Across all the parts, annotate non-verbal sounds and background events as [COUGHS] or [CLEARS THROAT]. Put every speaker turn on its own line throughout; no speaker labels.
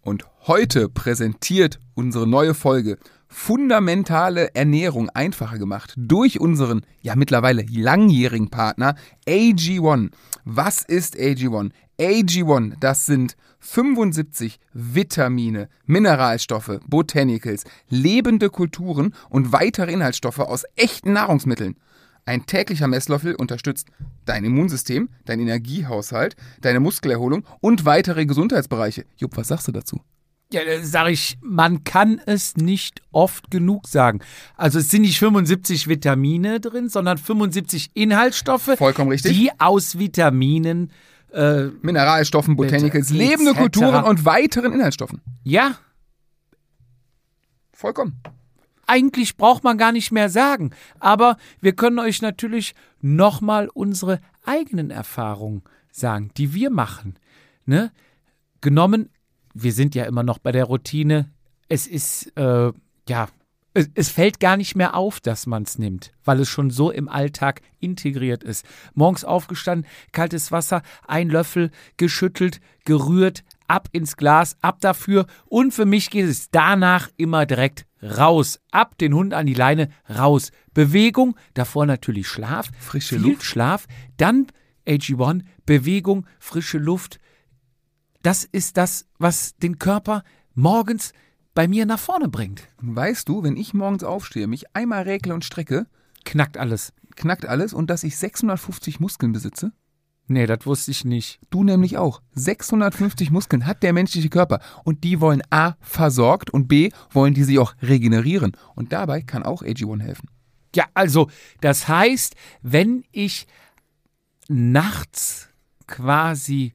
Und heute präsentiert unsere neue Folge fundamentale Ernährung einfacher gemacht durch unseren ja mittlerweile langjährigen Partner AG1. Was ist AG1? AG1, das sind 75 Vitamine, Mineralstoffe, Botanicals, lebende Kulturen und weitere Inhaltsstoffe aus echten Nahrungsmitteln. Ein täglicher Messlöffel unterstützt dein Immunsystem, deinen Energiehaushalt, deine Muskelerholung und weitere Gesundheitsbereiche. Jupp, was sagst du dazu?
Ja, da sag ich, man kann es nicht oft genug sagen. Also es sind nicht 75 Vitamine drin, sondern 75 Inhaltsstoffe,
Vollkommen richtig.
die aus Vitaminen, äh,
Mineralstoffen, Botanicals,
Bitte,
lebende
etc.
Kulturen und weiteren Inhaltsstoffen.
ja,
Vollkommen.
eigentlich braucht man gar nicht mehr sagen. Aber wir können euch natürlich nochmal unsere eigenen Erfahrungen sagen, die wir machen. Ne? Genommen, wir sind ja immer noch bei der Routine. Es ist, äh, ja, es, es fällt gar nicht mehr auf, dass man es nimmt, weil es schon so im Alltag integriert ist. Morgens aufgestanden, kaltes Wasser, ein Löffel, geschüttelt, gerührt, ab ins Glas, ab dafür. Und für mich geht es danach immer direkt raus. Ab den Hund an die Leine, raus. Bewegung, davor natürlich Schlaf.
Frische
viel
Luft.
Schlaf, dann AG1, Bewegung, frische Luft. Das ist das, was den Körper morgens bei mir nach vorne bringt.
Und weißt du, wenn ich morgens aufstehe, mich einmal räkle und strecke,
Knackt alles.
knackt alles und dass ich 650 Muskeln besitze?
Nee, das wusste ich nicht.
Du nämlich auch. 650 Muskeln hat der menschliche Körper und die wollen A versorgt und B wollen die sich auch regenerieren. Und dabei kann auch AG1 helfen.
Ja, also, das heißt, wenn ich nachts quasi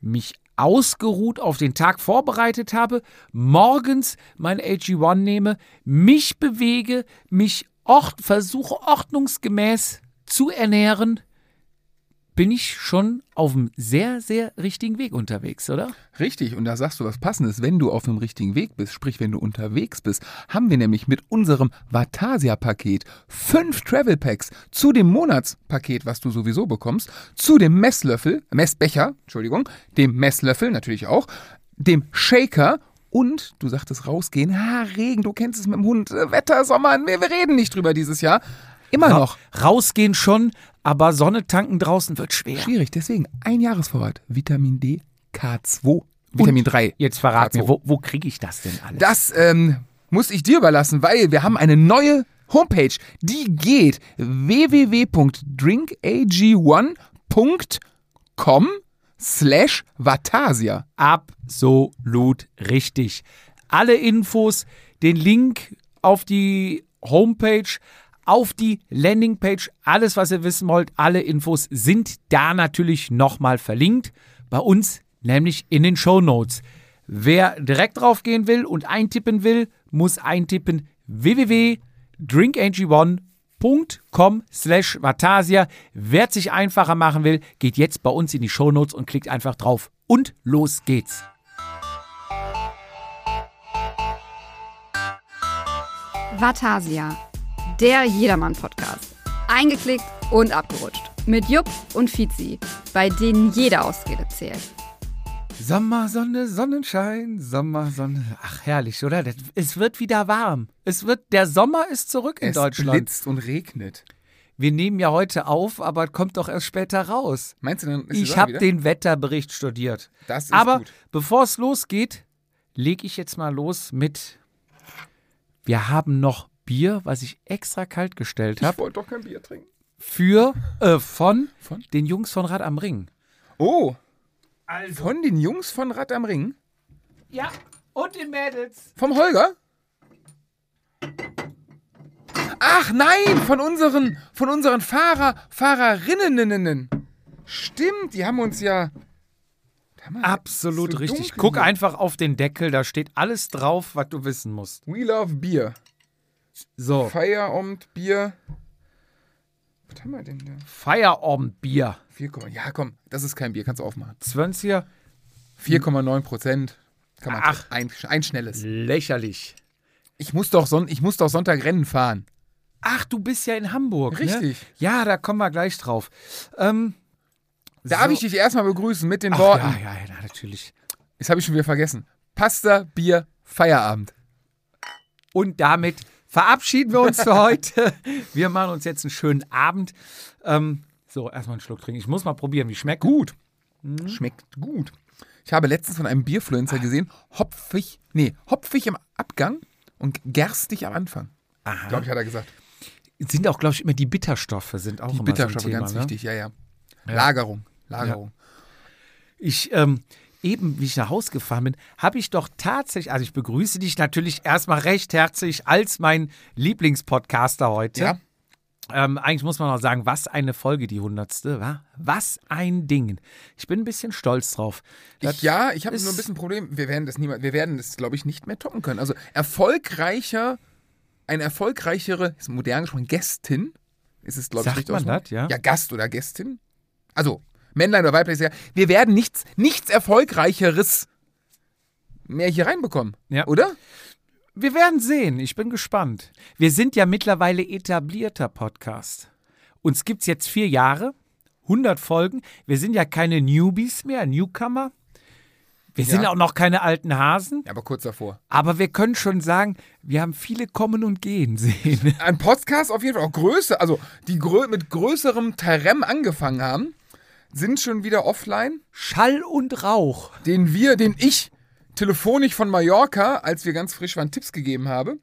mich ausgeruht auf den Tag vorbereitet habe, morgens mein AG1 nehme, mich bewege, mich ort versuche ordnungsgemäß zu ernähren, bin ich schon auf einem sehr, sehr richtigen Weg unterwegs, oder?
Richtig, und da sagst du was Passendes. Wenn du auf dem richtigen Weg bist, sprich, wenn du unterwegs bist, haben wir nämlich mit unserem Vatasia-Paket fünf Travel Packs zu dem Monatspaket, was du sowieso bekommst, zu dem Messlöffel, Messbecher, Entschuldigung, dem Messlöffel natürlich auch, dem Shaker und, du sagtest rausgehen, ha, Regen, du kennst es mit dem Hund, äh, Wetter, Sommer, wir, wir reden nicht drüber dieses Jahr. Immer
Ra-
noch.
Rausgehen schon, aber Sonne tanken draußen wird schwer.
Schwierig, deswegen ein Jahresvorrat. Vitamin D, K2, Vitamin
Und
3.
Jetzt verrat
K2.
mir, wo, wo kriege ich das denn alles?
Das ähm, muss ich dir überlassen, weil wir haben eine neue Homepage. Die geht www.drinkag1.com slash Vatasia.
Absolut richtig. Alle Infos, den Link auf die Homepage, auf die Landingpage, alles, was ihr wissen wollt, alle Infos sind da natürlich nochmal verlinkt. Bei uns nämlich in den Show Notes. Wer direkt drauf gehen will und eintippen will, muss eintippen www.drinkang1.com slash Vatasia. Wer es sich einfacher machen will, geht jetzt bei uns in die Shownotes und klickt einfach drauf. Und los geht's.
Vatasia, der Jedermann-Podcast. Eingeklickt und abgerutscht. Mit Jupp und Fizi, bei denen jede Ausrede zählt.
Sommer, Sonne, Sonnenschein, Sommer, Sonne. Ach, herrlich, oder? Das, es wird wieder warm. Es wird, der Sommer ist zurück in
es
Deutschland.
blitzt und regnet.
Wir nehmen ja heute auf, aber kommt doch erst später raus.
Meinst du, dann ist die
ich
Sonne
habe
wieder?
den Wetterbericht studiert.
Das ist
aber
gut.
bevor es losgeht, lege ich jetzt mal los mit. Wir haben noch Bier, was ich extra kalt gestellt
Ich
habe,
wollte doch kein Bier trinken.
für äh, von,
Von?
den Jungs von Rad am Ring.
Oh, von den Jungs von Rad am Ring?
Also. Ja, und den Mädels.
Vom Holger? Ach nein, von unseren, von unseren Fahrer, Fahrerinnen. Stimmt, die haben uns ja. Da haben wir-
Absolut
so
richtig.
dunkel
Guck
hier.
einfach auf den Deckel, da steht alles drauf, was du wissen musst.
We love Bier.
So,
Feierabend, Bier. Was haben wir denn da?
Feierabendbier.
4, ja, komm, das ist kein Bier, kannst du aufmachen.
20er,
4,9 Prozent. Kann man
Ach.
Ein, ein schnelles.
lächerlich.
Ich muss, doch Son ich muss doch Sonntag Rennen fahren.
Ach, du bist ja in Hamburg.
Richtig.
Ne? Ja, da kommen wir gleich drauf. Ähm,
Darf
So.
ich dich erstmal begrüßen mit den
ach,
Worten?
ja, ja, ja, natürlich.
Das habe ich schon wieder vergessen. Pasta, Bier, Feierabend.
Und damit verabschieden wir
[LAUGHS]
uns für heute. Wir machen uns jetzt einen schönen Abend. Ähm, so, erstmal einen Schluck trinken. Ich muss mal probieren, wie schmeckt.
Gut.
Mhm.
Schmeckt gut. Ich habe letztens von einem Bierfluencer gesehen, hopfig, nee, hopfig im Abgang und gerstig am Anfang.
Aha.
Glaube ich, hat er gesagt.
Sind auch, glaube ich, immer die Bitterstoffe sind auch
Die
immer
Bitterstoffe,
so ein Thema,
ganz
ne?
wichtig, ja, ja. Lagerung, Lagerung.
Ich, ähm, eben, wie ich nach Hause gefahren bin, habe ich doch tatsächlich, also ich begrüße dich natürlich erstmal recht herzlich als mein Lieblingspodcaster heute.
Ja.
Ähm, eigentlich muss man auch sagen, was eine Folge, die hundertste, wa? Was ein Ding. Ich bin ein bisschen stolz drauf.
Ich, ja, ich habe
ist-
nur ein bisschen ein Problem. Wir werden das niemals, wir werden das, glaube ich, nicht mehr toppen können. Also erfolgreicher, eine erfolgreichere, ist modern gesprochen, Gästin ist es, glaube ich,
Sagt
richtig
man
ausgesprochen.
das, ja?
Ja, Gast oder Gästin. Also, Männlein oder Weiblein ist ja. Wir werden nichts, nichts Erfolgreicheres mehr hier reinbekommen.
Ja.
Oder?
Wir werden sehen. Ich bin gespannt. Wir sind ja mittlerweile etablierter Podcast. Uns gibt's jetzt vier Jahre, 100 Folgen. Wir sind ja keine Newbies mehr, Newcomer. Wir sind
Ja.
auch noch keine alten Hasen.
Ja, aber kurz davor.
Aber wir können schon sagen, wir haben viele kommen und gehen sehen.
Ein Podcast auf jeden Fall, auch Größe, also die grö mit größerem Terrain angefangen haben, sind schon wieder offline.
Schall und Rauch.
den wir, den ich telefonisch von Mallorca, als wir ganz frisch waren, Tipps gegeben habe.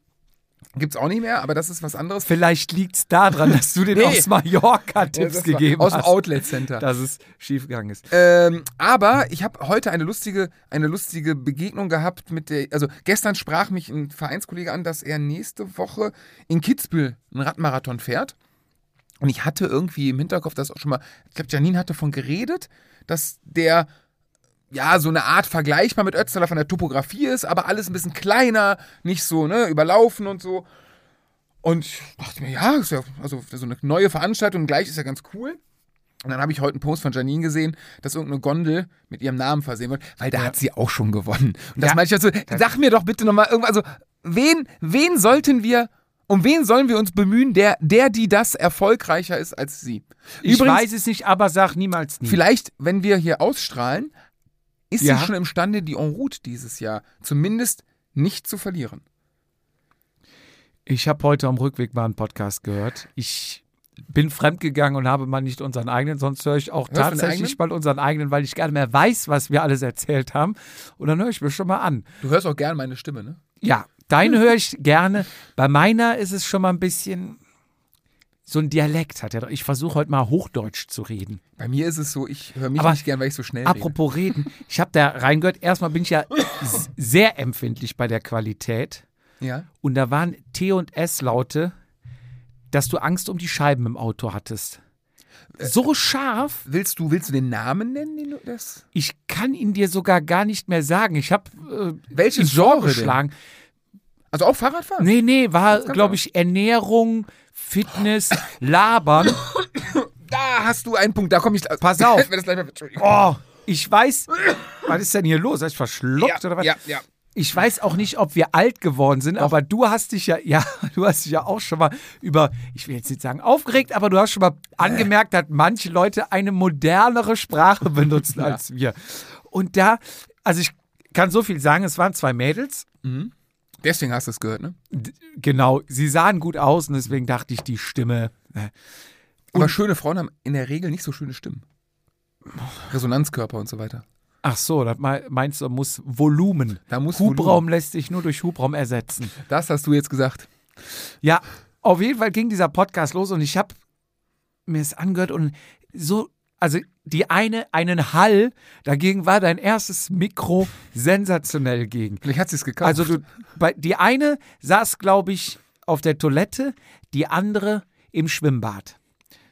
Gibt's auch nicht mehr, aber das ist was anderes.
Vielleicht liegt's daran, dass du den
Nee.
aus Mallorca
Das
Tipps
war
gegeben
Aus dem
hast,
Outlet Center.
dass es schiefgegangen ist.
Ähm, aber ich habe heute eine lustige, eine lustige Begegnung gehabt mit der. Also gestern sprach mich ein Vereinskollege an, dass er nächste Woche in Kitzbühel einen Radmarathon fährt. Und ich hatte irgendwie im Hinterkopf das auch schon mal, ich glaube, Janine hatte davon geredet, dass der ja so eine Art vergleichbar mit Ötztaler von der Topografie ist, aber alles ein bisschen kleiner, nicht so, ne, überlaufen und so. Und ich dachte mir, ja, ist ja also so eine neue Veranstaltung, gleich ist ja ganz cool. Und dann habe ich heute einen Post von Janine gesehen, dass irgendeine Gondel mit ihrem Namen versehen wird, weil da hat sie auch schon gewonnen. Und das
Ja.
meinte ich dazu, sag mir doch bitte nochmal irgendwas, also wen, wen sollten wir, um wen sollen wir uns bemühen, der, der, die das erfolgreicher ist als sie?
Ich weiß es nicht, aber sag niemals nie.
Vielleicht, wenn wir hier ausstrahlen, ist
Mhm. Ja.
sie schon imstande, die En route dieses Jahr zumindest nicht zu verlieren.
Ich habe heute am Rückweg mal einen Podcast gehört. Ich bin fremdgegangen und habe mal nicht unseren eigenen, sonst höre ich
Hörst
auch
du den
tatsächlich mal unseren eigenen, weil ich gar nicht mehr weiß, was wir alles erzählt haben. Und dann höre ich mir schon mal an.
Du hörst auch gern meine Stimme, ne?
Ja, deine höre ich gerne. Bei meiner ist es schon mal ein bisschen so ein Dialekt hat er. doch. Ich versuche heute mal Hochdeutsch zu reden.
Bei mir ist es so, ich höre mich
Aber
nicht gern, weil ich so schnell rede.
Apropos reden, ich habe da reingehört. Erstmal bin
[COUGHS]
ich ja s- sehr empfindlich bei der Qualität.
Ja.
Und da waren T und S Laute, dass du Angst um die Scheiben im Auto hattest. So scharf,
Willst du, willst du den Namen nennen, den du das?
ich kann ihn dir sogar gar nicht mehr sagen. Ich habe äh,
Welches
ins
Genre denn?
geschlagen.
Also auch Fahrradfahren?
Nee, nee, war,
kann
glaube ich, Ernährung, Fitness, Labern.
Da hast du einen Punkt, da komme ich. [LAUGHS]
Pass auf.
Wenn das gleich mal, Entschuldigung.
[LAUGHS] Oh, ich weiß. Was ist denn hier los? Hab ich verschluckt
ja,
oder was?
ja, ja.
Ich weiß auch nicht, ob wir alt geworden sind, aber du hast dich ja, ja, [LAUGHS] du hast dich ja auch schon mal über, ich will jetzt nicht sagen aufgeregt, aber du hast schon mal angemerkt, dass manche Leute eine
[LAUGHS]
modernere Sprache benutzen als wir. Und da, also ich kann so viel sagen, es waren zwei Mädels.
Deswegen hast du es gehört, ne?
D- Genau, sie sahen gut aus und deswegen dachte ich, die Stimme.
Aber schöne Frauen haben in der Regel nicht so schöne Stimmen. Resonanzkörper und so weiter.
Ach so, das mei- meinst du, muss Volumen.
Da muss
Hubraum lässt sich nur durch Hubraum ersetzen.
Volumen. Das hast du jetzt gesagt.
Ja, auf jeden Fall ging dieser Podcast los und ich habe mir es angehört und so, also die eine, einen Hall, dagegen war dein erstes Mikro sensationell gegen.
Vielleicht hat sie es gekauft.
Also du, bei, die eine saß, glaube ich, auf der Toilette, die andere im Schwimmbad.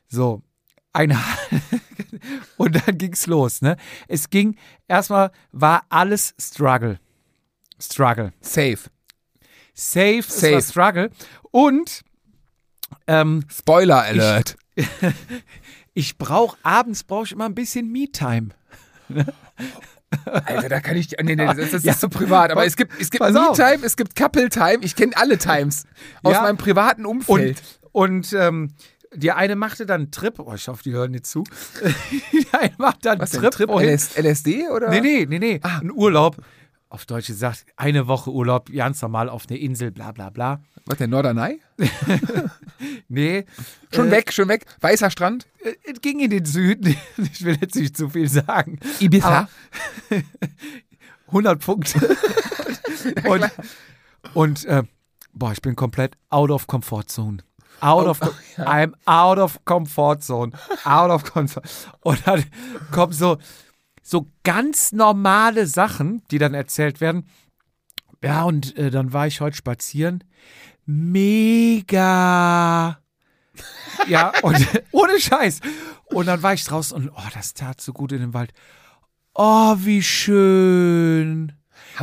So, ein Hall. [LAUGHS] Und dann ging's los, ne? Es ging, erstmal war alles Struggle. Struggle.
Safe.
Safe, Safe.
Safe.
Ist das Struggle. Und ähm,
Spoiler Alert.
ich brauche abends brauche ich immer ein bisschen Me-Time.
Alter, da kann ich. Nee, nee, das, das ist
Ja.
zu privat. Aber es gibt, es gibt
Pass auf.
Me-Time, es gibt Couple-Time. Ich kenne alle Times aus
Ja.
meinem privaten
Und,
Umfeld.
und ähm, die eine machte dann einen Trip. Oh, ich hoffe, die hören jetzt zu. [LAUGHS] die eine macht dann einen
Was denn?
Trip.
Trip Ah.
wohin?
LS, LSD oder?
Nee, nee, nee, nee. Ein Urlaub. auf Deutsch gesagt, eine Woche Urlaub, ganz normal auf eine Insel, bla bla bla.
Was, der Norderney?
Nee,
Schon weg, schon weg. Weißer Strand.
äh, es ging in den Süden. [LAUGHS] Ich will jetzt nicht zu viel sagen.
Ibiza.
Aber- [LAUGHS] 100 Punkte.
[LAUGHS]
und und äh, boah, ich bin komplett out of comfort zone. Out
Oh,
of,
[LAUGHS]
I'm out of comfort zone. Out of comfort. Und dann kommen so, so ganz normale Sachen, die dann erzählt werden. Ja, und äh, dann war ich heute spazieren. Mega. Ja, und [LAUGHS] ohne Scheiß. Und dann war ich draußen und oh, das tat so gut in dem Wald. Oh, wie schön.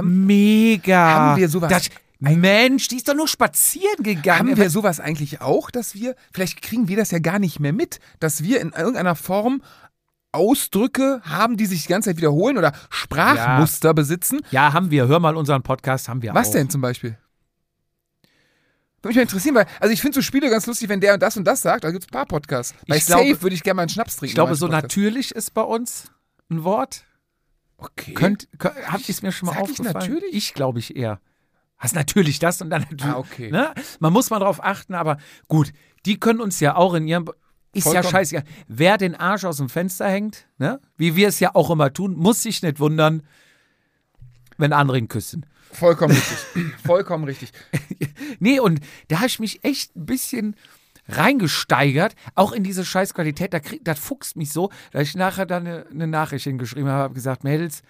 Mega.
haben wir sowas-
Das, Mensch, die ist doch nur spazieren gegangen.
Haben wir sowas eigentlich auch, dass wir, vielleicht kriegen wir das ja gar nicht mehr mit, dass wir in irgendeiner Form Ausdrücke haben, die sich die ganze Zeit wiederholen oder Sprachmuster besitzen?
ja, haben wir. Hör mal unseren Podcast, haben wir
Was
auch.
denn zum Beispiel? Würde mich mal interessieren, weil, also ich finde so Spiele ganz lustig, wenn der und das und das sagt, da gibt es ein paar Podcasts. Bei
Ich glaube-
Safe würde ich gerne mal einen Schnaps trinken.
Ich glaube,
bei
so
manchen Podcasts.
natürlich ist bei uns ein Wort.
Okay.
Könnt, könnt, habt ihr es mir schon mal
Sag ich
aufgefallen?
natürlich?
Ich glaube ich eher. Hast natürlich das und dann natürlich.
Ah, okay.
ne? Man muss mal drauf achten, aber gut, die können uns ja auch in ihrem. Ist ja
Vollkommen.
scheißegal. Wer den Arsch aus dem Fenster hängt, ne? wie wir es ja auch immer tun, muss sich nicht wundern, wenn andere ihn küssen.
Vollkommen
[CLEARS THROAT]
richtig. Vollkommen richtig.
Nee, und da habe ich mich echt ein bisschen reingesteigert, auch in diese Scheißqualität. Da krieg, das fuchst mich so, dass ich nachher dann eine, eine Nachricht hingeschrieben habe, habe gesagt, Mädels,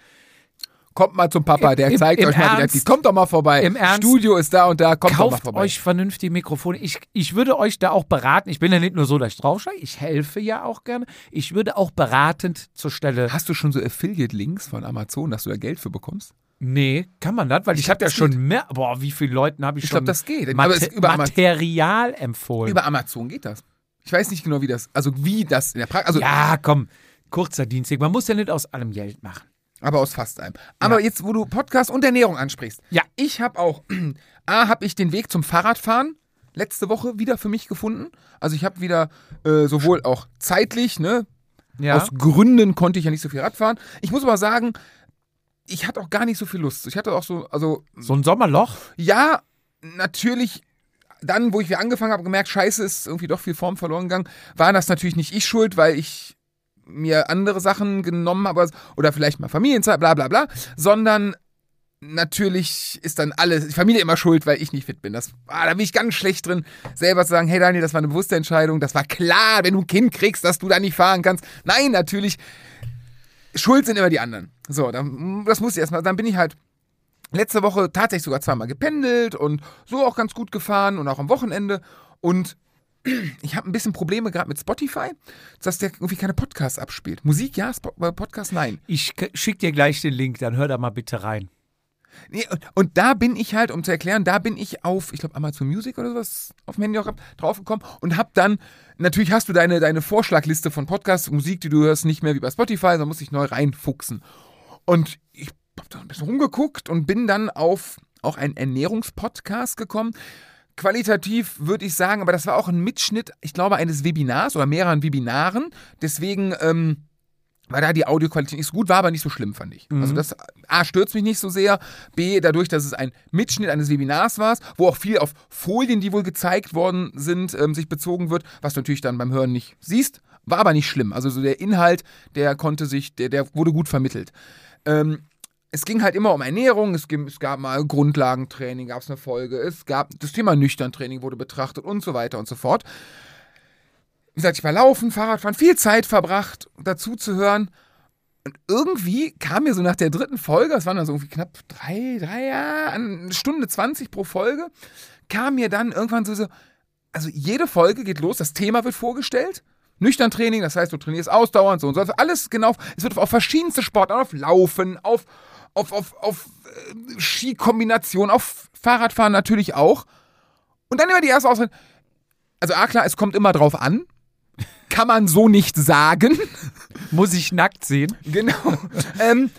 Kommt mal zum Papa, der
Im-
zeigt
im
euch mal die
Ernst?
Netflix. Kommt doch mal vorbei.
Im Ernst?
Studio ist da und da, kommt doch mal
kauft
vorbei.
euch vernünftige Mikrofone. Ich, ich würde euch da auch beraten. Ich bin ja nicht nur so, dass ich draufsteige. Ich helfe ja auch gerne. Ich würde auch beratend zur Stelle.
Hast du schon so Affiliate-Links von Amazon, dass du da Geld für bekommst?
Nee, kann man das? Weil ich,
glaub,
habe ja
das
schon mehr. Boah, wie viele Leuten habe ich,
Ich
schon
glaub, das geht. Aber
Mate
es- über Amaz-
Material empfohlen.
Über Amazon geht das. Ich weiß nicht genau, wie das, also wie das in der Praxis, also,
ja, komm. Kurzer Dienstweg. Man muss ja nicht aus allem Geld machen.
aber aus fast allem. Aber jetzt, wo du Podcast und Ernährung ansprichst.
Ja.
Ich habe auch, [CLEARS THROAT] A, habe ich den Weg zum Fahrradfahren letzte Woche wieder für mich gefunden. Also ich habe wieder äh, sowohl auch zeitlich, ne,
Ja.
Aus Gründen konnte ich ja nicht so viel Rad fahren. Ich muss aber sagen, ich hatte auch gar nicht so viel Lust. Ich hatte auch so, also
so ein Sommerloch.
ja, natürlich. Dann, wo ich wieder angefangen habe, gemerkt, scheiße, ist irgendwie doch viel Form verloren gegangen, waren das natürlich nicht ich schuld, weil ich mir andere Sachen genommen habe oder vielleicht mal Familienzeit, bla bla bla, sondern natürlich ist dann alles, die Familie immer schuld, weil ich nicht fit bin. Das, ah, da bin ich ganz schlecht drin, selber zu sagen, hey Daniel, das war eine bewusste Entscheidung, das war klar, wenn du ein Kind kriegst, dass du da nicht fahren kannst. Nein, natürlich, schuld sind immer die anderen. So, dann, das muss ich erstmal, dann bin ich halt letzte Woche tatsächlich sogar zweimal gependelt und so auch ganz gut gefahren und auch am Wochenende. Und [CLEARS THROAT] ich habe ein bisschen Probleme gerade mit Spotify, dass der irgendwie keine Podcasts abspielt. Musik ja, Spo äh, Podcast nein.
Ich schicke dir gleich den Link, dann hör da mal bitte rein.
Nee, und- Und da bin ich halt, um zu erklären, da bin ich auf, ich glaube, Amazon Music oder sowas auf dem Handy auch hab- draufgekommen und habe dann, natürlich hast du deine, deine Vorschlagliste von Podcasts, Musik, die du hörst, nicht mehr wie bei Spotify, sondern musst dich neu reinfuchsen. Und ich habe da ein bisschen rumgeguckt und bin dann auf auch einen Ernährungspodcast gekommen. Qualitativ würde ich sagen, aber das war auch ein Mitschnitt, ich glaube, eines Webinars oder mehreren Webinaren. Deswegen ähm, war da die Audioqualität nicht so gut, war aber nicht so schlimm, fand ich. Also das A stört mich nicht so sehr, B dadurch, dass es ein Mitschnitt eines Webinars war, wo auch viel auf Folien, die wohl gezeigt worden sind, ähm, sich bezogen wird, was du natürlich dann beim Hören nicht siehst, war aber nicht schlimm. Also so der Inhalt, der konnte sich, der, der wurde gut vermittelt. Ähm, es ging halt immer um Ernährung, es, ging, es gab mal Grundlagentraining, gab es eine Folge, es gab das Thema Nüchterntraining wurde betrachtet und so weiter und so fort. Wie gesagt, ich war laufen, Fahrradfahren, viel Zeit verbracht, dazu zu hören. Und irgendwie kam mir so nach der dritten Folge, es waren dann so irgendwie knapp drei, drei, ja, eine Stunde 20 pro Folge, kam mir dann irgendwann so, so, also jede Folge geht los, das Thema wird vorgestellt. Nüchterntraining, das heißt, du trainierst ausdauernd, so und so. Also alles genau, es wird auf verschiedenste Sportarten, auf Laufen, auf, auf, auf, auf äh, Skikombination, auf Fahrradfahren natürlich auch. Und dann immer die erste Ausrede. Also, ah, klar, es kommt immer drauf an. Kann man so nicht sagen. [LAUGHS]
Muss ich nackt sehen?
Genau. ähm,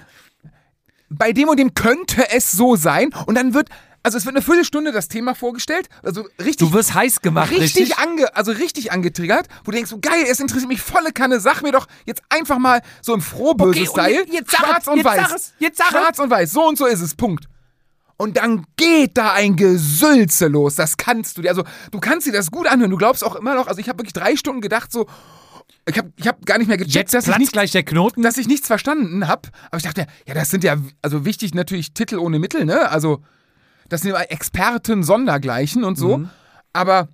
bei dem und dem könnte es so sein und dann wird, also es wird eine Viertelstunde das Thema vorgestellt, also richtig,
Du wirst heiß gemacht,
richtig,
richtig?
ange, also richtig angetriggert, wo du denkst, so geil, es interessiert mich volle Kanne, sag mir doch jetzt einfach mal so im Frohböse-Style,
Okay, und jetzt- jetzt sag
schwarz
es,
und
jetzt
weiß,
sag es, jetzt sag es.
schwarz und weiß, so und so ist es, Punkt. Und dann geht da ein Gesülze los. Das kannst du dir. Also, du kannst dir das gut anhören. Du glaubst auch immer noch. Also, ich habe wirklich drei Stunden gedacht, so. Ich habe ich hab gar nicht mehr gecheckt,
Jetzt
dass ich
platzt
nicht
gleich der Knoten.
dass ich nichts verstanden habe. Aber ich dachte, ja, das sind ja, also wichtig natürlich Titel ohne Mittel, ne? Also, das sind ja Experten sondergleichen und so. Aber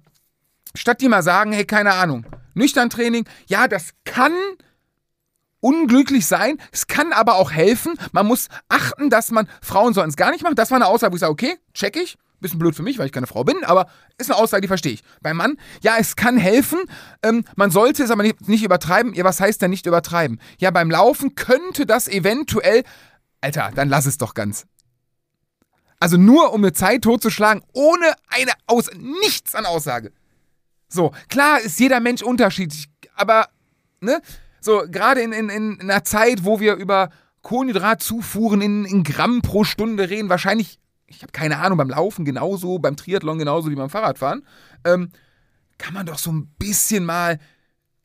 statt die mal sagen, hey, keine Ahnung, nüchtern Training, ja, das kann unglücklich sein, es kann aber auch helfen. Man muss achten, dass man, Frauen sollen es gar nicht machen. Das war eine Aussage, wo ich sage, okay, check ich. Bisschen blöd für mich, weil ich keine Frau bin, aber ist eine Aussage, die verstehe ich. Beim Mann, ja, es kann helfen, ähm, man sollte es aber nicht, nicht übertreiben. Ja, was heißt denn nicht übertreiben? Ja, beim Laufen könnte das eventuell. Alter, dann lass es doch ganz. Also nur um eine Zeit totzuschlagen, ohne eine Aus. nichts an Aussage. So, klar ist jeder Mensch unterschiedlich, aber ne? So, gerade in, in, in einer Zeit, wo wir über Kohlenhydratzufuhren in, in Gramm pro Stunde reden, wahrscheinlich, ich habe keine Ahnung, beim Laufen genauso, beim Triathlon genauso wie beim Fahrradfahren, ähm, kann man doch so ein bisschen mal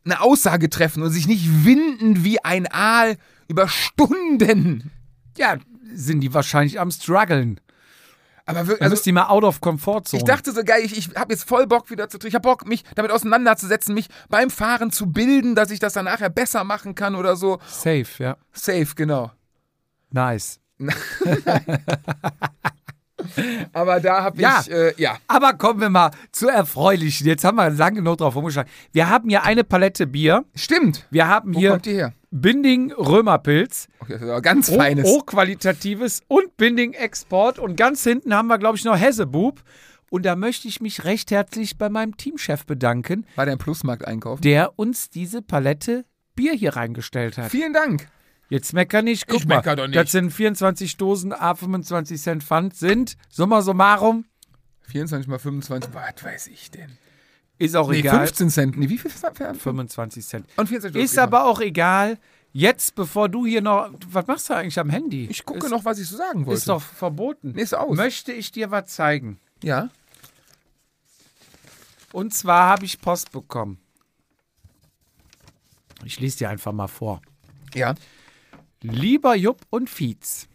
eine Aussage treffen und sich nicht winden wie ein Aal über Stunden.
Ja, sind die wahrscheinlich am struggeln.
Aber wirklich,
Also
also,
müsst die mal out of comfort
ich
zone.
dachte so, geil, ich, ich habe jetzt voll Bock wieder zu Ich habe Bock, mich damit auseinanderzusetzen, mich beim Fahren zu bilden, dass ich das dann nachher besser machen kann oder so.
Safe, ja.
Safe, genau.
Nice.
Aber da habe
Ja.
ich, äh, ja.
Aber kommen wir mal zu Erfreulichen. Jetzt haben wir lange genug drauf rumgeschlagen. Wir haben hier eine Palette Bier.
Stimmt.
Wir haben
Wo
hier
kommt die her?
Binding Römerpilz,
Okay, das ist aber ganz
hoch,
feines.
hochqualitatives und Binding Export. Und ganz hinten haben wir, glaube ich, noch Hessebub. Und da möchte ich mich recht herzlich bei meinem Teamchef bedanken,
War der im Plusmarkt einkaufen?
der uns diese Palette Bier hier reingestellt hat.
Vielen Dank.
Jetzt mecker nicht, guck
Ich
mal.
mecker doch nicht.
Das sind 24 Dosen A25 Cent Pfand sind, summa summarum,
24 mal 25, was weiß ich denn?
ist auch
Nee,
egal.
15 Cent. Nee, wie viel? Ver- Ver-
25 Cent.
Und genau. 24 Euro.
Ist aber auch egal. Jetzt, bevor du hier noch. Was machst du eigentlich am Handy?
Ich gucke
ist,
noch, was ich so sagen wollte.
Ist doch verboten.
Nee, ist aus.
Möchte ich dir was zeigen.
Ja.
Und zwar habe ich Post bekommen. Ich lese dir einfach mal vor.
Ja.
Lieber Jupp und Fietz.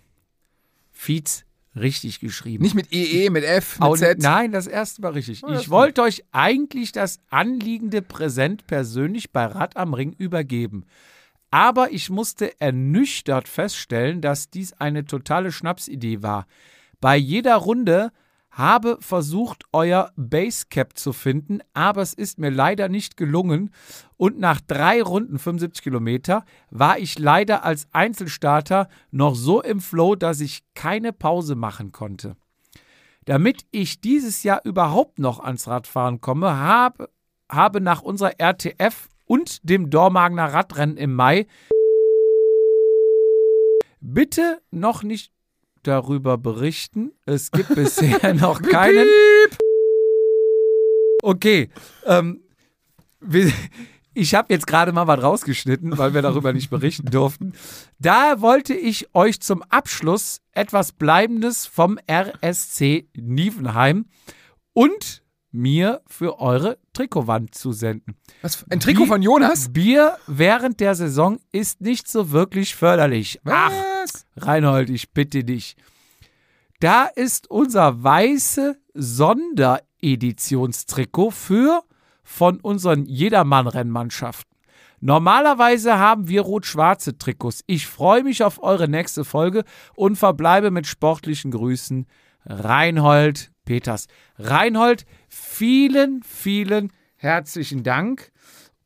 Fietz richtig geschrieben.
Nicht mit EE, mit F, mit
Au-
Z. Oh,
Nein, das erste Mal richtig.
das
ich wollte euch eigentlich das anliegende Präsent persönlich bei Rad am Ring übergeben. Aber ich musste ernüchtert feststellen, dass dies eine totale Schnapsidee war. Bei jeder Runde habe versucht, euer Basecap zu finden, aber es ist mir leider nicht gelungen. Und nach drei Runden 75 Kilometer war ich leider als Einzelstarter noch so im Flow, dass ich keine Pause machen konnte. Damit ich dieses Jahr überhaupt noch ans Radfahren komme, habe, habe nach unserer RTF und dem Dormagener Radrennen im Mai bitte noch nicht darüber berichten. Es gibt bisher noch keinen. Okay, ähm, wir, ich habe jetzt gerade mal was rausgeschnitten, weil wir darüber nicht berichten durften. Da wollte ich euch zum Abschluss etwas Bleibendes vom RSC Nievenheim und mir für eure Trikotwand zusenden.
Was, ein Trikot von Jonas?
Bier während der Saison ist nicht so wirklich förderlich. Ach,
Was?
Reinhold, ich bitte dich. Da ist unser weiße Sondereditionstrikot für von unseren Jedermann-Rennmannschaften. Normalerweise haben wir rot-schwarze Trikots. Ich freue mich auf eure nächste Folge und verbleibe mit sportlichen Grüßen Reinhold Peters. Reinhold, vielen, vielen herzlichen Dank.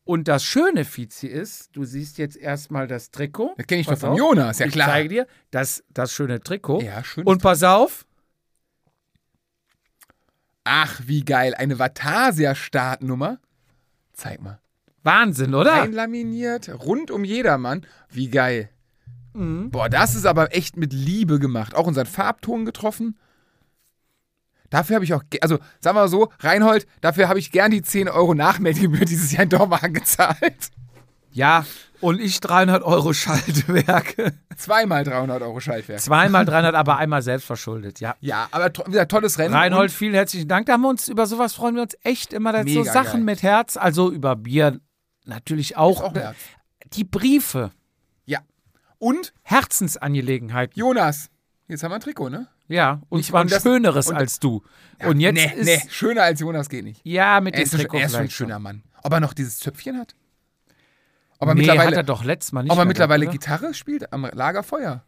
Und das Schöne, Fizi, ist, du siehst jetzt erstmal das Trikot.
Das kenne ich
Pass
doch von
auf.
Jonas, ja
ich
klar.
zeige dir das, das schöne Trikot.
Ja, schön.
Und pass auf,
Ach, wie geil. Eine Vatasia-Startnummer. Zeig mal.
Wahnsinn, oder?
Einlaminiert, rund um jedermann. Wie geil.
Mhm.
Boah, das ist aber echt mit Liebe gemacht. Auch unseren Farbton getroffen. Dafür habe ich auch, ge- also sagen wir mal so, Reinhold, [LAUGHS] dafür habe ich gern die 10 Euro Nachmeldgebühr dieses Jahr in Dormagen gezahlt.
Ja, Und ich 300 Euro Schaltwerke.
Zweimal 300 Euro Schaltwerk.
[LAUGHS] Zweimal 300, aber einmal selbst verschuldet, ja.
Ja, aber to wieder tolles Rennen.
Reinhold, vielen herzlichen Dank. Da haben wir uns über sowas freuen wir uns echt immer. Das sind so
Mega
Sachen
geil.
mit Herz, also über Bier natürlich
und,
auch.
auch Herz.
Die Briefe,
Ja. Und
Herzensangelegenheit.
Jonas, jetzt haben wir ein Trikot, ne?
Ja, und
Nicht-
zwar ein
und das-
schöneres
und-
als du. und jetzt
nee,
ist
nee, schöner als Jonas geht nicht.
ja mit
Er
dem
ist, ein,
Trikot
er ist schon ein
vielleicht
schöner
noch.
Mann. Ob er noch dieses Zöpfchen hat? Ob er
nee,
mittlerweile,
hat er doch letztes Mal nicht.
ob er
mehr
mittlerweile
gehabt,
Gitarre spielt am Lagerfeuer.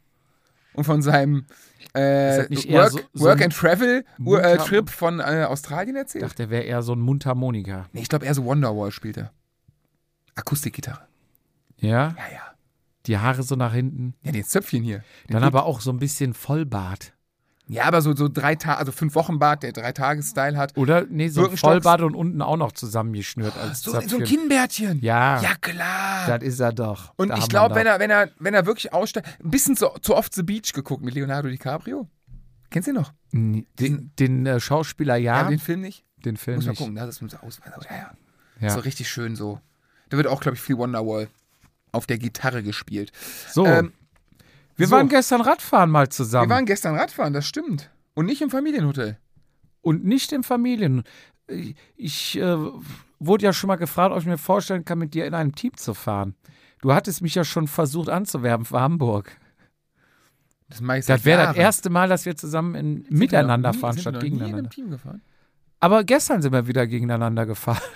Und von seinem
Ist
äh,
das nicht eher
Work,
so- so
Work
ein
and Travel uh, äh,
Mundharm-
Trip von äh, Australien erzählt.
oder? Ich dachte, er wäre eher so ein Mundharmonika.
Nee, ich glaube, eher so Wonderwall spielt er. Akustikgitarre.
Ja,
Ja, ja.
die Haare so nach hinten.
Ja, den Zöpfchen hier. Den
Dann
Blick.
aber auch so ein bisschen Vollbart.
Ja, aber so, so drei Tage, also fünf Wochen Bart, der drei Tage Style hat.
Oder? Nee, so ein
Birkenstocks.
Vollbart und unten auch noch zusammengeschnürt. als
So, so ein
Zöpfchen.
Kinnbärtchen.
Ja,
Ja, klar.
das ist er doch.
und
Da
ich
haben
glaube, wenn
wir ihn doch.
er, wenn, er, wenn er wirklich aussteigt, ein bisschen zu, zu oft The Beach geguckt mit Leonardo DiCaprio. Kennst du ihn noch?
Nee, Den, den äh, Schauspieler, ja.
Ja, den
den,
Film nicht?
Film
Muss man
nicht.
gucken, ne? das ist unser Ausweis. Ja, ja.
Ja.
So richtig schön so. Da wird auch, glaube ich, viel Wonderwall auf der Gitarre gespielt.
So,
Ähm,
wir
so.
waren gestern Radfahren mal
Wir
zusammen.
waren gestern Radfahren, das stimmt. Und nicht im Familienhotel.
und nicht im Familien. Ich äh, wurde ja schon mal gefragt, ob ich mir vorstellen kann, mit dir in einem Team zu fahren. Du hattest mich ja schon versucht anzuwerben für Hamburg.
Das mache ich seit
Das wäre das
Jahren.
erste Mal, dass wir zusammen in,
Sind wir noch
miteinander
nie-
fahren
sind wir
statt
noch nie in einem
gegeneinander.
Team gefahren?
Aber gestern sind wir wieder gegeneinander gefahren. [LAUGHS]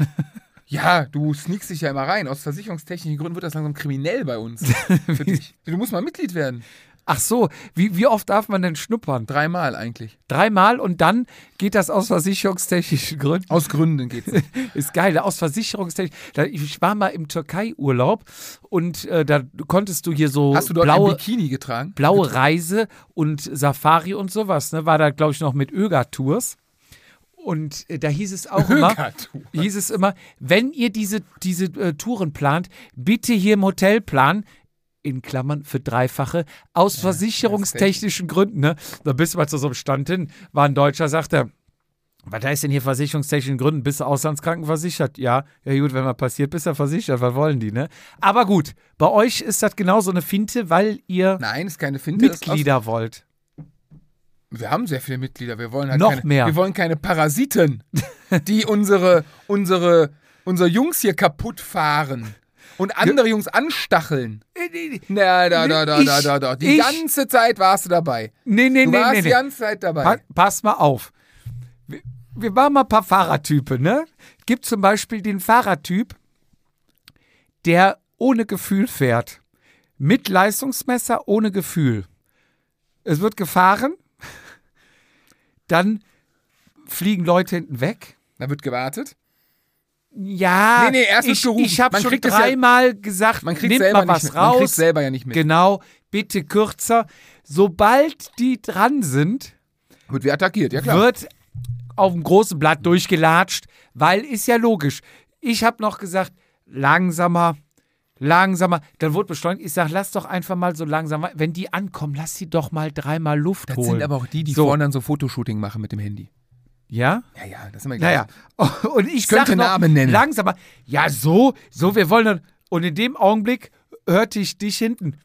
Ja, du sneakst dich ja immer rein. Aus versicherungstechnischen Gründen wird das langsam kriminell bei
[LAUGHS]
uns. Für dich. Du musst mal Mitglied werden.
Ach so, wie, wie oft darf man denn schnuppern?
Dreimal eigentlich.
Dreimal und dann geht das aus versicherungstechnischen Gründen.
Aus Gründen geht's. nicht.
Ist geil, aus Versicherungstechnik. Da- Ich war mal im Türkei-Urlaub und äh, da konntest du hier so
Hast du dort ein
blaue,
Bikini getragen?
blaue Reise und Safari und sowas. Ne? War da, glaube ich, noch mit Öga-Tours. Und äh, da hieß es auch immer,
Öga-Tours.
hieß es immer, wenn ihr diese, diese äh, Touren plant, bitte hier im Hotelplan, in Klammern für Dreifache, aus versicherungstechnischen Gründen. Ne? Da bist du mal zu so einem Stand hin, war ein Deutscher, sagte, was heißt denn hier versicherungstechnischen Gründen? Bist du auslandskranken versichert? Ja, ja gut, wenn mal passiert, bist du versichert, was wollen die, ne? Aber gut, bei euch ist das genau so eine Finte, weil ihr
Nein, ist keine Finte. das ist aus-
Mitglieder wollt.
Wir haben sehr viele Mitglieder. Wir wollen halt
Noch
keine,
mehr.
Wir wollen keine Parasiten,
[LAUGHS]
die unsere, unsere, unsere Jungs hier kaputt fahren und andere Jungs anstacheln. Na, da, da, da,
Ich-
da, da, da. Die
ich-
ganze Zeit warst du dabei.
Nee, nee,
Du
nee,
warst
nee.
die
nee.
ganze Zeit dabei.
Pa pass mal auf. Wir, wir waren mal ein paar Fahrertypen, ne? Gibt zum Beispiel den Fahrertyp, der ohne Gefühl fährt. Mit Leistungsmesser, ohne Gefühl. Es wird gefahren, [LAUGHS] dann fliegen Leute hinten weg.
da wird gewartet.
Ja,
Nee, nee, erst wird
ich,
gerufen.
ich habe
Man
schon
kriegt es ja-
dreimal gesagt,
Man kriegt
nehmt
selber
mal was
nicht mit. Man
raus.
kriegt selber ja nicht mit.
Genau, bitte kürzer. Sobald die dran sind,
Wird wie attackiert, ja klar.
wird auf dem großen Blatt durchgelatscht, weil ist ja logisch. Ich habe noch gesagt, langsamer, langsamer. Dann wurde beschleunigt. Ich sage, lass doch einfach mal so langsam. Wenn die ankommen, lass sie doch mal dreimal Luft
das
holen.
sind aber auch die, die
So.
vorne dann so Fotoshooting machen mit dem Handy.
ja?
Ja, ja, das sind wir
Naja, [LAUGHS] und ich
Könnte
sag noch,
Namen nennen.
Langsamer. Ja, so, so, wir wollen dann. Und in dem Augenblick hörte ich dich hinten.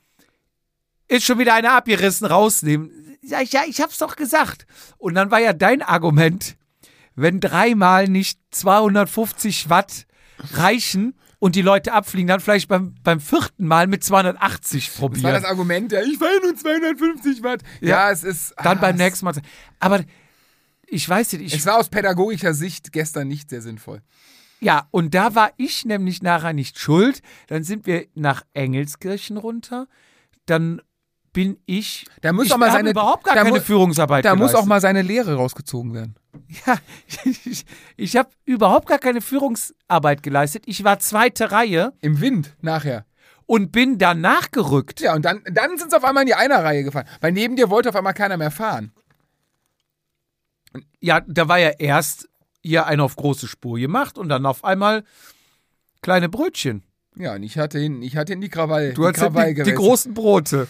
Ist schon wieder einer abgerissen, rausnehmen. Ja, ich- ja, ich hab's doch gesagt. Und dann war ja dein Argument, wenn dreimal nicht 250 Watt reichen und die Leute abfliegen, dann vielleicht beim, beim vierten Mal mit 280
Das war das
probieren.
Argument, ja, ich will nur 250 Watt. Ja, es ist.
Dann
ah,
beim
es-
nächsten Mal. Aber ich weiß nicht, ich
Es war aus pädagogischer Sicht gestern nicht sehr sinnvoll.
Ja, und da war ich nämlich nachher nicht schuld. Dann sind wir nach Engelskirchen runter. Dann bin ich.
Da muss
ich
auch mal
habe
seine-
überhaupt gar
da
keine
mu-
Führungsarbeit
Da muss
geleistet.
auch mal seine Lehre rausgezogen werden.
Ja, [LAUGHS] ich, ich habe überhaupt gar keine Führungsarbeit geleistet. Ich war zweite Reihe
Im Wind nachher.
und bin dann nachgerückt.
Tja, und dann, dann sind sie auf einmal in die Einerreihe gefahren. Weil neben dir wollte auf einmal keiner mehr fahren.
Ja, da war ja erst hier einen auf große Spur gemacht und dann auf einmal kleine Brötchen.
Ja, und ich hatte hinten, ich hatte hinten die Krawall.
Du hast
Krawall
die, die
gewässert.
großen Brote.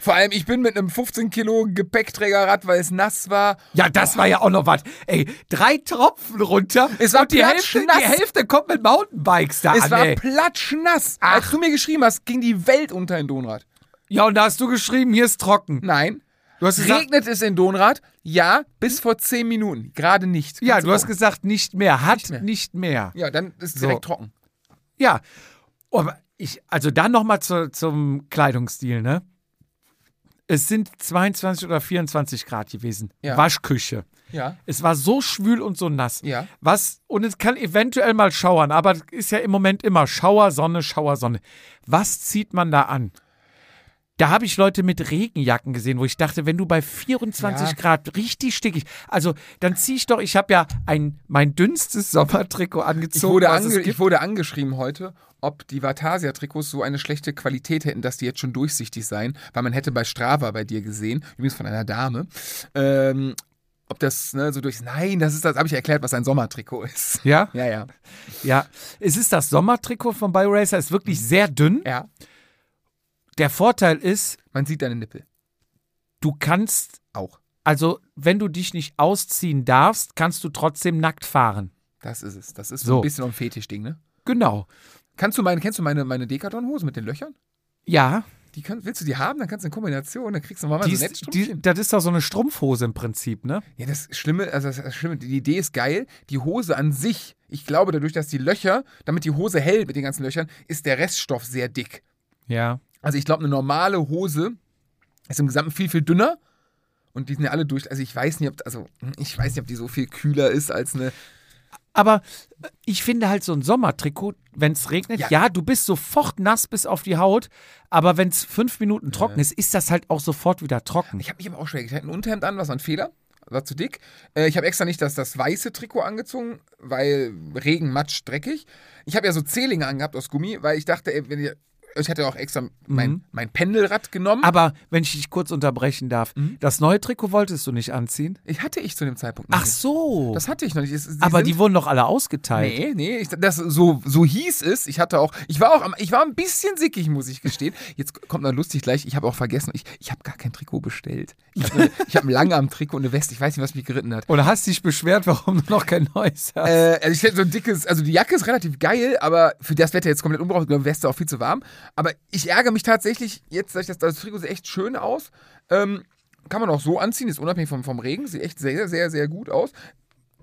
Vor allem, ich bin mit einem 15 Kilo Gepäckträgerrad, weil es nass war.
Ja, das war ja auch noch was. Ey, drei Tropfen runter.
Es war
und die Hälfte,
platschnass.
die Hälfte kommt mit Mountainbikes da
Es
an.
war
ey.
platschnass. Als du mir geschrieben hast, ging die Welt unter in Donrad.
Ja, und da hast du geschrieben, hier ist trocken.
Nein.
Du hast gesagt,
Regnet es in Donrad? Ja, bis vor 10 Minuten. Gerade nicht.
ja,
Kannst
du hast
gucken.
gesagt, nicht mehr, hat nicht
mehr.
mehr.
Ja, dann ist es
So.
direkt trocken.
Ja. Aber ich, also dann nochmal zu, zum Kleidungsstil, ne? Es sind 22 oder 24 Grad gewesen.
Ja.
Waschküche.
Ja.
Es war so schwül und so nass.
Ja.
Was, und es kann eventuell mal schauern, aber es ist ja im Moment immer Schauer, Sonne, Schauer, Sonne. Was zieht man da an? Da habe ich Leute mit Regenjacken gesehen, wo ich dachte, wenn du bei 24
Ja.
Grad richtig stickig, also dann ziehe ich doch, ich habe ja ein, mein dünnstes Sommertrikot
Ich,
angezogen.
wurde
was es
ange
gibt.
ich wurde angeschrieben heute, ob die Vatasia-Trikots so eine schlechte Qualität hätten, dass die jetzt schon durchsichtig seien, weil man hätte bei Strava bei dir gesehen, übrigens von einer Dame, ähm, ob das ne, so durch. Nein, das ist das, habe ich erklärt, was ein Sommertrikot ist. [LAUGHS]
Ja?
Ja, ja.
Ja, es ist das Sommertrikot von BioRacer, ist wirklich
Mhm.
sehr dünn.
Ja.
Der Vorteil ist,
Man sieht deine Nippel
du kannst,
auch.
also wenn du dich nicht ausziehen darfst, kannst du trotzdem nackt fahren.
Das ist es. Das ist so
So.
ein bisschen so ein Fetischding, ne?
Genau.
Kannst du meine, kennst du meine, meine Dekadon-Hose mit den Löchern?
Ja,
Die kann, willst du die haben? Dann kannst du in Kombination, dann kriegst du nochmal
die
so ein
ist, die,
Netzstrümpfchen.
das ist doch so eine Strumpfhose im Prinzip, ne?
Ja, das Schlimme, also das- das Schlimme, die Idee ist geil. Die Hose an sich, ich glaube, dadurch, dass die Löcher, damit die Hose hält mit den ganzen Löchern, ist der Reststoff sehr dick.
Ja.
Also ich glaube, eine normale Hose ist im Gesamten viel, viel dünner. Und die sind ja alle durch. Also ich weiß nicht, ob, also ich weiß nicht, ob die so viel kühler ist als eine.
Aber ich finde halt so ein Sommertrikot, wenn es regnet,
Ja.
ja. du bist sofort nass bis auf die Haut, aber wenn es fünf Minuten trocken ist, ist das halt auch sofort wieder trocken.
Ich habe mich aber auch schwer getan. Ein Unterhemd an, was war ein Fehler. War zu dick. Äh, ich habe extra nicht das, das weiße Trikot angezogen, weil Regen, Matsch, dreckig. Ich habe ja so Zehlinge angehabt aus Gummi, weil ich dachte, ey, wenn ihr. Ich hatte auch extra mein,
Mhm.
mein Pendelrad genommen.
Hm? Aber wenn ich dich kurz unterbrechen darf,
Hm?
das neue Trikot wolltest du nicht anziehen?
ich hatte ich zu dem Zeitpunkt noch
Ach
nicht.
so.
Das hatte ich noch nicht. Es- sie
aber
sind-
die halt wurden doch alle ausgeteilt.
Nee, nee, ich, das, so, so hieß es. Ich hatte auch, ich war auch, am, ich war ein bisschen sickig, muss ich
[LAUGHS]
gestehen. Jetzt kommt noch lustig gleich, ich habe auch vergessen, ich, ich habe gar kein Trikot bestellt. Ich habe hab ein Langarm-Trikot und eine Weste, ich weiß nicht, was mich geritten hat.
Und hast dich beschwert, warum du noch kein neues hast.
Äh, also ich hätte so ein dickes, also die Jacke ist relativ geil, aber für das Wetter jetzt komplett unbrauchbar. Ich glaube, Weste auch viel zu warm. Aber ich ärgere mich tatsächlich jetzt, dass ich das, das Trikot sieht echt schön aus. Ähm, kann man auch so anziehen, ist unabhängig vom, vom Regen, sieht echt sehr, sehr, sehr gut aus.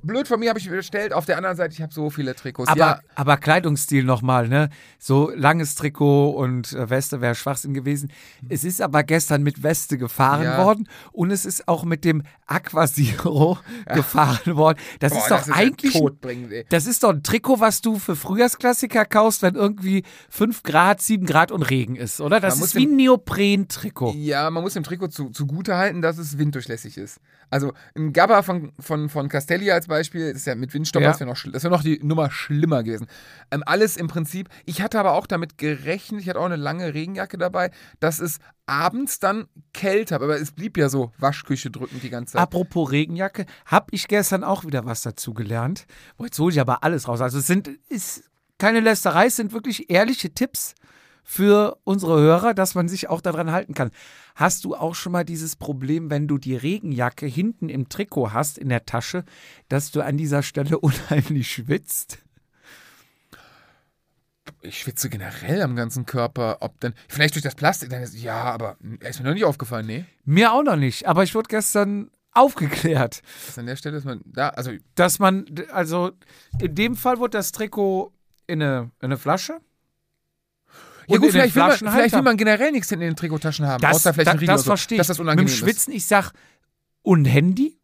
Blöd von mir habe ich bestellt. Auf der anderen Seite, ich habe so viele Trikots.
aber,
ja,
aber Kleidungsstil nochmal, ne? So langes Trikot und äh, Weste wäre Schwachsinn gewesen. Es ist aber gestern mit Weste gefahren
Mhm. Ja.
worden und es ist auch mit dem Aquasiro
[LAUGHS]
[LAUGHS] gefahren worden. Das
Boah,
ist doch
das
eigentlich.
ja
ein-
totbringend, ey.
das ist doch ein Trikot, was du für Frühjahrsklassiker kaufst, wenn irgendwie 5 Grad, 7 Grad und Regen ist, oder? Das
Man muss
ist wie
dem-
ein Neopren-Trikot.
Ja, man muss dem Trikot zu, zugute halten, dass es winddurchlässig ist. Also ein Gabba von, von, von Castelli als Beispiel, das ist ja mit Windstopp,
Ja.
das wäre noch, schl- das wär noch die Nummer schlimmer gewesen. Ähm, alles im Prinzip, ich hatte aber auch damit gerechnet, ich hatte auch eine lange Regenjacke dabei, dass es abends dann kälter, aber es blieb ja so Waschküche drückend die ganze Zeit.
Apropos Regenjacke, habe ich gestern auch wieder was dazu gelernt. Boah, jetzt hole ich aber alles raus. Also es sind ist keine Lästerei, es sind wirklich ehrliche Tipps für unsere Hörer, dass man sich auch daran halten kann. Hast du auch schon mal dieses Problem, wenn du die Regenjacke hinten im Trikot hast, in der Tasche, dass du an dieser Stelle [LAUGHS] unheimlich schwitzt?
Ich schwitze generell am ganzen Körper, ob dann, vielleicht durch das Plastik, dann ist, ja, aber mh, ist mir noch nicht aufgefallen, nee.
Mir auch noch nicht, aber ich wurde gestern aufgeklärt.
Das an der Stelle ist man da, also
dass man, also in dem Fall wurde das Trikot in eine, in eine Flasche.
Ja gut,
und in den
vielleicht will, man, vielleicht
Flaschenhalter.
will man generell nichts hinten in den Trikotaschen haben,
das,
außer vielleicht
da-
ein Riegel
das
oder so,
verstehe ich.
dass das
Mit dem
unangenehm ist.
Schwitzen, ich sag, und Handy?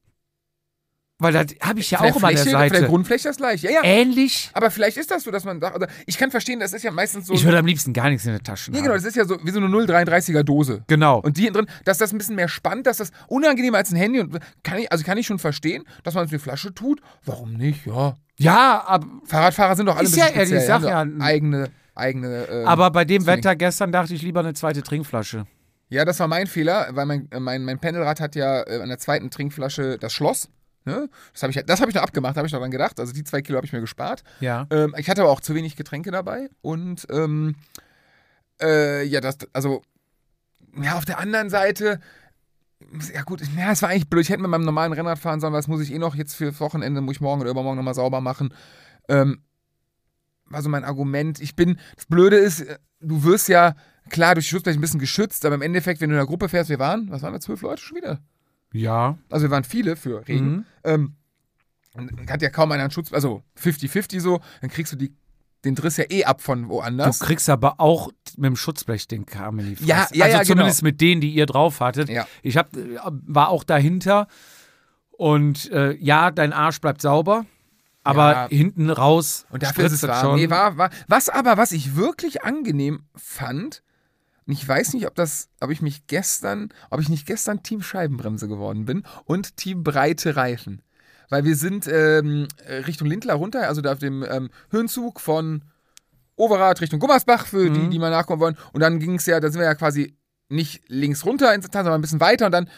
Weil das habe ich ja auch
Vielleicht
immer an der
Fläche, Vielleicht
Seite. Äh.
Grundfläche das gleich. Ja, ja.
Ähnlich.
Aber vielleicht ist das so, dass man sagt, also ich kann verstehen, das ist ja meistens so.
Ich würde am liebsten gar nichts in der Tasche
ja, genau, das ist ja so wie so eine 0,33er Dose.
Genau.
Und die hinten drin, dass das ein bisschen mehr spannt, dass das unangenehmer als ein Handy und kann ich, also kann ich schon verstehen, dass man es in die Flasche tut. Warum nicht? Ja.
ja, aber,
Fahrradfahrer sind doch alle ein
Ist
bisschen
ja ehrlich,
speziell,
ich sag
haben
ja,
so
ein-
eigene eigene äh,
aber bei dem
Zwilling.
Wetter gestern dachte ich lieber eine zweite Trinkflasche.
Ja, das war mein Fehler, weil mein, äh, mein, mein Pendelrad hat ja äh, an der zweiten Trinkflasche das Schloss. Ne? Das habe ich, das hab ich noch abgemacht, habe ich noch dran gedacht. Also die zwei Kilo habe ich mir gespart.
Ja.
Ähm, ich hatte aber auch zu wenig Getränke dabei. Und ähm, äh, ja, das, also, ja, auf der anderen Seite, ja gut, ja, es war eigentlich blöd. Ich hätte mit meinem normalen Rennrad fahren sollen, weil das muss ich eh noch jetzt für Wochenende, muss ich morgen oder übermorgen nochmal sauber machen. Ähm, war so mein Argument. Ich bin, das Blöde ist, äh, du wirst ja, klar, durch die Schutzfläche ein bisschen geschützt, aber im Endeffekt, wenn du in einer Gruppe fährst, wir waren, was waren da, zwölf Leute schon wieder?
Ja.
Also wir waren viele für Regen.
Mhm.
Ähm, und hat ja kaum einer einen Schutz, also 50-50 so, dann kriegst du die, den Driss ja eh ab von
Du
woanders.
kriegst aber auch mit dem Schutzblech den Kram in die Fresse.
Ja, ja,
also
ja,
zumindest mit denen, die ihr drauf hattet.
Ja.
Ich hab, äh, war auch dahinter und äh, ja, dein Arsch bleibt sauber, aber
Ja.
hinten raus
und dafür ist es
spritzt
warm.
schon.
Nee, war, war. Was aber, was ich wirklich angenehm fand, und ich weiß nicht, ob das, ob ich mich gestern, ob ich nicht gestern Team Scheibenbremse geworden bin und Team breite Reifen. Weil wir sind ähm, Richtung Lindlar runter, also da auf dem ähm, Höhenzug von Overath Richtung Gummersbach, für
Mhm.
die, die mal nachkommen wollen. Und dann ging es ja, da sind wir ja quasi nicht links runter ins Tal, sondern ein bisschen weiter und dann,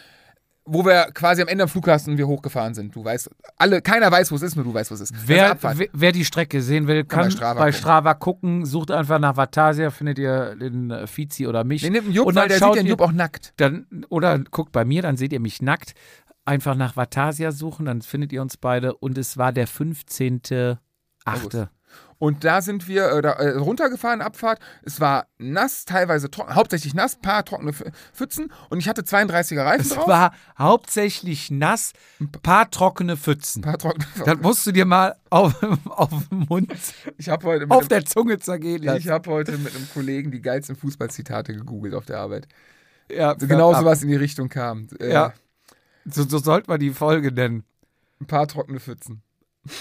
wo wir quasi am Ende am Flughafen wir hochgefahren sind. Du weißt, alle, keiner weiß, wo es ist, nur du weißt, wo es ist. Das ist eine
Wer,
Abfahrt.
wer- wer die Strecke sehen will, kann,
bei
bei,
Strava
Strava,
gucken.
gucken. Sucht einfach nach Vatasia, findet ihr den äh, Fizi oder mich.
Nee, nimmt einen Jupp,
und
weil
dann
der sieht
schaut
den
ihr-
Jupp auch nackt.
dann, oder guckt bei mir, dann seht ihr mich nackt. Einfach nach Vatasia suchen, dann findet ihr uns beide. Und es war der 15.8.
August. Und da sind wir äh, da, äh, runtergefahren, Abfahrt. Es war nass, teilweise trocken, hauptsächlich nass, paar trockene Pf- Pfützen. Und ich hatte 32er Reifen
Es
drauf.
war hauptsächlich nass, paar trockene Pfützen.
paar
[LAUGHS]
trockene
Das musst du dir mal auf, [LAUGHS] auf dem Mund,
Ich habe heute, mit
auf
einem-
der Zunge zergehen
ich
lassen.
hab heute mit einem Kollegen die geilsten Fußballzitate gegoogelt auf der Arbeit.
Ja,
So genau
ab.
sowas in die Richtung kam. Äh,
Ja. So, so sollte man die Folge nennen.
Ein paar trockene Pfützen.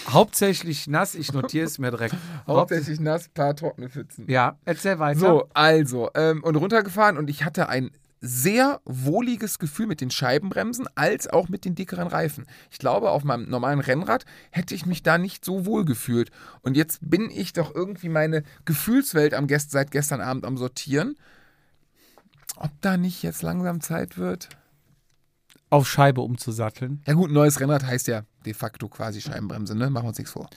Hauptsächlich nass, ich notiere es mir direkt. Hauptsächlich.
Hauptsächlich nass, paar trockene Pfützen.
Ja, erzähl weiter.
So, also, ähm, und runtergefahren und ich hatte ein sehr wohliges Gefühl mit den Scheibenbremsen als auch mit den dickeren Reifen. Ich glaube, auf meinem normalen Rennrad hätte ich mich da nicht so wohl gefühlt. Und jetzt bin ich doch irgendwie meine Gefühlswelt am gest seit gestern Abend am Sortieren. Ob da nicht jetzt langsam Zeit wird?
Auf Scheibe umzusatteln.
Ja gut, neues Rennrad heißt ja de facto quasi Scheibenbremse, ne? Machen wir uns nichts vor.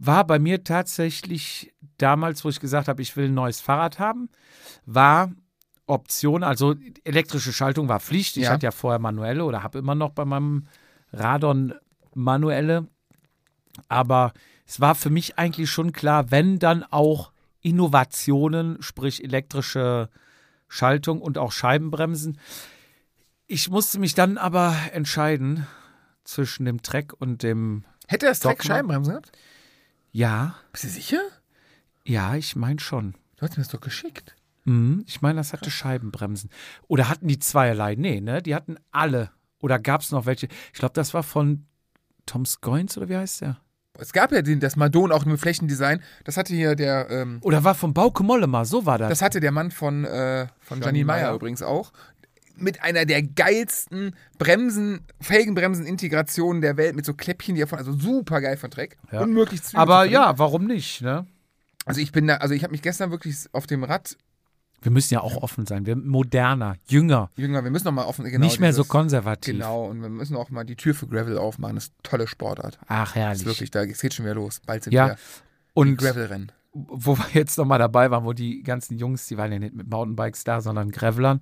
war bei mir tatsächlich damals, wo ich gesagt habe, ich will ein neues Fahrrad haben, war Option, also elektrische Schaltung war Pflicht. Ich
Ja.
hatte ja vorher manuelle oder habe immer noch bei meinem Radon manuelle. Aber es war für mich eigentlich schon klar, wenn dann auch Innovationen, sprich elektrische Schaltung und auch Scheibenbremsen. Ich musste mich dann aber entscheiden zwischen dem Trek und dem
Hätte das Dreck
Stockmann.
Scheibenbremsen gehabt?
Ja.
Bist du sicher?
Ja, ich meine schon.
Du hast mir das doch geschickt.
Mhm, ich meine, das hatte Scheibenbremsen. Oder hatten die zweierlei? Nee, ne? Die hatten alle. Oder gab es noch welche? Ich glaube, das war von Tom Scoins oder wie heißt der?
Es gab ja den, das Madon auch im Flächendesign. Das hatte hier der ähm,
Oder war von Bauke Mollema, so war das.
Das hatte der Mann von, äh, von Janine
Janine
Meyer
Meyer.
übrigens auch. Mit einer der geilsten Bremsen, Felgenbremsen-Integrationen der Welt, mit so Kläppchen, die er von, also super geil von Dreck.
Ja.
Unmöglich zu
Aber
zu
ja, warum nicht, ne?
finden. Also ich bin da, also ich habe mich gestern wirklich auf dem Rad,
Wir müssen ja auch offen sein. Wir moderner, jünger,
Jünger, wir müssen nochmal offen, genau.
nicht mehr so
dieses-
konservativ.
Genau, und wir müssen auch mal die Tür für Gravel aufmachen. Das ist eine tolle Sportart.
Ach,
Das
herrlich.
ist wirklich, da es geht schon wieder los. Bald sind
ja.
wir
Und
Gravel-Rennen.
wo wir jetzt nochmal dabei waren, wo die ganzen Jungs, die waren ja nicht mit Mountainbikes da, sondern Gravelern.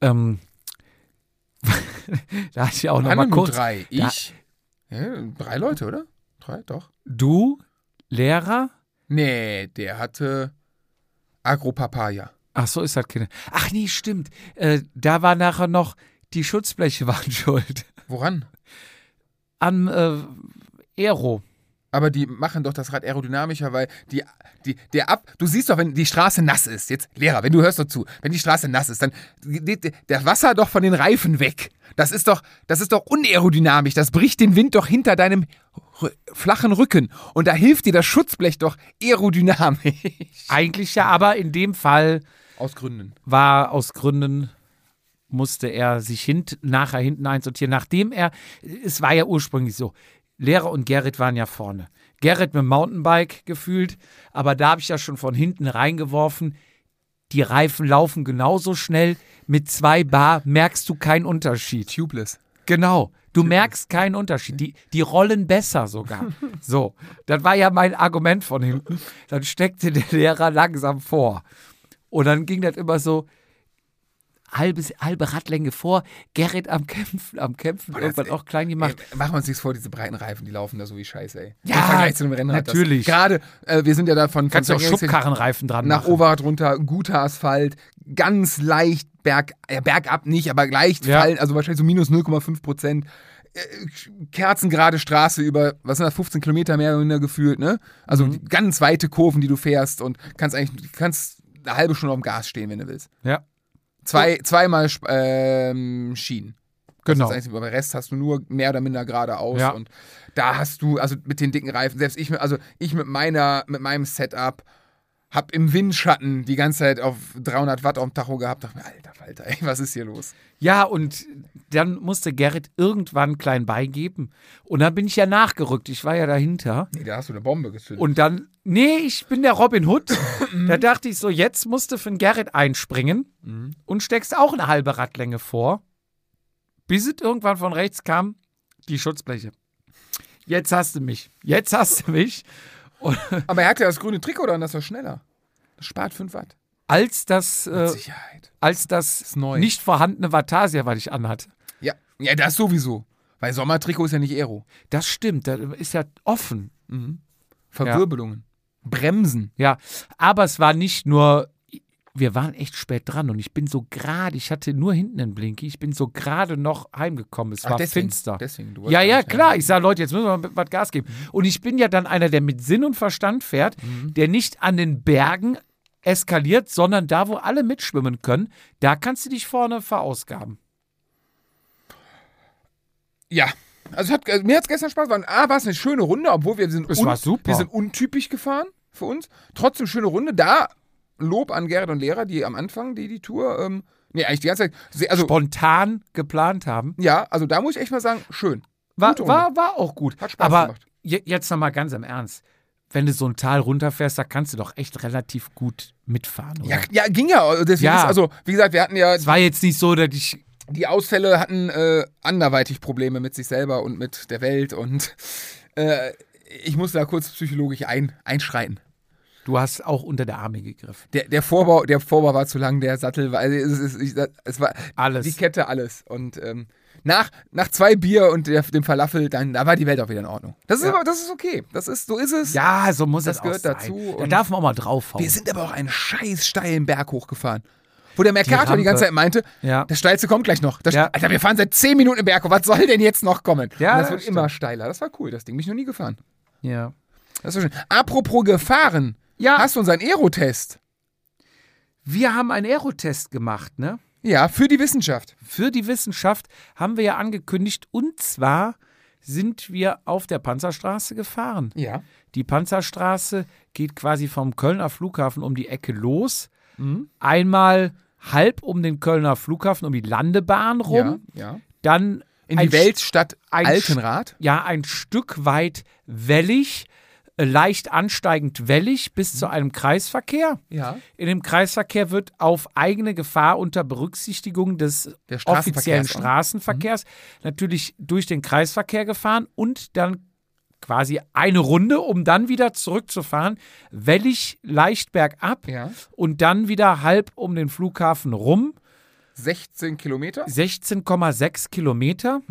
Ähm, [LAUGHS] da hatte ich auch
Hanne
nochmal
nur
kurz.
drei.
Da-
Ich? Ja, drei Leute, oder? Drei, doch.
Du, Lehrer?
Nee, der hatte Agropapaya.
Ach so, ist das keine. Ach nee, stimmt. Äh, da war nachher noch, die Schutzbleche [LAUGHS] waren schuld.
Woran?
Am äh, Aero.
Aber die machen doch das Rad aerodynamischer, weil die, die, der Ab. Du siehst doch, wenn die Straße nass ist, jetzt, Lehrer, wenn du hörst doch zu, wenn die Straße nass ist, dann geht das Wasser doch von den Reifen weg. Das ist doch, das ist doch unaerodynamisch. Das bricht den Wind doch hinter deinem r- flachen Rücken. Und da hilft dir das Schutzblech doch aerodynamisch.
Eigentlich ja, aber in dem Fall
Aus Gründen.
war aus Gründen musste er sich hint, nachher hinten einsortieren, nachdem er, es war ja ursprünglich so, Lehrer und Gerrit waren ja vorne. Gerrit mit dem Mountainbike gefühlt, aber da habe ich ja schon von hinten reingeworfen, die Reifen laufen genauso schnell, mit zwei Bar merkst du keinen Unterschied.
Tubeless.
Genau. Du merkst keinen Unterschied. Die, die rollen besser [LAUGHS] sogar. So, das war ja mein Argument von hinten. Dann steckte der Lehrer langsam vor. Und dann ging das immer so halbes, halbe Radlänge vor, Gerrit am Kämpfen, am Kämpfen, irgendwann auch klein gemacht.
Ey, machen wir uns nichts vor, diese breiten Reifen, die laufen da so wie Scheiße, ey.
Ja,
Im Vergleich zu einem Rennrad. das-
natürlich.
Gerade, äh, wir sind ja da von, von
Kannst du auch
St. Gallen-
Schubkarrenreifen dran
nach
machen.
Overath runter, guter Asphalt, ganz leicht berg, ja, bergab nicht, aber leicht
Ja.
fallen, also wahrscheinlich so minus 0,5 Prozent. Kerzengerade Straße über, was sind das, 15 Kilometer mehr oder weniger gefühlt, ne? Also
Mhm.
ganz weite Kurven, die du fährst und kannst eigentlich, kannst eine halbe Stunde auf dem Gas stehen, wenn du willst.
Ja,
Zwei, zweimal Sp- ähm, Schienen.
genau.
Das ist das Einzige, aber den Rest hast du nur mehr oder minder geradeaus.
Ja.
Und da hast du, also mit den dicken Reifen, selbst ich, mit- also ich mit meiner, mit meinem Setup, hab im Windschatten die ganze Zeit auf 300 Watt auf dem Tacho gehabt. Dachte mir, alter, Walter, ey, was ist hier los?
Ja, und dann musste Gerrit irgendwann klein beigeben. Und dann bin ich ja nachgerückt. Ich war ja dahinter.
Nee, da hast du eine Bombe gezündet.
Und dann, nee, ich bin der Robin
[LAUGHS]
Hood. da dachte ich so, jetzt musst du für den Gerrit einspringen
Mhm.
und steckst auch eine halbe Radlänge vor. Bis es irgendwann von rechts kam, die Schutzbleche. Jetzt hast du mich. Jetzt hast du mich.
aber er hatte das grüne Trikot dann, das war schneller. Das spart 5 Watt.
Als das,
Mit
äh,
Sicherheit.
als das
Ist neu.
nicht vorhandene Vatasia, was ich anhatte.
Ja. ja, das sowieso. Weil Sommertrikot ist ja nicht Aero.
Das stimmt, das ist ja offen.
Verwirbelungen. Bremsen.
Ja, aber es war nicht nur, wir waren echt spät dran und ich bin so gerade, ich hatte nur hinten einen Blinky, ich bin so gerade noch heimgekommen. Es war
deswegen,
finster.
Deswegen, du wolltest
Ja,
gar
ja,
nicht
klar.
rein.
Ich sage, Leute, jetzt müssen wir mal was Gas geben.
Mhm.
Und ich bin ja dann einer, der mit Sinn und Verstand fährt, der nicht an den Bergen eskaliert, sondern da, wo alle mitschwimmen können, da kannst du dich vorne verausgaben.
Ja. Also, hat, also mir hat es gestern Spaß gemacht. A, war es eine schöne Runde, obwohl wir sind,
Es war super.
wir sind untypisch gefahren für uns. Trotzdem schöne Runde. Da Lob an Gerrit und Lehrer, die am Anfang die, die Tour, ähm, nee, eigentlich die ganze Zeit, sehr- also
Spontan geplant haben.
ja, also da muss ich echt mal sagen, schön.
War,
Gute Runde.
war, war auch gut.
Hat Spaß
Aber
gemacht.
je- jetzt nochmal ganz im Ernst. Wenn du so ein Tal runterfährst, da kannst du doch echt relativ gut mitfahren. Oder?
Ja, ja, ging ja. Also Deswegen
Ja.
Ist, also, wie gesagt, wir hatten ja,
Es war jetzt nicht so, dass ich.
die Ausfälle hatten äh, anderweitig Probleme mit sich selber und mit der Welt und äh, ich musste da kurz psychologisch ein, einschreiten.
Du hast auch unter der Arme gegriffen.
Der, der, Vorbau, der Vorbau war zu lang, der Sattel war, also es, es, ich, es war
Alles.
die Kette, alles. Und ähm, nach, nach zwei Bier und der, dem Falafel, dann da war die Welt auch wieder in Ordnung. Das ist,
Ja.
aber, das ist okay. Das ist, so ist es.
Ja, so muss
Das
es
gehört
auch sein.
dazu
Da
und-
darf man auch mal draufhauen.
Wir sind aber auch einen scheiß steilen Berg hochgefahren. Wo der Mercator die, ganze
Rampe.
Zeit meinte,
Ja.
das Steilste kommt gleich noch. Das,
Ja.
Alter, wir fahren seit zehn Minuten im Berg hoch. Was soll denn jetzt noch kommen?
Ja,
und
das
das wird
stimmt.
immer steiler. Das war cool, das Ding. Bin ich noch nie gefahren.
ja.
Das war schön. Apropos Gefahren.
Ja.
Hast du unseren Aerotest?
Wir haben einen Aerotest gemacht, ne?
Ja, für die Wissenschaft.
Für die Wissenschaft haben wir ja angekündigt. Und zwar sind wir auf der Panzerstraße gefahren.
Ja.
Die Panzerstraße geht quasi vom Kölner Flughafen um die Ecke los.
Mhm.
Einmal halb um den Kölner Flughafen, um die Landebahn rum.
Ja, ja.
Dann
In
ein
die Weltstadt
ein
Altenrath.
ja, ein Stück weit wellig, äh, leicht ansteigend wellig bis
Mhm.
zu einem Kreisverkehr.
Ja.
In dem Kreisverkehr wird auf eigene Gefahr unter Berücksichtigung des
Der Straßenverkehrs- ne?
offiziellen Straßenverkehrs natürlich durch den Kreisverkehr gefahren und dann quasi eine Runde, um dann wieder zurückzufahren, wellig leicht bergab
Ja.
und dann wieder halb um den Flughafen rum.
16 Kilometer.
16,6 Kilometer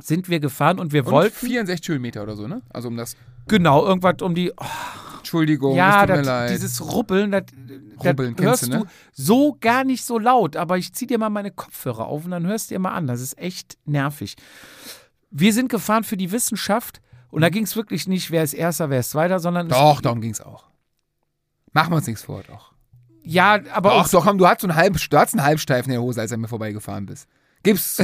sind wir gefahren und wir
Hm. Und
wollten
64 Höhenmeter oder so, ne? Also um das.
Genau, irgendwas um die. Oh,
Entschuldigung, Oh, es
ja,
tut mir
das,
leid.
dieses Ruppeln, das,
Rubbeln, kennst
das hörst
du,
du,
ne?
so gar nicht so laut. Aber ich zieh dir mal meine Kopfhörer auf und dann hörst du dir mal an. Das ist echt nervig. Wir sind gefahren für die Wissenschaft und da ging es wirklich nicht, wer ist Erster, wer ist Zweiter, sondern.
Mhm. doch, darum ging es auch. Machen wir uns nichts vor, doch.
Es, ja, aber
Doch,
auch.
doch, komm, du hattest so einen, halben, du hattest einen Halbsteifen in der Hose, als er mir vorbeigefahren bist. Gib's
[LAUGHS]
zu.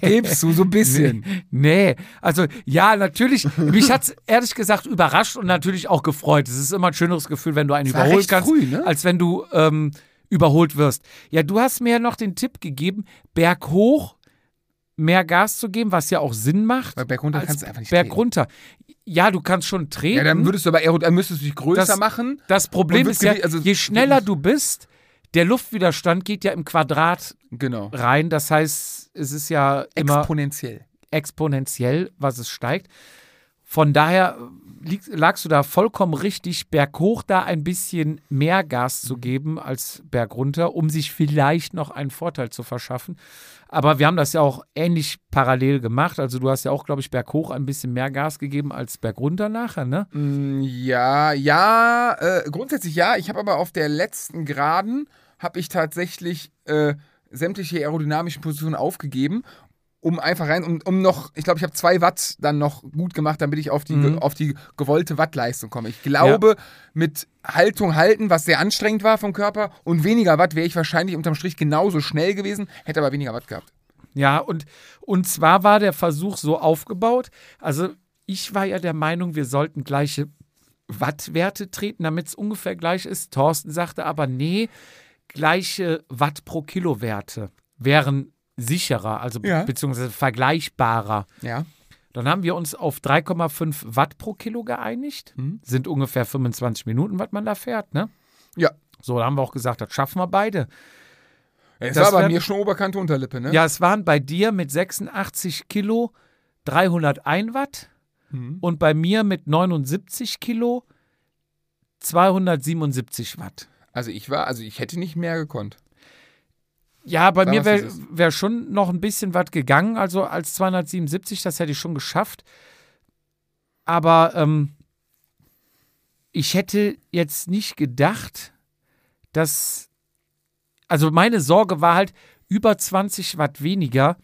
Gib's zu, so ein bisschen.
Nee, also ja, natürlich. Mich hat's ehrlich gesagt überrascht und natürlich auch gefreut. Es ist immer ein schöneres Gefühl, wenn du einen
Es war
überholen
recht
kannst,
früh, ne?
als wenn du ähm, überholt wirst. Ja, du hast mir ja noch den Tipp gegeben, berghoch mehr Gas zu geben, was ja auch Sinn macht.
Weil bergunter
als
kannst du einfach nicht treten.
Bergunter. Ja, du kannst schon treten.
Ja, dann würdest du aber Aero, dann müsstest du dich größer
Das-
machen.
das Problem
Und
ist ja,
wirklich, also-
je schneller du bist, Der Luftwiderstand geht ja im Quadrat
Genau.
rein. Das heißt, es ist ja immer
Exponentiell.
exponentiell, was es steigt. Von daher lieg, lagst du da vollkommen richtig, berghoch da ein bisschen mehr Gas zu geben als bergunter, um sich vielleicht noch einen Vorteil zu verschaffen. Aber wir haben das ja auch ähnlich parallel gemacht. Also du hast ja auch, glaube ich, berghoch ein bisschen mehr Gas gegeben als bergunter nachher, ne?
Mm, Ja, ja, äh, grundsätzlich ja. Ich habe aber auf der letzten Geraden habe ich tatsächlich äh, sämtliche aerodynamischen Positionen aufgegeben, um einfach rein, um, um noch, ich glaube, ich habe zwei Watt dann noch gut gemacht, damit ich auf die, ge- auf die gewollte Wattleistung komme. Ich glaube, mit Haltung halten, was sehr anstrengend war vom Körper und weniger Watt wäre ich wahrscheinlich unterm Strich genauso schnell gewesen, hätte aber weniger Watt gehabt.
Ja, und, und zwar war der Versuch so aufgebaut. Also ich war ja der Meinung, wir sollten gleiche Wattwerte treten, damit es ungefähr gleich ist. Thorsten sagte aber, nee, gleiche Watt pro Kilo Werte wären sicherer, also
Ja.
beziehungsweise vergleichbarer.
Ja.
Dann haben wir uns auf 3,5 Watt pro Kilo geeinigt.
Mhm.
Sind ungefähr 25 Minuten, was man da fährt, ne?
Ja.
So, da haben wir auch gesagt, das schaffen wir beide.
Es
Das
war bei
wär-
mir schon Oberkante Unterlippe, ne?
Ja, es waren bei dir mit 86 Kilo 301 Watt
Mhm.
und bei mir mit 79 Kilo 277 Watt.
Also ich war, also ich hätte nicht mehr gekonnt.
Ja, bei
Sag,
mir
was
wäre
ist es?
wär schon noch ein bisschen Watt gegangen, also als 277, das hätte ich schon geschafft. Aber ähm, ich hätte jetzt nicht gedacht, dass. Also meine Sorge war halt, über 20 Watt weniger,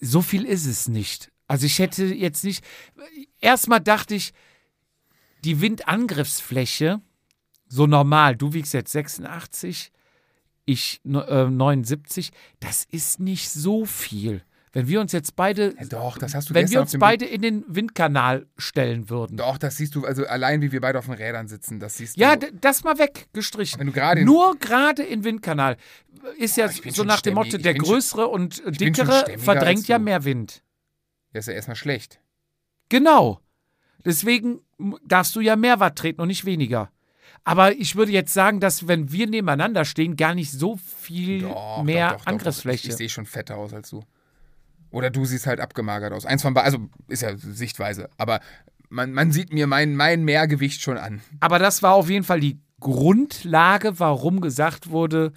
so viel ist es nicht. Also ich hätte jetzt nicht. Erstmal dachte ich, die Windangriffsfläche, so normal, du wiegst jetzt 86, ich ne- äh, 79, das ist nicht so viel. Wenn wir uns jetzt beide,
Ja, doch, das hast du
wenn
gestern
wir
auf
uns
dem
beide in den Windkanal stellen würden.
Doch, das siehst du, also allein wie wir beide auf den Rädern sitzen, das siehst
Ja,
du.
d- das mal weggestrichen.
Also Wenn du gerade in- Ah,
Nur gerade in Windkanal. Ist ja
ich bin
so
schon
nach dem
stämmig,
Motto,
ich
der
bin schon-
größere und äh,
bin schon
dickere
stämmiger
verdrängt
als
ja
du.
mehr Wind.
Das ist ja erstmal schlecht.
Genau. Deswegen m- darfst du ja mehr Watt treten und nicht weniger. Aber ich würde jetzt sagen, dass wenn wir nebeneinander stehen, gar nicht so viel
Doch,
mehr
doch, doch,
Angriffsfläche.
Doch. Ich, ich sehe schon fetter aus als du. Oder du siehst halt abgemagert aus. Eins von beiden, also ist ja Sichtweise, aber man, man sieht mir mein, mein Mehrgewicht schon an.
Aber das war auf jeden Fall die Grundlage, warum gesagt wurde,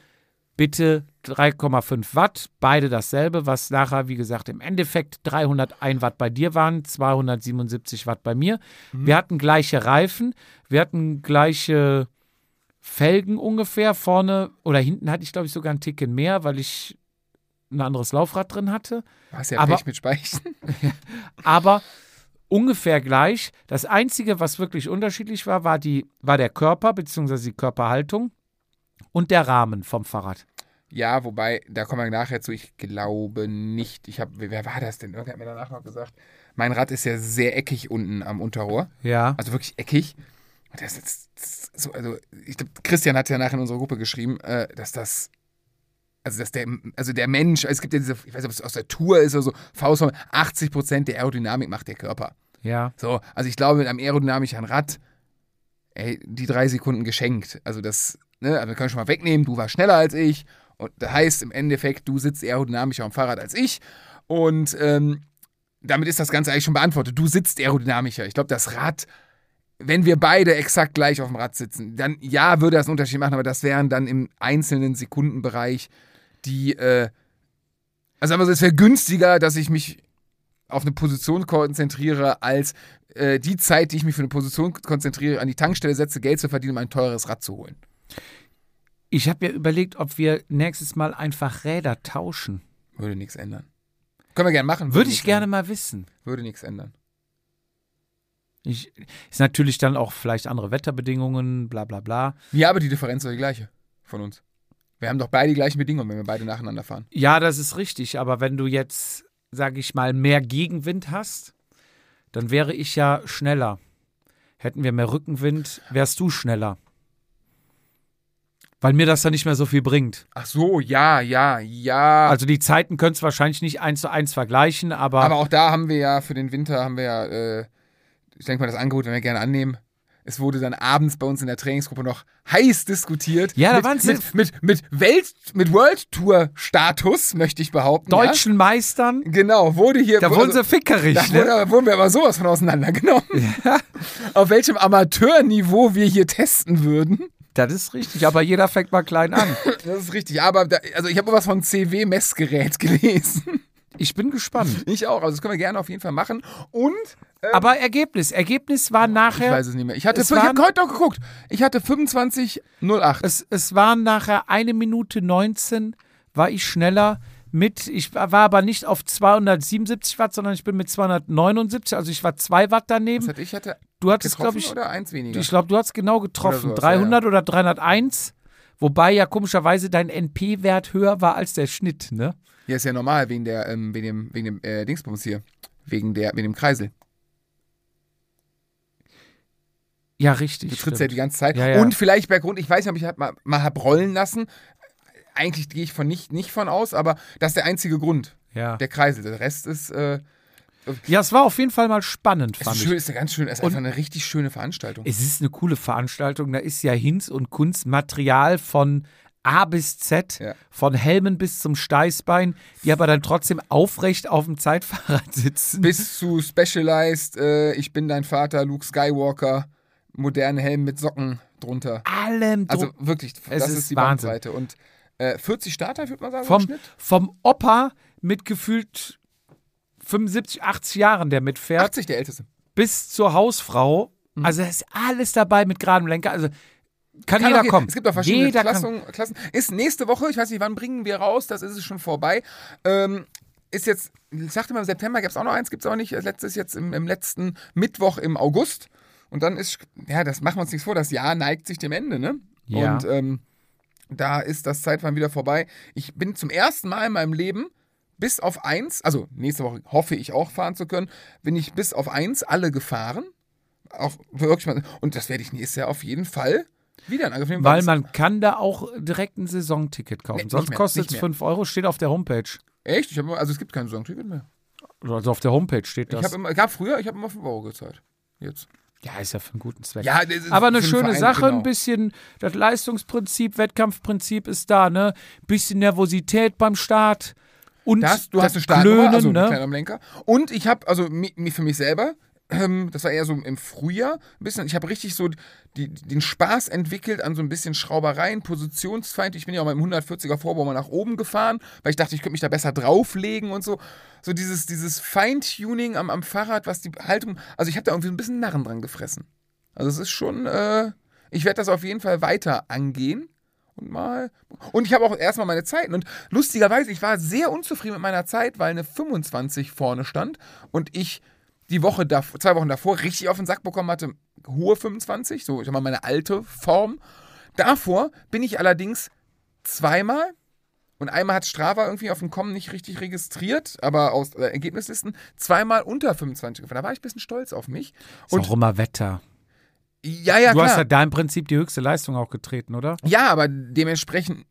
bitte 3,5 Watt, beide dasselbe, was nachher, wie gesagt, im Endeffekt 301 Watt bei dir waren, 277 Watt bei mir. Wir hatten gleiche Reifen, wir hatten gleiche Felgen ungefähr, vorne oder hinten hatte ich, glaube ich, sogar einen Ticken mehr, weil ich ein anderes Laufrad drin hatte
Du hast ja
Aber-
Pech mit Speichen. [LAUGHS]
aber ungefähr gleich. Das Einzige, was wirklich unterschiedlich war, war, die, war der Körper bzw. die Körperhaltung und der Rahmen vom Fahrrad.
Ja, wobei, da kommen wir nachher zu, ich glaube nicht. Ich habe, wer war das denn? Irgendwer hat mir danach noch gesagt, mein Rad ist ja sehr eckig unten am Unterrohr.
Ja.
Also wirklich eckig. Und Das ist das ist so, also ich glaube, Christian hat ja nachher in unserer Gruppe geschrieben, äh, dass das, also dass der, also der Mensch, also es gibt ja diese, ich weiß nicht, ob es aus der Tour ist oder so, Faust, 80 Prozent der Aerodynamik macht der Körper.
Ja.
So, also ich glaube, mit einem aerodynamischen Rad, ey, die drei Sekunden geschenkt. Also das, ne, also wir können schon mal wegnehmen, du warst schneller als ich. Und das heißt im Endeffekt, du sitzt aerodynamischer am Fahrrad als ich. Und ähm, damit ist das Ganze eigentlich schon beantwortet. Du sitzt aerodynamischer. Ich glaube, das Rad, wenn wir beide exakt gleich auf dem Rad sitzen, dann ja, würde das einen Unterschied machen, aber das wären dann im einzelnen Sekundenbereich die, äh, also sagen wir so, es wäre günstiger, dass ich mich auf eine Position konzentriere, als äh, die Zeit, die ich mich für eine Position konzentriere, an die Tankstelle setze, Geld zu verdienen, um ein teures Rad zu holen.
Ich habe ja überlegt, ob wir nächstes Mal einfach Räder tauschen.
Würde nichts ändern. Können wir gerne machen.
Würde
nichts
ich gerne
Ändern.
mal wissen.
Würde nichts ändern.
Ich, ist natürlich dann auch vielleicht andere Wetterbedingungen, bla bla bla.
Ja, aber die Differenz ist die gleiche von uns. Wir haben doch beide die gleichen Bedingungen, wenn wir beide nacheinander fahren.
Ja, das ist richtig, aber wenn du jetzt, sage ich mal, mehr Gegenwind hast, dann wäre ich ja schneller. Hätten wir mehr Rückenwind, wärst du schneller. Weil mir das dann nicht mehr so viel bringt.
Ach so, ja, ja, ja.
Also die Zeiten könntest du wahrscheinlich nicht eins zu eins vergleichen, aber,
aber auch da haben wir ja für den Winter, haben wir ja, äh, ich denke mal, das Angebot, wenn wir gerne annehmen. Es wurde dann abends bei uns in der Trainingsgruppe noch heiß diskutiert.
Ja, da
mit,
waren sie-
mit, mit, mit Welt, mit World Tour Status, möchte ich behaupten.
Deutschen Meistern,
Ja? Genau, wurde hier.
da
wurde-
wurden sie fickerig.
da
ne?
wurde, wurden wir aber sowas von auseinandergenommen. [LAUGHS] Auf welchem Amateurniveau wir hier testen würden.
Das ist richtig, aber jeder fängt mal klein an.
Das ist richtig. Aber da, also ich habe was von CW-Messgerät gelesen. [LAUGHS]
Ich bin gespannt.
Ich auch. Also das können wir gerne auf jeden Fall machen. Und
Aber Ergebnis, Ergebnis war
Ich
nachher,
weiß es nicht mehr. Ich hatte,
Es
ich habe
waren-
heute noch geguckt. Ich hatte 25,08.
es, es waren nachher eine Minute 19, war ich schneller mit, ich war aber nicht auf 277 Watt, sondern ich bin mit 279, also ich war 2 Watt
Was
daneben.
hatte ich? Ich hatte
Du hattest,
getroffen
glaube ich,
oder eins weniger?
ich glaube, du hast genau getroffen,
Oder sowas,
300 oder 301, wobei ja komischerweise dein NP-Wert höher war als der Schnitt, ne?
ja, ist ja normal, wegen, der, ähm, wegen dem, wegen dem äh, Dingsbums hier. Wegen, der, wegen dem Kreisel.
Ja,
Du
richtig.
trittst ja
stimmt.
die ganze Zeit.
Ja, ja.
Und vielleicht Bergrund, ich weiß nicht, ob ich halt mal, mal hab rollen lassen. Eigentlich gehe ich von nicht, nicht von aus, aber das ist der einzige Grund.
ja.
Der Kreisel. Der Rest ist, äh,
ja, es war auf jeden Fall mal spannend,
es ist,
fand ich.
schön, ist eine ganz schön, ist einfach eine richtig schöne Veranstaltung.
Es ist eine coole Veranstaltung. Da ist ja Hinz und Kunst Material von A bis Z,
Ja.
von Helmen bis zum Steißbein, die aber dann trotzdem aufrecht auf dem Zeitfahrrad [LAUGHS] sitzen.
bis zu Specialized, äh, ich bin dein Vater, Luke Skywalker, moderne Helm mit Socken drunter.
allem
Also
drum.
wirklich,
Es
das ist,
ist
die
Wahnsinn.
Bandbreite. Und äh, 40 Starter, würde man sagen, im
vom,
Schnitt?
vom Opa mit gefühlt 75, 80 Jahren, der mitfährt,
80 der Älteste.
bis zur Hausfrau.
Mhm.
Also da ist alles dabei mit geradem Lenker. Also kann, jeder
auch je-
kommen.
Es gibt auch verschiedene
jeder kann,
Klassung, Klassen. Ist nächste Woche, ich weiß nicht, wann bringen wir raus, das ist es schon vorbei. Ähm, ist jetzt, ich sagte mal, im September gab es auch noch eins, gibt es auch nicht. Das letzte ist jetzt im, im letzten Mittwoch im August. Und dann ist, ja, das machen wir uns nichts vor, das Jahr neigt sich dem Ende, ne?
Ja.
Und ähm, da ist das Zeitfahren wieder vorbei. Ich bin zum ersten Mal in meinem Leben bis auf eins, also nächste Woche hoffe ich auch fahren zu können, bin ich bis auf eins alle gefahren. Auch wirklich mal. Und das werde ich nächstes Jahr auf jeden Fall wieder in Angriff nehmen.
weil
es-
man kann da auch direkt ein Saisonticket kaufen.
Nee, nicht
Sonst
mehr,
kostet es
nicht mehr.
5 Euro, steht auf der Homepage.
Echt? Ich hab, immer- also es gibt kein Saisonticket mehr.
Also auf der Homepage steht
Ich
das.
habe immer, gab früher, ich habe immer 5 Euro gezahlt. Jetzt.
ja, ist ja für einen guten Zweck.
Ja, das ist
Aber eine
für den
schöne
Verein,
Sache,
genau.
ein bisschen das Leistungsprinzip, Wettkampfprinzip ist da, ne? Bisschen Nervosität beim Start und
Das, du
das
hast eine starke
Klönen,
Nummer, also ne?
ne?
kleiner Lenker. Und ich habe, also mi- mi- für mich selber, ähm, das war eher so im Frühjahr ein bisschen, ich habe richtig so die, den Spaß entwickelt an so ein bisschen Schraubereien, Positionsfeind. Ich bin ja auch mit dem 140er Vorbau mal nach oben gefahren, weil ich dachte, ich könnte mich da besser drauflegen und so. So dieses, dieses Feintuning am, am Fahrrad, was die Haltung, also ich habe da irgendwie so ein bisschen Narren dran gefressen. Also es ist schon, äh, ich werde das auf jeden Fall weiter angehen und mal. Und ich habe auch erstmal meine Zeiten. Und lustigerweise, ich war sehr unzufrieden mit meiner Zeit, weil eine 25 vorne stand und ich die Woche davor, zwei Wochen davor richtig auf den Sack bekommen hatte, hohe 25, so ich sag mal meine alte Form. Davor bin ich allerdings zweimal und einmal hat Strava irgendwie auf dem Kommen nicht richtig registriert, aber aus äh, Ergebnislisten zweimal unter 25 gefahren. Da war ich ein bisschen stolz auf mich.
Ist
Und
auch immer Wetter.
ja, ja,
du
klar.
hast ja da im Prinzip die höchste Leistung auch getreten, oder?
Ja, aber dementsprechend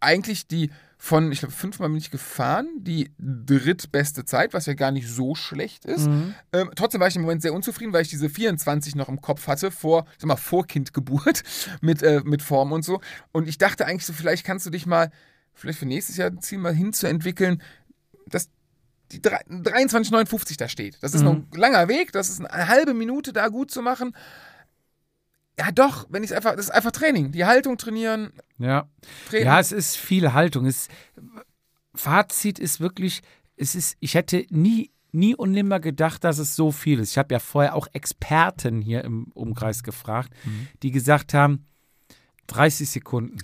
eigentlich die von, ich glaube, fünfmal bin ich gefahren, die drittbeste Zeit, was ja gar nicht so schlecht ist. Ähm, trotzdem war ich im Moment sehr unzufrieden, weil ich diese 24 noch im Kopf hatte, vor, ich sag mal, vor Kindgeburt [LAUGHS] mit, äh, mit Form und so. Und ich dachte eigentlich so, vielleicht kannst du dich mal, vielleicht für nächstes Jahr ein Ziel mal hinzuentwickeln, dass die drei- 23,59 da steht. Das ist noch ein langer Weg, das ist eine halbe Minute da gut zu machen. Ja, doch, wenn ich es einfach, das ist einfach Training. Die Haltung trainieren,
Ja.
treten.
Ja, es ist viel Haltung. Es, Fazit ist wirklich, es ist, ich hätte nie, nie und nimmer gedacht, dass es so viel ist. Ich habe ja vorher auch Experten hier im Umkreis gefragt, die gesagt haben, 30 Sekunden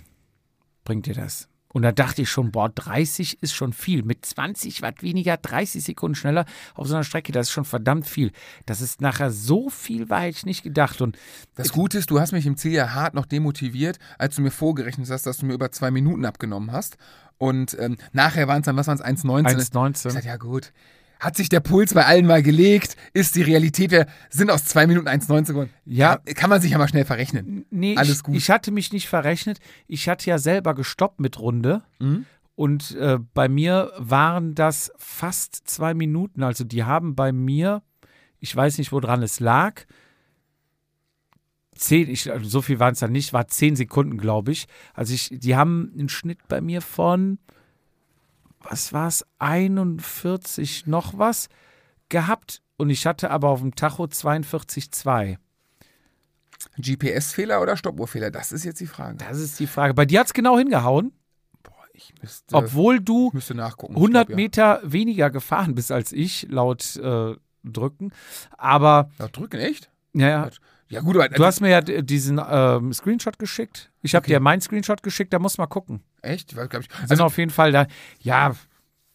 bringt dir das. Und da dachte ich schon, boah, 30 ist schon viel. Mit 20 Watt weniger, 30 Sekunden schneller auf so einer Strecke, das ist schon verdammt viel. Das ist nachher so viel, war hätte ich nicht gedacht. Und
Das Gute ist, du hast mich im Ziel ja hart noch demotiviert, als du mir vorgerechnet hast, dass du mir über zwei Minuten abgenommen hast. Und ähm, nachher waren es dann, was waren es, 1,19?
1,19.
Ich sagte, ja gut. Hat sich der Puls bei allen mal gelegt? Ist die Realität, wir sind aus zwei Minuten 1,19 geworden.
Ja.
Kann, kann man sich ja mal schnell verrechnen.
Nee,
Alles
ich,
gut.
ich hatte mich nicht verrechnet. Ich hatte ja selber gestoppt mit Runde.
Mhm.
Und äh, bei mir waren das fast zwei Minuten. Also die haben bei mir, ich weiß nicht, woran es lag, zehn, ich, also so viel waren es dann nicht, war zehn Sekunden, glaube ich. Also ich, die haben einen Schnitt bei mir von, was war es, 41 noch was gehabt. Und ich hatte aber auf dem Tacho 42,2.
GPS-Fehler oder Stoppuhrfehler? Das ist jetzt die Frage.
Das ist die Frage. Bei dir hat es genau hingehauen,
Ich müsste,
obwohl du
Äh, ich müsste nachgucken. Ich
100
glaub,
Meter weniger gefahren bist als ich, laut äh, Drücken. Aber,
Ja. Ja, drücken, echt?
ja, ja.
Ja, gut, aber
Du hast mir ja d- diesen ähm, Screenshot geschickt. Ich habe dir meinen Screenshot geschickt, da muss mal gucken.
echt? Ich weiß, glaub ich.
Sind
Also,
auf jeden Fall da, ja,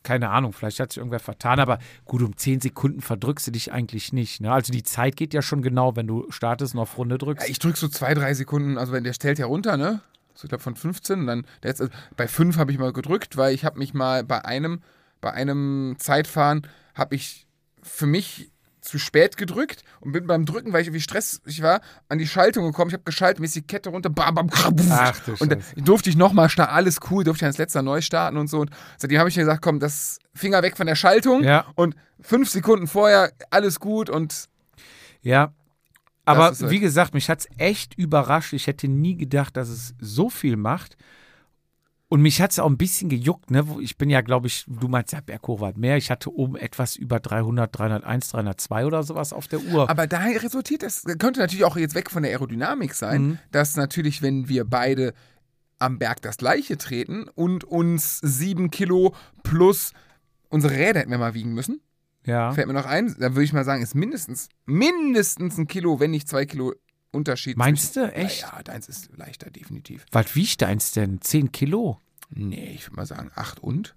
keine Ahnung, vielleicht hat sich irgendwer vertan, aber gut, um 10 Sekunden verdrückst du dich eigentlich nicht. Ne? Also die Zeit geht ja schon genau, wenn du startest und auf Runde
ja,
drückst.
ich drück so zwei, drei Sekunden, also wenn der stellt ja runter, ne? So, ich glaube von 15 und dann der jetzt, also bei 5 habe ich mal gedrückt, weil ich habe mich mal bei einem, bei einem Zeitfahren habe ich für mich zu spät gedrückt und bin beim Drücken, weil ich irgendwie stressig war, an die Schaltung gekommen. Ich habe geschaltet, mir ist die Kette runter, bam, bam, krab,
Ach du
Und da
Scheiße.
durfte ich nochmal starten, alles cool, durfte ich als letzter neu starten und so. Und seitdem habe ich mir gesagt, komm, das Finger weg von der Schaltung
Ja.
und fünf Sekunden vorher, alles gut und
Ja. Aber
ist halt-
wie gesagt, mich hat es echt überrascht. Ich hätte nie gedacht, dass es so viel macht. Und mich hat es auch ein bisschen gejuckt. Ne? wo- Ich bin ja, glaube ich, du meinst ja Berghoch weit mehr. Ich hatte oben etwas über 300, 301, 302 oder sowas auf der Uhr.
Aber daher resultiert das, könnte natürlich auch jetzt weg von der Aerodynamik sein,
Mhm.
dass natürlich, wenn wir beide am Berg das gleiche treten und uns sieben Kilo plus unsere Räder hätten wir mal wiegen müssen,
ja.
fällt mir noch ein, dann würde ich mal sagen, ist mindestens, mindestens ein Kilo, wenn nicht zwei Kilo Unterschied.
Meinst du?
zwischen-
Echt?
Ja, ja, deins ist leichter, definitiv.
Was wiegt deins denn? 10 Kilo?
Nee, ich würde mal sagen, acht und?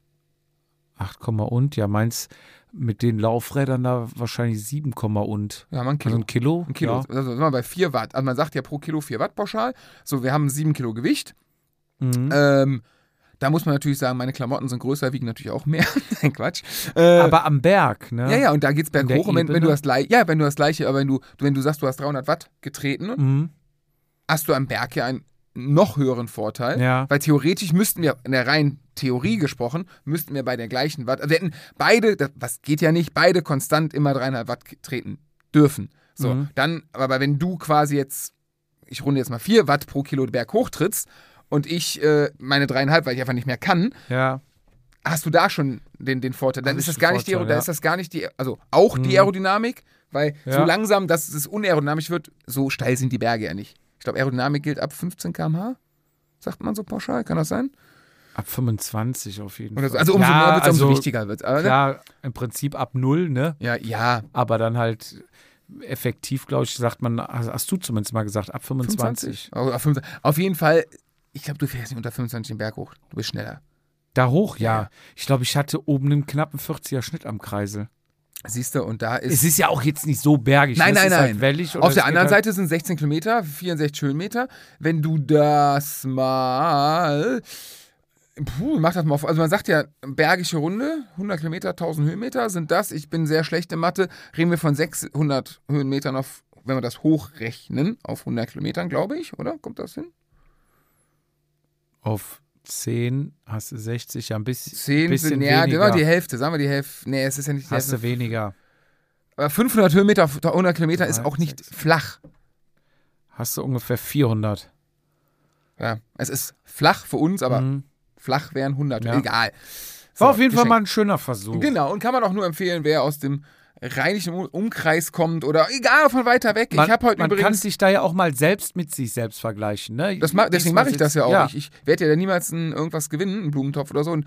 8, und? Ja, meins mit den Laufrädern da wahrscheinlich 7, und.
Ja, mal ein Kilo.
Also ein Kilo?
Ein Kilo.
Ja.
Also sind wir bei vier Watt. Also man sagt ja pro Kilo vier Watt pauschal. So, wir haben sieben Kilo Gewicht.
Mhm.
Ähm, da muss man natürlich sagen, meine Klamotten sind größer, wiegen natürlich auch mehr. [LAUGHS] Nein, Quatsch. Äh,
Aber am Berg, ne?
ja, ja, und da geht's
der
berghoch. Und wenn, wenn du
Ebene?
das gleiche, ja, wenn du das gleiche, aber wenn du, wenn du sagst, du hast 300 Watt getreten,
Mhm.
hast du am Berg ja einen noch höheren Vorteil.
Ja.
Weil theoretisch müssten wir, in der reinen Theorie gesprochen, müssten wir bei der gleichen Watt, also wir hätten beide, das, was geht ja nicht, beide konstant immer 300 Watt ge- treten dürfen. So,
Mhm.
dann, aber wenn du quasi jetzt, ich runde jetzt mal 4 Watt pro Kilo Berg hochtrittst und ich äh, meine dreieinhalb, weil ich einfach nicht mehr kann,
Ja.
hast du da schon den, den Vorteil. Dann
Hab
ist das
ich den
gar nicht die,
Vorteil,
da
ja. Mhm.
ist das gar nicht die, also auch die Aerodynamik, weil so
Ja.
langsam, dass es unaerodynamisch wird, so steil sind die Berge ja nicht. Ich glaube, Aerodynamik gilt ab 15 km/h. Sagt man so pauschal, kann das sein?
Ab 25 auf jeden
Oder so.
Fall.
Also umso
ja,
mehr wird es,
also
umso wichtiger ne? wird es.
Klar, im Prinzip ab null, ne?
Ja, ja.
Aber dann halt effektiv, glaube ich, sagt man, hast hast du zumindest mal gesagt, ab 25.
25. Oh, auf 25. Auf jeden Fall, ich glaube, du fährst nicht unter 25 den Berg hoch. Du bist schneller.
Da hoch, ja.
Ja.
Ich glaube, ich hatte oben einen knappen 40er Schnitt am Kreisel.
Siehst du, und da ist.
Es ist ja auch jetzt nicht so bergig.
Nein,
ne? es
nein,
ist
nein.
Halt wellig und
Auf
es
der
geht
anderen
halt,
Seite sind 16 Kilometer, 64 Höhenmeter. Wenn du das mal. Puh, mach das mal auf. Also, man sagt ja, bergische Runde, 100 Kilometer, 1000 Höhenmeter sind das. Ich bin sehr schlecht in Mathe. Reden wir von 600 Höhenmetern auf, wenn wir das hochrechnen, auf 100 Kilometern, glaube ich, oder? Kommt das hin?
Auf 10 hast du 60, ja, ein bisschen,
10
bisschen
sind, ja,
weniger.
genau die Hälfte. Sagen wir die Hälfte. Nee, es ist ja nicht die
hast
Hälfte.
du weniger.
Aber 500 Höhenmeter auf 100 Kilometer ist
Drei,
auch nicht
sechs.
flach.
Hast du ungefähr 400.
Ja, es ist flach für uns, aber
Mhm.
flach wären 100.
Ja.
Egal. So,
War auf jeden Fall
geschenkt.
mal ein schöner Versuch.
Genau, und kann man auch nur empfehlen, wer aus dem rheinischen Um- Umkreis kommt oder egal von weiter weg.
Man,
ich habe heute
man kann
übrigens.
sich da ja auch mal selbst mit sich selbst vergleichen. Ne?
Das ma deswegen mache ich das ja auch.
Ja,
Ich, ich werde ja dann niemals ein, irgendwas gewinnen, einen Blumentopf oder so. Und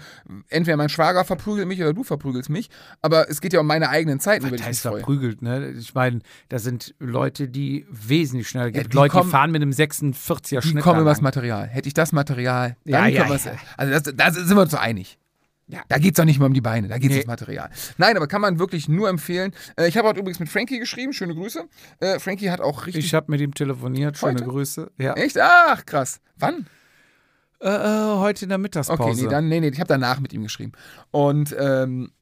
entweder mein Schwager verprügelt mich oder du verprügelst mich. Aber es geht ja um meine eigenen Zeiten, über
Was
die ich mich
heißt
freue.
verprügelt, ne? Ich meine, da sind Leute, die wesentlich schneller
Ja,
gibt.
die
Leute,
kommen-
die fahren mit einem 46er
Die
Schnitt.
kommen
da
über das
lang.
Material. Hätte ich das Material,
Ja,
dann
ja,
können wir's-
ja.
Also da sind wir uns so einig.
Ja.
Da geht es doch nicht mal um die Beine, da geht es
Nee.
ums Material. Nein, aber kann man wirklich nur empfehlen. Äh, Ich habe heute übrigens mit Frankie geschrieben, schöne Grüße. Äh, Frankie hat auch richtig.
ich habe mit ihm telefoniert, schöne
Heute?
Grüße. Ja.
Echt? Ach, krass. Wann?
Äh, äh, heute in der
Okay,
Mittagspause.
nee, dann, nee, nee, ich habe danach mit ihm geschrieben. Und ähm,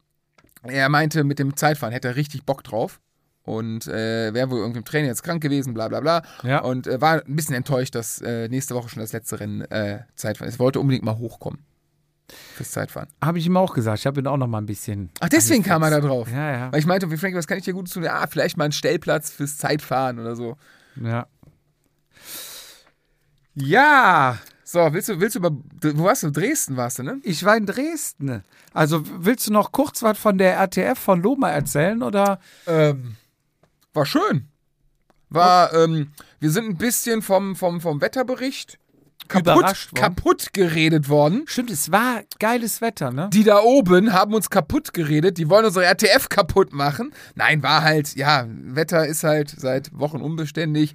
er meinte, mit dem Zeitfahren hätte er richtig Bock drauf. Und äh, wäre wohl irgendwie im Training jetzt krank gewesen, bla bla bla.
Ja.
Und äh, war ein bisschen enttäuscht, dass äh, nächste Woche schon das letzte Rennen äh, Zeitfahren ist. Wollte unbedingt mal hochkommen fürs Zeitfahren.
habe ich ihm auch gesagt, ich habe ihn auch noch mal ein bisschen.
Ach, deswegen kam er da drauf.
Also Ja, ja.
Weil ich meinte, wie Frank, was kann ich dir gut tun? Ah, vielleicht mal einen Stellplatz fürs Zeitfahren oder so.
ja. Ja,
So, willst du, willst du über, wo warst du? Dresden warst du, ne?
ich war in Dresden. Also willst du noch kurz was von der RTF von Loma erzählen oder?
Ähm, war schön. War, ähm, wir sind ein bisschen vom, vom, vom Wetterbericht kaputt,
Überrascht worden.
kaputt geredet worden.
Stimmt, es war geiles Wetter, ne?
Die da oben haben uns kaputt geredet, die wollen unsere RTF kaputt machen. Nein, war halt, ja, Wetter ist halt seit Wochen unbeständig.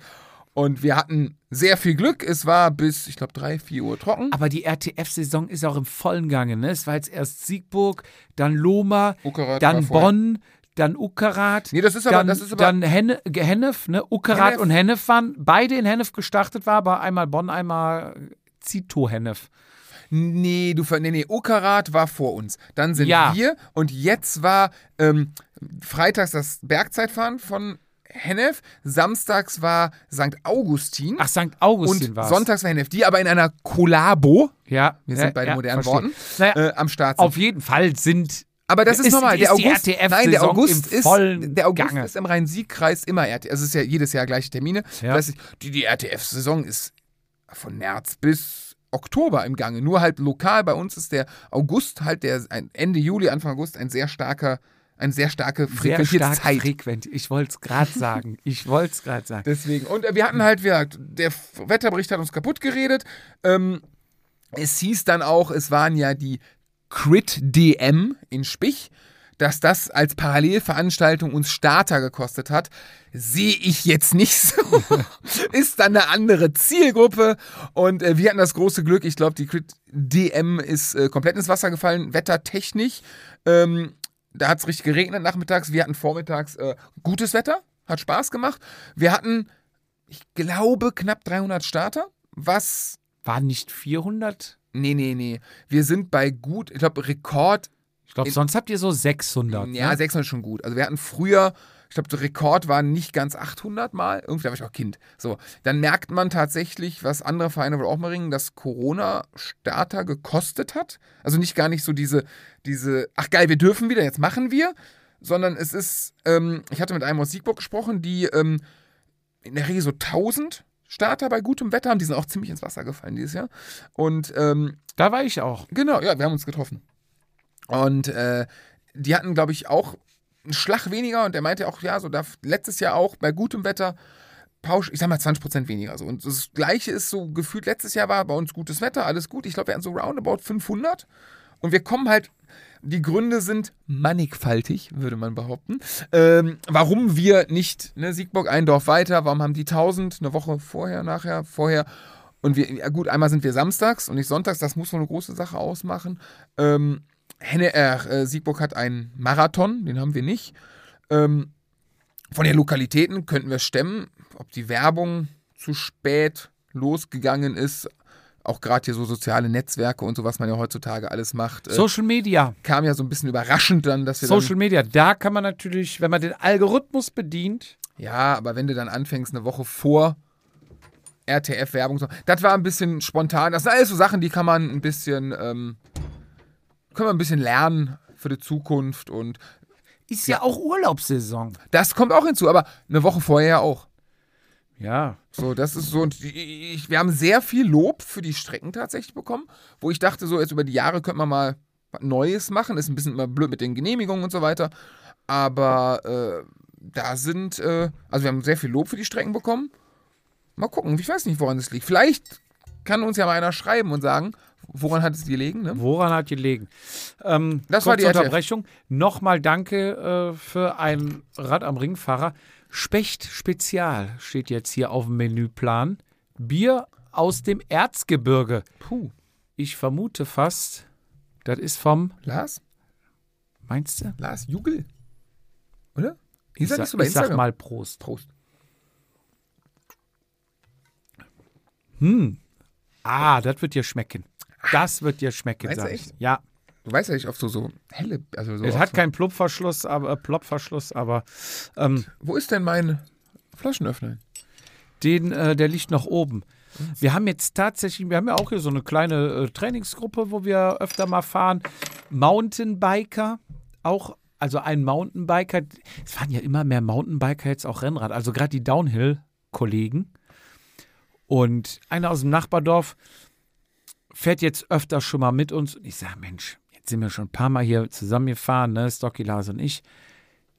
Und wir hatten sehr viel Glück. Es war bis, ich glaube, 3, 4 Uhr trocken.
Aber die RTF-Saison ist auch im vollen Gange. Ne? Es war jetzt erst Siegburg, dann Loma,
Uckerath war
dann
vorher.
Bonn, dann Uckerath.
Nee, das ist aber-
dann,
das ist aber-
dann Henne, Ge- Hennef, ne? Uckerath
Hennef.
und Hennef waren beide in Hennef gestartet, war aber einmal Bonn, einmal Zito Hennef.
Nee, du ver nee, nee, Okarat war vor uns. Dann sind
Ja.
wir und jetzt war ähm, freitags das Bergzeitfahren von Hennef, samstags war St. Augustin
Ach, St.
und
Augustin war
sonntags war Hennef, die aber in einer Kollabo,
Ja,
wir
ja,
sind bei den
ja,
modernen
verstehe.
Worten,
Naja,
äh, am Start sind.
auf jeden Fall sind.
aber das ist,
ist-
normal.
ist
der
die
August, nein,
RTF
der
Saison
August
im
ist
vollen
der August
Gange.
ist im Rhein-Sieg-Kreis immer RTF. Es ist ja jedes Jahr gleiche Termine.
Ja.
Das heißt, die, die RTF-Saison ist von März bis Oktober im Gange. Nur halt lokal bei uns ist der August halt der ein Ende Juli, Anfang August ein sehr starker, eine sehr starke
Sehr
frequentierte
stark
Zeit.
frequent. Ich wollte es gerade sagen. Ich wollte es gerade sagen.
Deswegen. Und äh, wir hatten halt, wie gesagt, der F- Wetterbericht hat uns kaputt geredet. Ähm, es hieß dann auch, es waren ja die Crit DM in Spich, dass das als Parallelveranstaltung uns Starter gekostet hat. Sehe ich jetzt nicht so. ist dann eine andere Zielgruppe. Und äh, wir hatten das große Glück. Ich glaube, die Crit DM ist äh, komplett ins Wasser gefallen, wettertechnisch. Ähm, da hat es richtig geregnet nachmittags. Wir hatten vormittags äh, gutes Wetter, hat Spaß gemacht. Wir hatten, ich glaube, knapp 300 Starter, was.
Waren nicht 400?
Nee, nee, nee. Wir sind bei gut, ich glaube, Rekord,
Ich glaube,
In-
sonst habt ihr so 600.
Mm, ja,
ne?
600 ist schon gut. Also wir hatten früher, ich glaube, der Rekord war nicht ganz 800 Mal. Irgendwie da war ich auch Kind. So, dann merkt man tatsächlich, was andere Vereine wohl auch mal ringen, dass Corona Starter gekostet hat. Also nicht gar nicht so diese, diese, ach geil, wir dürfen wieder, jetzt machen wir. Sondern es ist, ähm, ich hatte mit einem aus Siegburg gesprochen, die ähm, in der Regel so 1000 Starter bei gutem Wetter haben. Die sind auch ziemlich ins Wasser gefallen dieses Jahr. Und ähm,
Da war ich auch.
Genau, ja, wir haben uns getroffen. Und äh, die hatten, glaube ich, auch einen Schlag weniger und der meinte auch, ja, so da letztes Jahr auch bei gutem Wetter, pausch, ich sag mal 20% weniger. So. Und das Gleiche ist so gefühlt, letztes Jahr war bei uns gutes Wetter, alles gut. Ich glaube, wir hatten so roundabout 500 und wir kommen halt. Die Gründe sind mannigfaltig, würde man behaupten. Ähm, warum wir nicht, ne, Siegburg ein Dorf weiter, warum haben die 1000 eine Woche vorher, nachher, vorher und wir, ja gut, einmal sind wir samstags und nicht sonntags, das muss wohl eine große Sache ausmachen. Ähm, Henne, äh, äh, Siegburg hat einen Marathon, den haben wir nicht. Ähm, von den Lokalitäten könnten wir stemmen, ob die Werbung zu spät losgegangen ist. Auch gerade hier so soziale Netzwerke und so, was man ja heutzutage alles macht, äh,
Social Media.
kam ja so ein bisschen überraschend dann, dass wir
Social Media, da kann man natürlich, wenn man den Algorithmus bedient,
dann, ja, aber wenn du dann anfängst, eine Woche vor RTF-Werbung, zu- das war ein bisschen spontan. Das sind alles so Sachen, die kann man ein bisschen, ähm, können wir ein bisschen lernen für die Zukunft und
ist ja, auch Urlaubssaison.
das kommt auch hinzu, aber eine Woche vorher auch.
Ja.
So, das ist so. Und ich, wir haben sehr viel Lob für die Strecken tatsächlich bekommen, wo ich dachte, so jetzt über die Jahre könnte man mal was Neues machen. Ist ein bisschen immer blöd mit den Genehmigungen und so weiter. Aber äh, da sind, äh, also wir haben sehr viel Lob für die Strecken bekommen. Mal gucken, ich weiß nicht, woran das liegt. Vielleicht kann uns ja mal einer schreiben und sagen, woran hat es gelegen, ne?
Woran hat gelegen? Ähm,
Das war
kurze
die RTF.
Unterbrechung. Nochmal danke äh, für ein Rad am Ringfahrer. Specht Spezial steht jetzt hier auf dem Menüplan. Bier aus dem Erzgebirge.
Puh,
Ich vermute fast, das ist vom,
Lars?
meinst du?
Lars Jugel? Oder? Ihr seid
sa-
nicht so bei
ich sag
Instagram.
mal Prost.
Prost.
Ah, das wird dir schmecken. Das wird dir schmecken,
Meinst du
sag ich.
echt?
Ja.
Du weißt ja, ich oft so, so helle, also so.
Es
auf
hat
so
keinen Plopverschluss, aber äh, Plopverschluss, aber ähm,
Wo ist denn mein Flaschenöffner?
den, äh, der liegt noch oben. Wir haben jetzt tatsächlich, wir haben ja auch hier so eine kleine äh, Trainingsgruppe, wo wir öfter mal fahren. Mountainbiker, auch, also ein Mountainbiker. Es fahren ja immer mehr Mountainbiker jetzt auch Rennrad, also gerade die Downhill-Kollegen. Und einer aus dem Nachbardorf fährt jetzt öfter schon mal mit uns. Und ich sage, Mensch, jetzt sind wir schon ein paar Mal hier zusammengefahren, ne? Stocky, Lars und ich.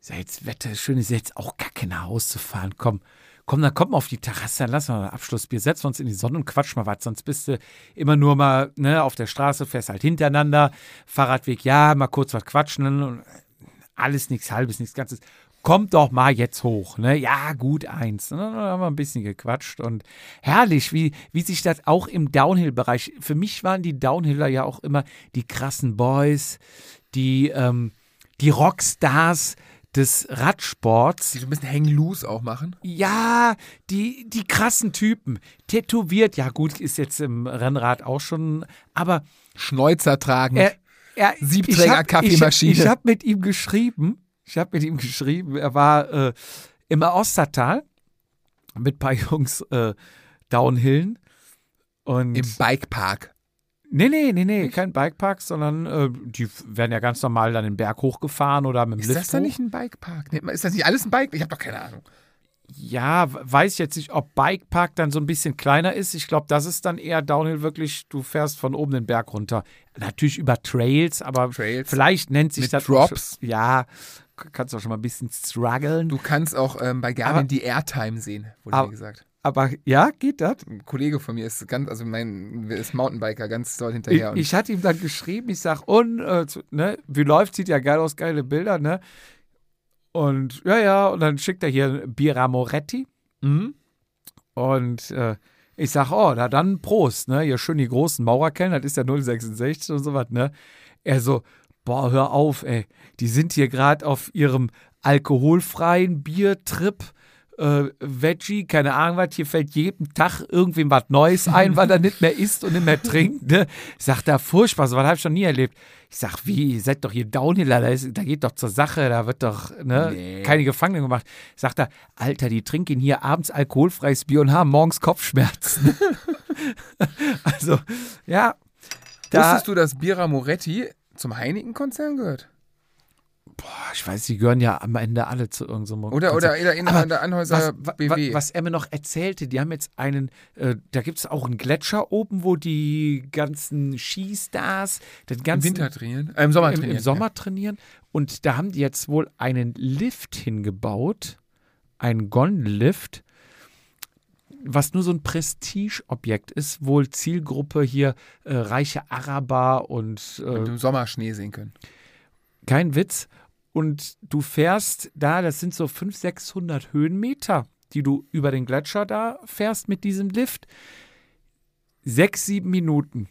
Ich sage, jetzt Wetter ist schön, ist jetzt auch kacke nach Hause zu fahren. Komm, komm, dann komm mal auf die Terrasse, dann lass mal ein Abschlussbier, setzen wir uns in die Sonne und quatsch mal was. Sonst bist du immer nur mal ne, auf der Straße, fährst halt hintereinander, Fahrradweg, ja, mal kurz was quatschen. Und alles nichts Halbes, nichts Ganzes. Kommt doch mal jetzt hoch, ne? Ja, gut, eins. Und Dann haben wir ein bisschen gequatscht und herrlich, wie, wie sich das auch im Downhill-Bereich. Für mich waren die Downhiller ja auch immer die krassen Boys, die, ähm, die Rockstars des Radsports.
Die so ein bisschen hang loose auch machen.
Ja, die, die krassen Typen. Tätowiert, ja, gut, ist jetzt im Rennrad auch schon, aber
Schnäuzer tragen.
er, er,
Siebträger
ich hab-
Kaffeemaschine.
Ich, ich habe hab mit ihm geschrieben. Ich habe mit ihm geschrieben. Er war äh, im Ostertal mit ein paar Jungs äh, downhillen. Und
Im Bikepark.
nee, nee, nee, nee, kein Bikepark, sondern äh, die f- werden ja ganz normal dann den Berg hochgefahren oder mit dem
Ist
Lift
das dann
hoch.
nicht ein Bikepark? Nennt man- Ist das nicht alles ein Bike? Ich habe doch keine Ahnung.
Ja, w- weiß jetzt nicht, ob Bikepark dann so ein bisschen kleiner ist. Ich glaube, das ist dann eher Downhill wirklich, du fährst von oben den Berg runter. Natürlich über Trails, aber
Trails.
vielleicht nennt sich
Mit
das.
Drops.
Schon, ja, k- kannst du auch schon mal ein bisschen strugglen.
Du kannst auch ähm, bei Garmin
Aber-
die Airtime sehen, wurde
Aber-
mir gesagt.
aber ja, geht das?
Ein Kollege von mir ist ganz, also mein ist Mountainbiker ganz doll
Ich,
hinterher. und
ich hatte ihm dann geschrieben, ich sag, und, äh, zu- ne, wie läuft, sieht ja geil aus, geile Bilder, ne? Und ja, ja, und dann schickt er hier ein Bira Moretti.
Mhm.
Und äh, ich sag, oh, na dann Prost, ne? Hier schön die großen Mauerkellen, das ist ja 066 und sowas, ne? Er so, boah, hör auf, ey. Die sind hier gerade auf ihrem alkoholfreien Biertrip. Äh, Veggie, keine Ahnung was, hier fällt jeden Tag irgendwem was Neues ein, weil er nicht mehr isst und nicht mehr trinkt. Ne? Ich sag, da furchtbar, sowas habe ich schon nie erlebt. Ich sag, wie, ihr seid doch hier Downhiller, da, ist, da geht doch zur Sache, da wird doch ne, keine Gefangenen gemacht. Sagt er, Alter, die trinken hier abends alkoholfreies Bier und haben morgens Kopfschmerzen. [LAUGHS] also, ja. Da,
Wusstest du, dass Bira Moretti zum Heineken-Konzern gehört?
ich weiß, die gehören ja am Ende alle zu irgendeinem.
Oder, oder in, in,
Aber
in der Anhäuser
was, wa-
BW?
wa- was Emme noch erzählte, die haben jetzt einen, äh, da gibt es auch einen Gletscher oben, wo die ganzen Skistars den
Im
ganzen
Winter trainieren? Äh, Im Sommer
im,
trainieren.
im Sommer trainieren. Und da haben die jetzt wohl einen Lift hingebaut, einen Gondellift, was nur so ein Prestigeobjekt ist, wohl Zielgruppe hier äh, reiche Araber und
Ja.
äh,
Und im Sommer Schnee sehen können.
kein Witz. Und du fährst da, das sind so 500, 600 Höhenmeter, die du über den Gletscher da fährst mit diesem Lift. Sechs, sieben Minuten.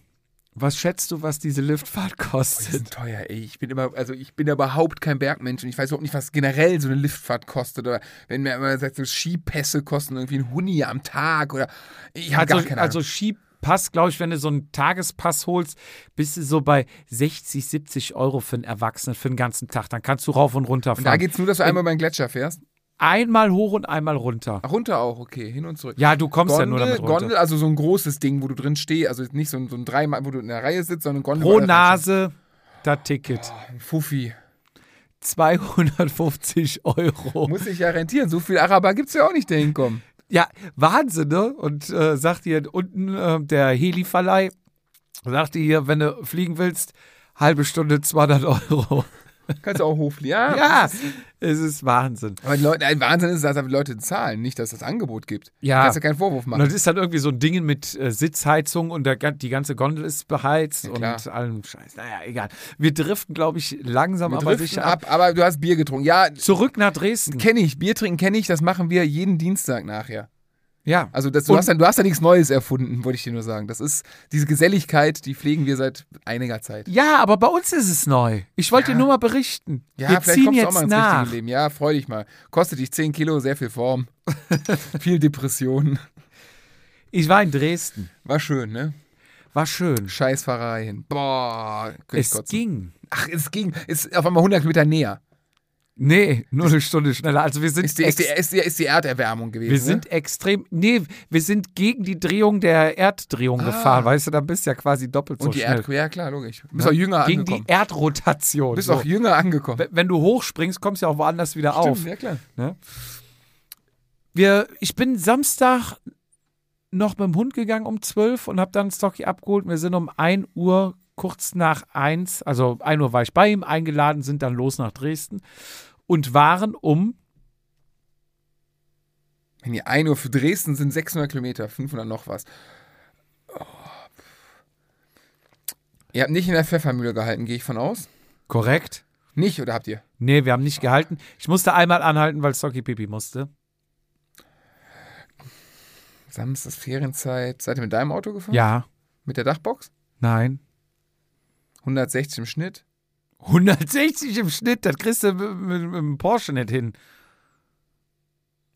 Was schätzt du, was diese Liftfahrt
Boah, die sind
kostet?
teuer, ey. Ich bin immer, also ich bin ja überhaupt kein Bergmensch und ich weiß überhaupt nicht, was generell so eine Liftfahrt kostet. Oder wenn mir immer sagt, so Skipässe kosten irgendwie ein Huni am Tag oder ich habe
Also,
gar keine Ahnung.
also Skipass, glaube ich, wenn du so einen Tagespass holst, bist du so bei 60, 70 Euro für einen Erwachsenen, für den ganzen Tag. Dann kannst du rauf und runter
und da
fahren.
geht's nur, dass du einmal über den Gletscher fährst.
einmal hoch und einmal runter.
Ach, runter auch, okay, hin und zurück.
Ja, du kommst ja nur
Gondel,
damit runter.
Gondel, also so ein großes Ding, wo du drin stehst, also jetzt nicht so ein, so ein dreimal, wo du in der Reihe sitzt, sondern Gondel. wo
Pro
alle drin stehen.
Nase das Ticket.
Ein Fuffi.
250 Euro.
Muss ich ja rentieren. So viel Araber gibt's ja auch nicht, der hinkommen.
Ja, Wahnsinn, ne? Und äh, sagt ihr unten äh, der Heli-Verleih, sagt ihr hier, wenn du fliegen willst, halbe Stunde 200
[LAUGHS]
Euro.
Kannst du auch Hofli, ja?
ja, es ist Wahnsinn.
Aber die Leute, ein Wahnsinn ist, dass die Leute zahlen, nicht, dass es das Angebot gibt.
Ja.
Kannst du keinen Vorwurf
Und
machen.
das ist dann irgendwie so ein Ding mit äh, Sitzheizung und der, ga- die ganze Gondel ist beheizt
klar.
und allem Scheiß. Naja, egal. Wir driften, glaube ich, langsam
Wir
aber
driften
sicher ab.
ab, aber du hast Bier getrunken. Ja,
Zurück nach Dresden.
kenne ich. Bier trinken kenne ich. Das machen wir jeden Dienstag nachher.
Ja.
Also das, du,
Und-
hast ja, du hast ja nichts Neues erfunden, wollte ich dir nur sagen. Das ist diese Geselligkeit, die pflegen wir seit einiger Zeit.
Ja, aber bei uns ist es neu. Ich wollte dir nur mal berichten.
Ja,
Wir
vielleicht
ziehen
kommst du auch
jetzt
mal ins
nach.
richtige Leben. Ja, freu dich mal. Kostet dich 10 Kilo, sehr viel [LAUGHS] Form. viel Depressionen.
Ich war in Dresden.
War schön, ne?
War schön.
Scheißfahrereien. Boah, könnte ich
Es
kotzen.
ging.
Ach, es ging. Ist auf einmal 100 Meter näher.
Nee, nur eine Stunde schneller. Also wir sind,
Ist die,
ex
ist die, ne? ist die, ist die Erderwärmung gewesen.
wir sind extrem. Nee, wir sind gegen die Drehung der Erddrehung gefahren. Weißt du, da bist du ja quasi doppelt
ne? Ah. Und
so
die
schnell. Ne?
Erdkurve, ja klar, logisch. Du bist auch jünger
gegen
angekommen.
die Erdrotation.
Du bist
so.
auch jünger angekommen.
W- Wenn du hochspringst, kommst du ja auch woanders wieder auf.
ja klar.
Wir, ich bin Samstag noch mit dem Hund gegangen um 12 und habe dann Stocky abgeholt. Wir sind um 1 Uhr, kurz nach 1, also 1 Uhr war ich bei ihm, eingeladen, sind dann los nach Dresden und waren um,
Wenn ihr 1 Uhr für Dresden sind 600 Kilometer, 500 noch was. Oh. Ihr habt nicht in der Pfeffermühle gehalten, gehe ich von aus?
korrekt?
Nicht oder habt ihr?
Nee, wir haben nicht gehalten. Ich musste einmal anhalten, weil Stocky Pipi musste.
Samstags Ferienzeit. Seid ihr mit deinem Auto gefahren?
Ja,
Mit der Dachbox?
nein.
160 im Schnitt.
160 im Schnitt, das kriegst du mit, mit, mit dem Porsche nicht hin.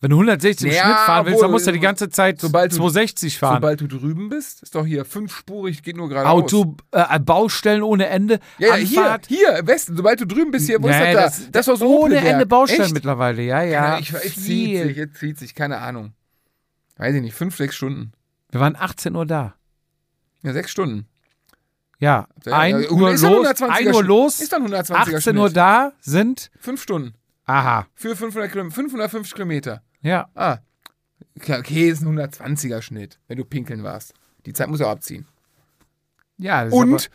Wenn du 160 im
Ja,
Schnitt fahren willst, dann
obwohl,
musst du die ganze Zeit
sobald du-
260 fahren.
Sobald du drüben bist, ist doch hier fünfspurig, geht nur geradeaus.
Auto, äh, Baustellen ohne Ende,
Ja, ja hier,
Anfahrt.
hier, im Westen. Sobald du drüben bist, hier, wo
Nee,
ist das, da? Das war so
ohne
Opelwerk.
Ende Baustellen
Echt?
mittlerweile, ja, ja.
Keine- ich, jetzt zieht sich,
viel.
jetzt zieht sich, keine Ahnung. Weiß ich nicht, fünf, sechs Stunden.
Wir waren 18 Uhr da.
Ja, sechs Stunden.
Ja,
Ja,
1
ja,
Uhr
ist ja
los,
120er
1 Uhr
Schnitt.
los,
Ist dann 120er
18 Uhr
Schnitt.
da sind,
Fünf Stunden.
aha,
Für 500 Kilometer, 550 Kilometer.
ja,
Ah. Klar, okay, ist ein 120er Schnitt, wenn du pinkeln warst. Die Zeit muss ja abziehen.
ja. das ist
Und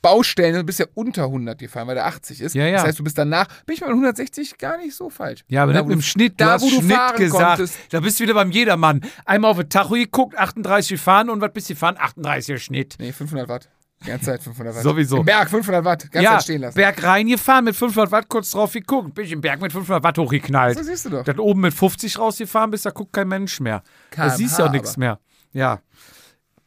Baustellen, du bist ja unter 100 gefahren, weil der 80 ist.
Ja, ja.
Das heißt, du bist danach, bin ich mal 160 gar nicht so falsch.
Ja, aber
Da,
nicht
wo
mit
du-
dem Schnitt. Du
da,
hast
wo du
Schnitt
fahren
gesagt.
konntest.
Da bist du wieder beim Jedermann. Einmal auf den Tacho geguckt, 38 gefahren und was bist du gefahren? 38er Schnitt.
Nee, 500 Watt. Die ganze Zeit 500 Watt.
Sowieso.
Im Berg 500 Watt, ganz
ja,
Zeit halt stehen lassen.
Berg rein gefahren mit 500 Watt, kurz drauf geguckt. Bist im Berg mit 500 Watt
So
hochgeknallt.
siehst du doch.
Dann oben mit 50 rausgefahren bist, da guckt kein Mensch mehr. Da
KMH
siehst du auch nichts
aber.
mehr. Ja.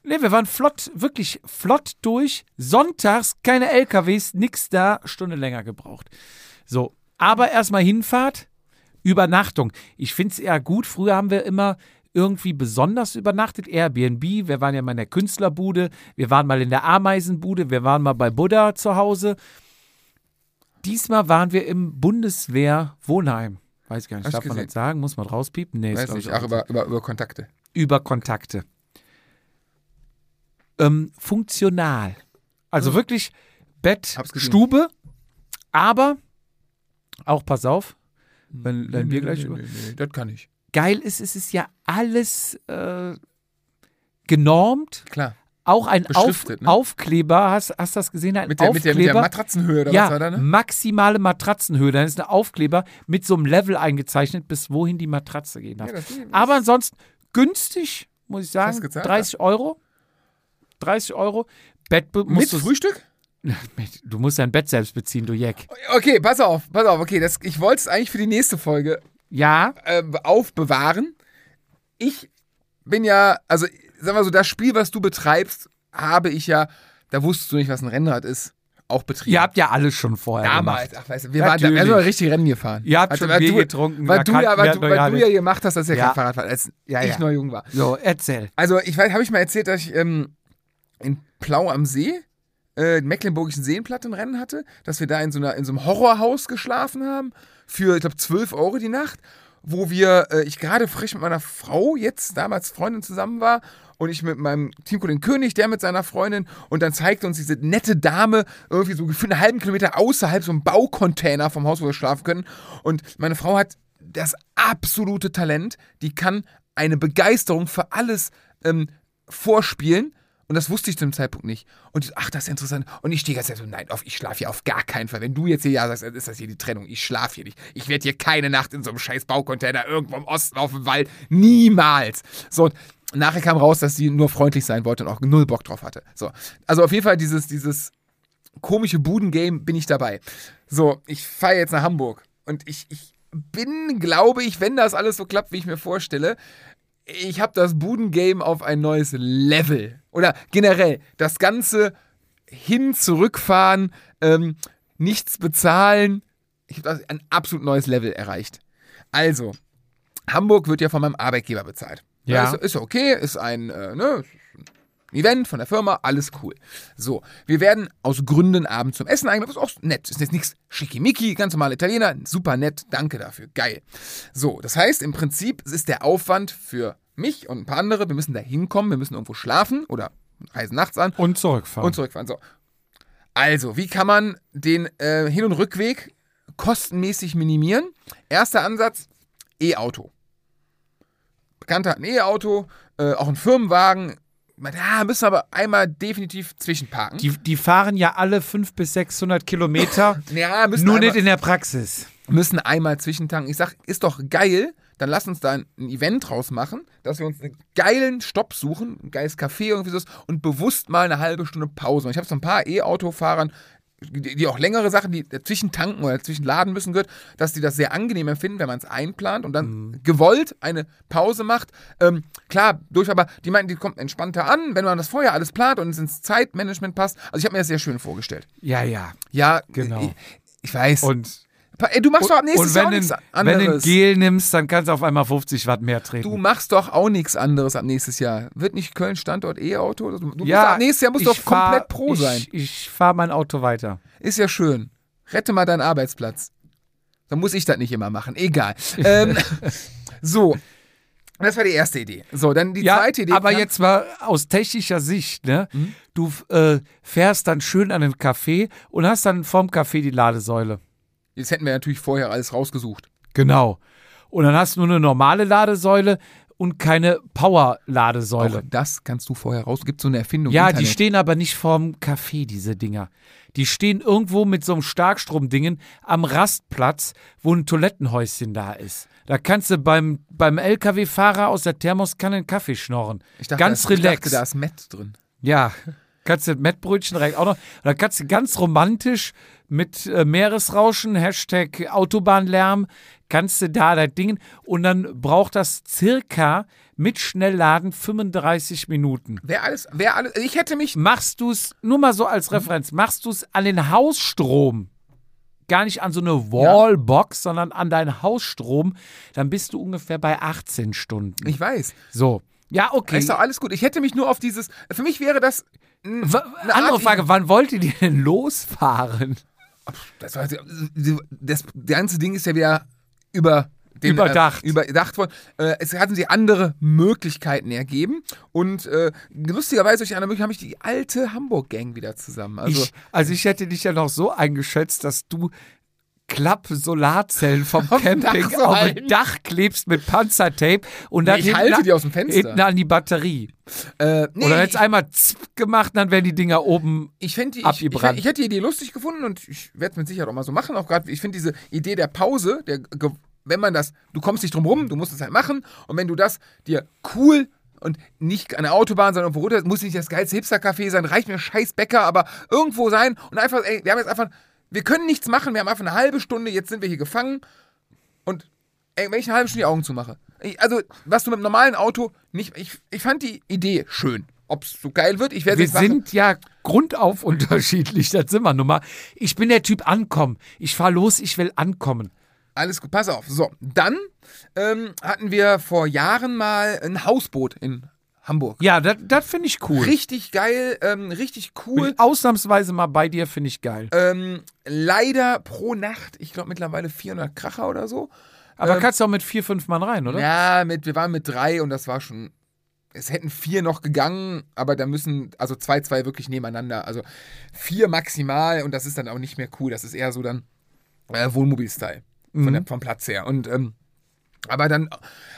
Nee, wir waren flott, wirklich flott durch. Sonntags keine LKWs, nix da, Stunde länger gebraucht. So, aber erstmal Hinfahrt, Übernachtung. Ich finde es eher gut. Früher haben wir immer irgendwie besonders übernachtet. Airbnb, wir waren ja mal in der Künstlerbude, wir waren mal in der Ameisenbude, wir waren mal bei Buddha zu Hause. Diesmal waren wir im Bundeswehr Wohnheim. Weiß ich gar nicht,
Hast
darf
du
man
gesehen?
das sagen? Muss man rauspiepen? Nee, ist,
Weiß
glaub
nicht,
ich,
ach,
auch-
über, über, über Kontakte.
über Kontakte. Ähm, funktional. Also wirklich Bett,
Hm. Hab's gesehen.
Stube, aber auch, pass auf, wenn dein Bier gleich über.
Hm. Nee, nee, nee, das kann ich.
Geil ist, es ist ja alles äh, genormt.
Klar.
Auch ein Auf,
Beschriftet, ne?
Aufkleber, hast, hast du das gesehen? Ein
Mit der, mit der,
Aufkleber.
mit der Matratzenhöhe oder
ja,
was war da, ne?
maximale Matratzenhöhe. Da ist ein Aufkleber mit so einem Level eingezeichnet, bis wohin die Matratze gehen darf.
Ja, das-
Aber ansonsten günstig, muss ich sagen.
Hast du gezahlt,
30 Euro. 30 Euro. Bett be-
Mit
musst du,
Frühstück?
[LAUGHS] du musst dein Bett selbst beziehen, du Jack.
Okay, pass auf, pass auf, okay. Das, ich wollte es eigentlich für die nächste Folge
Ja,
äh, aufbewahren. Ich bin ja, also sag mal so, das Spiel, was du betreibst, habe ich ja, da wusstest du nicht, was ein Rennrad ist, auch betrieben.
ihr habt ja alles schon vorher gemacht.
Damals, ach, weißt du, wir waren, da, wir
Natürlich.
sind mal richtig Rennen gefahren.
Ihr habt schon Bier
du,
getrunken, da
Weil, du ja,
kannten
weil,
wir
du,
doch
weil
ja
du
nicht.
ja gemacht hast, dass er
Ja.
kein Fahrrad war, als
Ja,
ich
ja.
noch jung war.
So, erzähl.
Also, ich weiß, habe ich mal erzählt, dass ich ähm, in Plau am See, äh, in Mecklenburgischen Seenplatte ein Rennen hatte, dass wir da in so, einer, in so einem Horrorhaus geschlafen haben, für, ich glaube, 12 Euro die Nacht, wo wir, äh, ich gerade frisch mit meiner Frau, jetzt damals Freundin zusammen war, und ich mit meinem Teamkollegen König, der mit seiner Freundin, und dann zeigte uns diese nette Dame irgendwie so gefühlt einen halben Kilometer außerhalb so einem Baucontainer vom Haus, wo wir schlafen können. Und meine Frau hat das absolute Talent, die kann eine Begeisterung für alles ähm, vorspielen. Und das wusste ich zu dem Zeitpunkt nicht. Und ich so, ach, das ist ja interessant. Und ich stehe ganz so, nein, auf, ich schlafe hier auf gar keinen Fall. Wenn du jetzt hier ja sagst, dann ist das hier die Trennung. Ich schlafe hier nicht. Ich werde hier keine Nacht in so einem scheiß Baucontainer irgendwo im Osten auf dem Wald. Niemals. So, und nachher kam raus, dass sie nur freundlich sein wollte und auch null Bock drauf hatte. So. Also auf jeden Fall dieses, dieses komische Budengame bin ich dabei. So, ich fahre jetzt nach Hamburg. Und ich, ich bin, glaube ich, wenn das alles so klappt, wie ich mir vorstelle, ich habe das Budengame auf ein neues Level. Oder generell, das Ganze hin, zurückfahren, ähm, nichts bezahlen. Ich habe ein absolut neues Level erreicht. Also, Hamburg wird ja von meinem Arbeitgeber bezahlt.
Ja.
Ist, ist okay, ist ein, äh, ne, ein Event von der Firma, alles cool. So, wir werden aus Gründen abends zum Essen eingeladen. Ist auch nett. Ist jetzt nichts schickimicki, ganz normal Italiener. Super nett, danke dafür. Geil. So, das heißt, im Prinzip es ist der Aufwand für mich und ein paar andere. Wir müssen da hinkommen, wir müssen irgendwo schlafen oder reisen nachts an
Und zurückfahren.
und zurückfahren. So. Also, wie kann man den äh, Hin- und Rückweg kostenmäßig minimieren? Erster Ansatz: E-Auto. Bekannter hat ein E-Auto, äh, auch ein Firmenwagen. Meint, Ja, müssen aber einmal definitiv zwischenparken.
Die, die fahren ja alle 500 bis
[LAUGHS]
600 Kilometer,
ja, müssen
nur
einmal-
nicht in der Praxis.
müssen einmal zwischentanken. Ich sag, ist doch geil, dann lass uns da ein, ein Event draus machen, dass wir uns einen geilen Stopp suchen, ein geiles Café, irgendwie sowas und bewusst mal eine halbe Stunde Pause. Und ich habe so ein paar E-Autofahrern, die, die auch längere Sachen, die dazwischen tanken oder dazwischen laden müssen gehört, dass die das sehr angenehm empfinden, wenn man es einplant und dann gewollt eine Pause macht. Ähm, klar, durch, aber die meinten, die kommt entspannter an, wenn man das vorher alles plant und es ins Zeitmanagement passt. Also ich habe mir das sehr schön vorgestellt.
Ja, ja.
Ja,
Genau.
Ich, ich weiß.
Und,
Pa- Ey, du machst doch ab nächstes
und
Jahr auch
wenn
nichts
du wenn du ein
anderes.
Gel nimmst, dann kannst du auf einmal 50 Watt mehr treten.
du machst doch auch nichts anderes ab nächstes Jahr. Wird nicht Köln Standort E-Auto? Du du musst
ja,
ab nächstes Jahr musst du
ich
doch komplett
fahr-
pro sein.
Ich, ich fahre mein Auto weiter.
Ist ja schön. Rette mal deinen Arbeitsplatz. Dann muss ich das nicht immer machen. Egal.
[LAUGHS]
ähm, so. Das war die erste Idee. So, dann die
ja,
zweite Idee. Mhm.
aber
kam-
jetzt mal aus technischer Sicht, ne? Du äh, fährst dann schön an den Café und hast dann vorm Café die Ladesäule.
Jetzt hätten wir natürlich vorher alles rausgesucht.
Genau. Und dann hast du nur eine normale Ladesäule und keine
Auch
Power-Ladesäule.
das kannst du vorher raus. Gibt so eine Erfindung. im
Ja, die
Internet.
stehen aber nicht vorm Café, diese Dinger. Die stehen irgendwo mit so einem Starkstromdingen am Rastplatz, wo ein Toilettenhäuschen da ist. Da kannst du beim, beim LKW-Fahrer aus der Thermoskanne einen Kaffee schnorren.
Ich dachte,
ganz
da, ist- Ich
relaxed.
dachte, da ist Matt drin.
Ja, kannst du Mettbrötchen direkt auch noch. Da kannst du ganz romantisch mit äh, Meeresrauschen, Hashtag Autobahnlärm, kannst du da das Ding. Und dann braucht das circa mit Schnellladen 35 Minuten.
Wer alles, wer alles. Ich hätte mich
Machst du es, nur mal so
Mhm.
als Referenz, machst du es an den Hausstrom, gar nicht an so eine Wallbox, sondern an deinen Hausstrom, dann bist du ungefähr bei 18 Stunden.
Ich weiß.
so. Ja, okay.
Ist doch alles gut. Ich hätte mich nur auf dieses. Für mich wäre das. mm,
Wa-
eine
andere
Art-
Frage, wann wollt ihr denn losfahren?
Das, war, das ganze Ding ist ja wieder über den,
Überdacht.
Äh, überdacht worden. Äh, es hatten sie andere Möglichkeiten ergeben. Und äh, lustigerweise durch eine andere Möglichkeit habe ich die alte Hamburg-Gang wieder zusammen. Also,
ich, also ich hätte dich ja noch so eingeschätzt, dass du Klapp-Solarzellen vom
Auf dem
Camping
Dach so
auf
halten.
dem Dach klebst mit Panzertape und dann
ich
hinten
halte
an-
die aus dem Fenster.
hinten an die Batterie.
äh, nee,
Oder jetzt
ich-
einmal zip gemacht, dann wären die Dinger oben.
Ich fände die, ich, ich,
Abgebrannt.
fänd- ich hätte die Idee lustig gefunden und ich werde es mit Sicherheit auch mal so machen. Auch gerade, ich finde diese Idee der Pause, der, ge- wenn man das, du kommst nicht drum rum, du musst es halt machen und wenn du das dir cool und nicht an der Autobahn, sondern irgendwo runter, muss nicht das geilste Hipster-Café sein, reicht mir ein scheiß Bäcker, aber irgendwo sein und einfach, ey, wir haben jetzt einfach, wir können nichts machen, wir haben einfach eine halbe Stunde, jetzt sind wir hier gefangen und ey, wenn ich eine halbe Stunde die Augen zumache. Ich, also, was du mit einem normalen Auto nicht, ich, ich fand die Idee schön. Ob es so geil wird, ich werde
Wir
jetzt machen.
sind ja grundauf unterschiedlich, das sind wir nun mal. Ich bin der Typ ankommen. Ich fahr los, ich will ankommen.
Alles gut, pass auf. So, dann ähm, hatten wir vor Jahren mal ein Hausboot in Hamburg.
Ja, das finde ich cool.
Richtig geil, ähm, richtig
Bin
cool.
ich Ausnahmsweise mal bei dir finde ich geil.
Ähm, leider pro Nacht, ich glaube mittlerweile 400 Kracher oder so.
Aber kannst du auch mit vier, fünf Mann rein, oder?
Ähm, Ja, mit, wir waren mit drei und das war schon. Es hätten vier noch gegangen, aber da müssen, also zwei, zwei wirklich nebeneinander. Also vier maximal und das ist dann auch nicht mehr cool. Das ist eher so dann äh, Wohnmobil-Style von der, vom Platz her. Und ähm, aber dann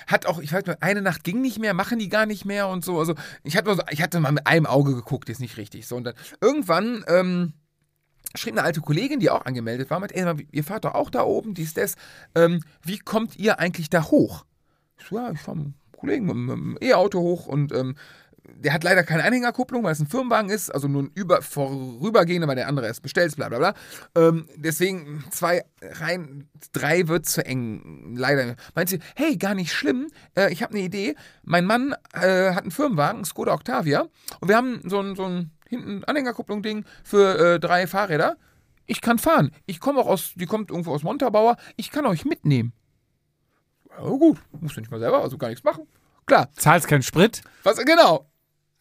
hat auch, ich weiß nicht, eine Nacht ging nicht mehr, machen die gar nicht mehr und so. Also ich hatte, nur so, ich hatte mal mit einem Auge geguckt, jetzt nicht richtig. So, und dann irgendwann ähm, schrieb eine alte Kollegin, die auch angemeldet war, mit, ey, sag mal, ihr fahrt doch auch da oben, dies, das. Ähm, wie kommt ihr eigentlich da hoch? Ich so, ja, ich fahre mit einem Kollegen mit einem E-Auto hoch und ähm, der hat leider keine Anhängerkupplung, weil es ein Firmenwagen ist, also nur ein über, vorübergehender, weil der andere erst bestellt, bla bla bla. Ähm, deswegen zwei rein, drei wird zu eng, leider. Meint sie, hey, gar nicht schlimm, äh, ich habe eine Idee. Mein Mann äh, hat einen Firmenwagen, einen Skoda Octavia, und wir haben so ein, so ein hinten Anhängerkupplung-Ding für äh, drei Fahrräder. Ich kann fahren. Ich komme auch aus, die kommt irgendwo aus Montabaur, ich kann euch mitnehmen. Ja, gut, musst du nicht mal selber, also gar nichts machen. Klar,
Zahlst keinen Sprit?
was, genau.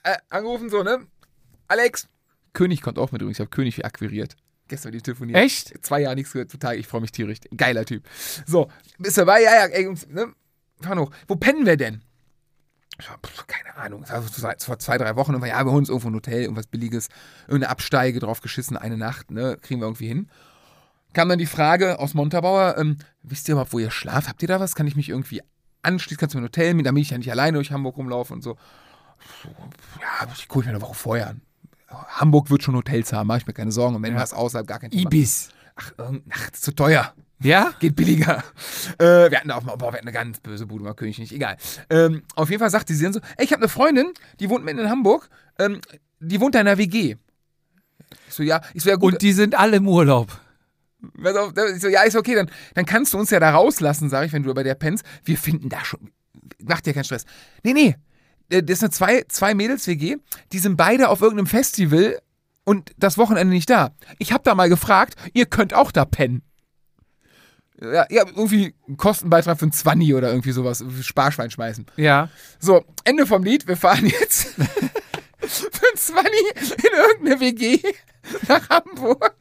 Äh, angerufen so, ne? Alex. König kommt auch mit übrigens. Ich habe König akquiriert. Gestern mit ihm telefoniert.
Echt?
Zwei Jahre nichts gehört. Total, ich freue mich tierisch. Geiler Typ. So, bist du dabei? Ja, ja, ey, Jungs, ne? Fahren hoch. Wo pennen wir denn? Ich hab, pf, keine Ahnung. Das war so zwei- vor zwei, drei Wochen. Irgendwann, ja, wir holen uns irgendwo ein Hotel, irgendwas Billiges. Irgendeine Absteige drauf geschissen, eine Nacht, ne? Kriegen wir irgendwie hin. Kam dann die Frage aus Montabaur, ähm, wisst ihr überhaupt, wo ihr schlaft? Habt ihr da was? Kann ich mich irgendwie anschließend kannst du mir ein Hotel mit, damit ich ja nicht alleine durch Hamburg rumlaufe und so. Ja, ich gucke mir eine Woche vorher an. Hamburg wird schon Hotels haben, mache ich mir keine Sorgen. Und wenn was außerhalb, gar kein Thema.
Ibis.
Ach, irgendein- Ähm, ach, ist zu teuer.
Ja?
Geht billiger. Äh, wir hatten da auch mal, boah, wir hatten eine ganz böse Bude, mal König nicht, egal. Ähm, auf jeden Fall sagt die sie dann so, ey, ich habe eine Freundin, die wohnt mitten in Hamburg, ähm, die wohnt da in einer WG. Ich so, ja, ich so, ja gut,
Und die sind alle im Urlaub.
pass auf, ich so, ja, ist okay, dann, dann kannst du uns ja da rauslassen, sage ich, wenn du bei der pennst. Wir finden da schon, macht dir keinen Stress. Nee, nee, äh, das ist eine zwei, zwei Mädels-WG, die sind beide auf irgendeinem Festival und das Wochenende nicht da. Ich habe da mal gefragt, ihr könnt auch da pennen. Ja, ja, irgendwie einen Kostenbeitrag für ein Zwanni oder irgendwie sowas, Sparschwein schmeißen.
Ja.
So, Ende vom Lied. Wir fahren jetzt [LAUGHS] für ein Zwanni in irgendeine WG nach Hamburg.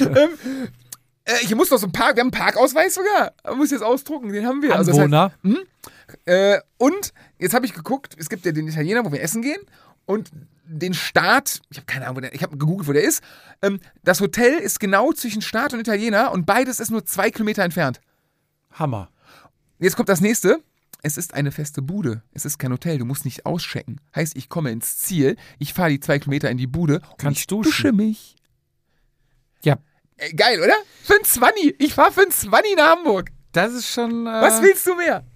ähm, äh, ich muss noch so einen Park, wir haben einen Parkausweis sogar. Man muss jetzt ausdrucken, den haben wir. Also das heißt,
Anwohner.
äh, und jetzt habe ich geguckt, es gibt ja den Italiener, wo wir essen gehen und den Staat, ich habe keine Ahnung, wo der, ich habe gegoogelt, wo der ist. Ähm, das Hotel ist genau zwischen Staat und Italiener und beides ist nur zwei Kilometer entfernt.
Hammer.
Jetzt kommt das nächste. Es ist eine feste Bude. Es ist kein Hotel. Du musst nicht auschecken. Heißt, ich komme ins Ziel, ich fahre die zwei Kilometer in die Bude und
Kannst
ich
duschen.
dusche mich.
Ja.
Äh, geil, oder? Für ein Zwanni. Ich fahre für ein Zwanni nach Hamburg.
Das ist schon. Äh,
Was willst du mehr?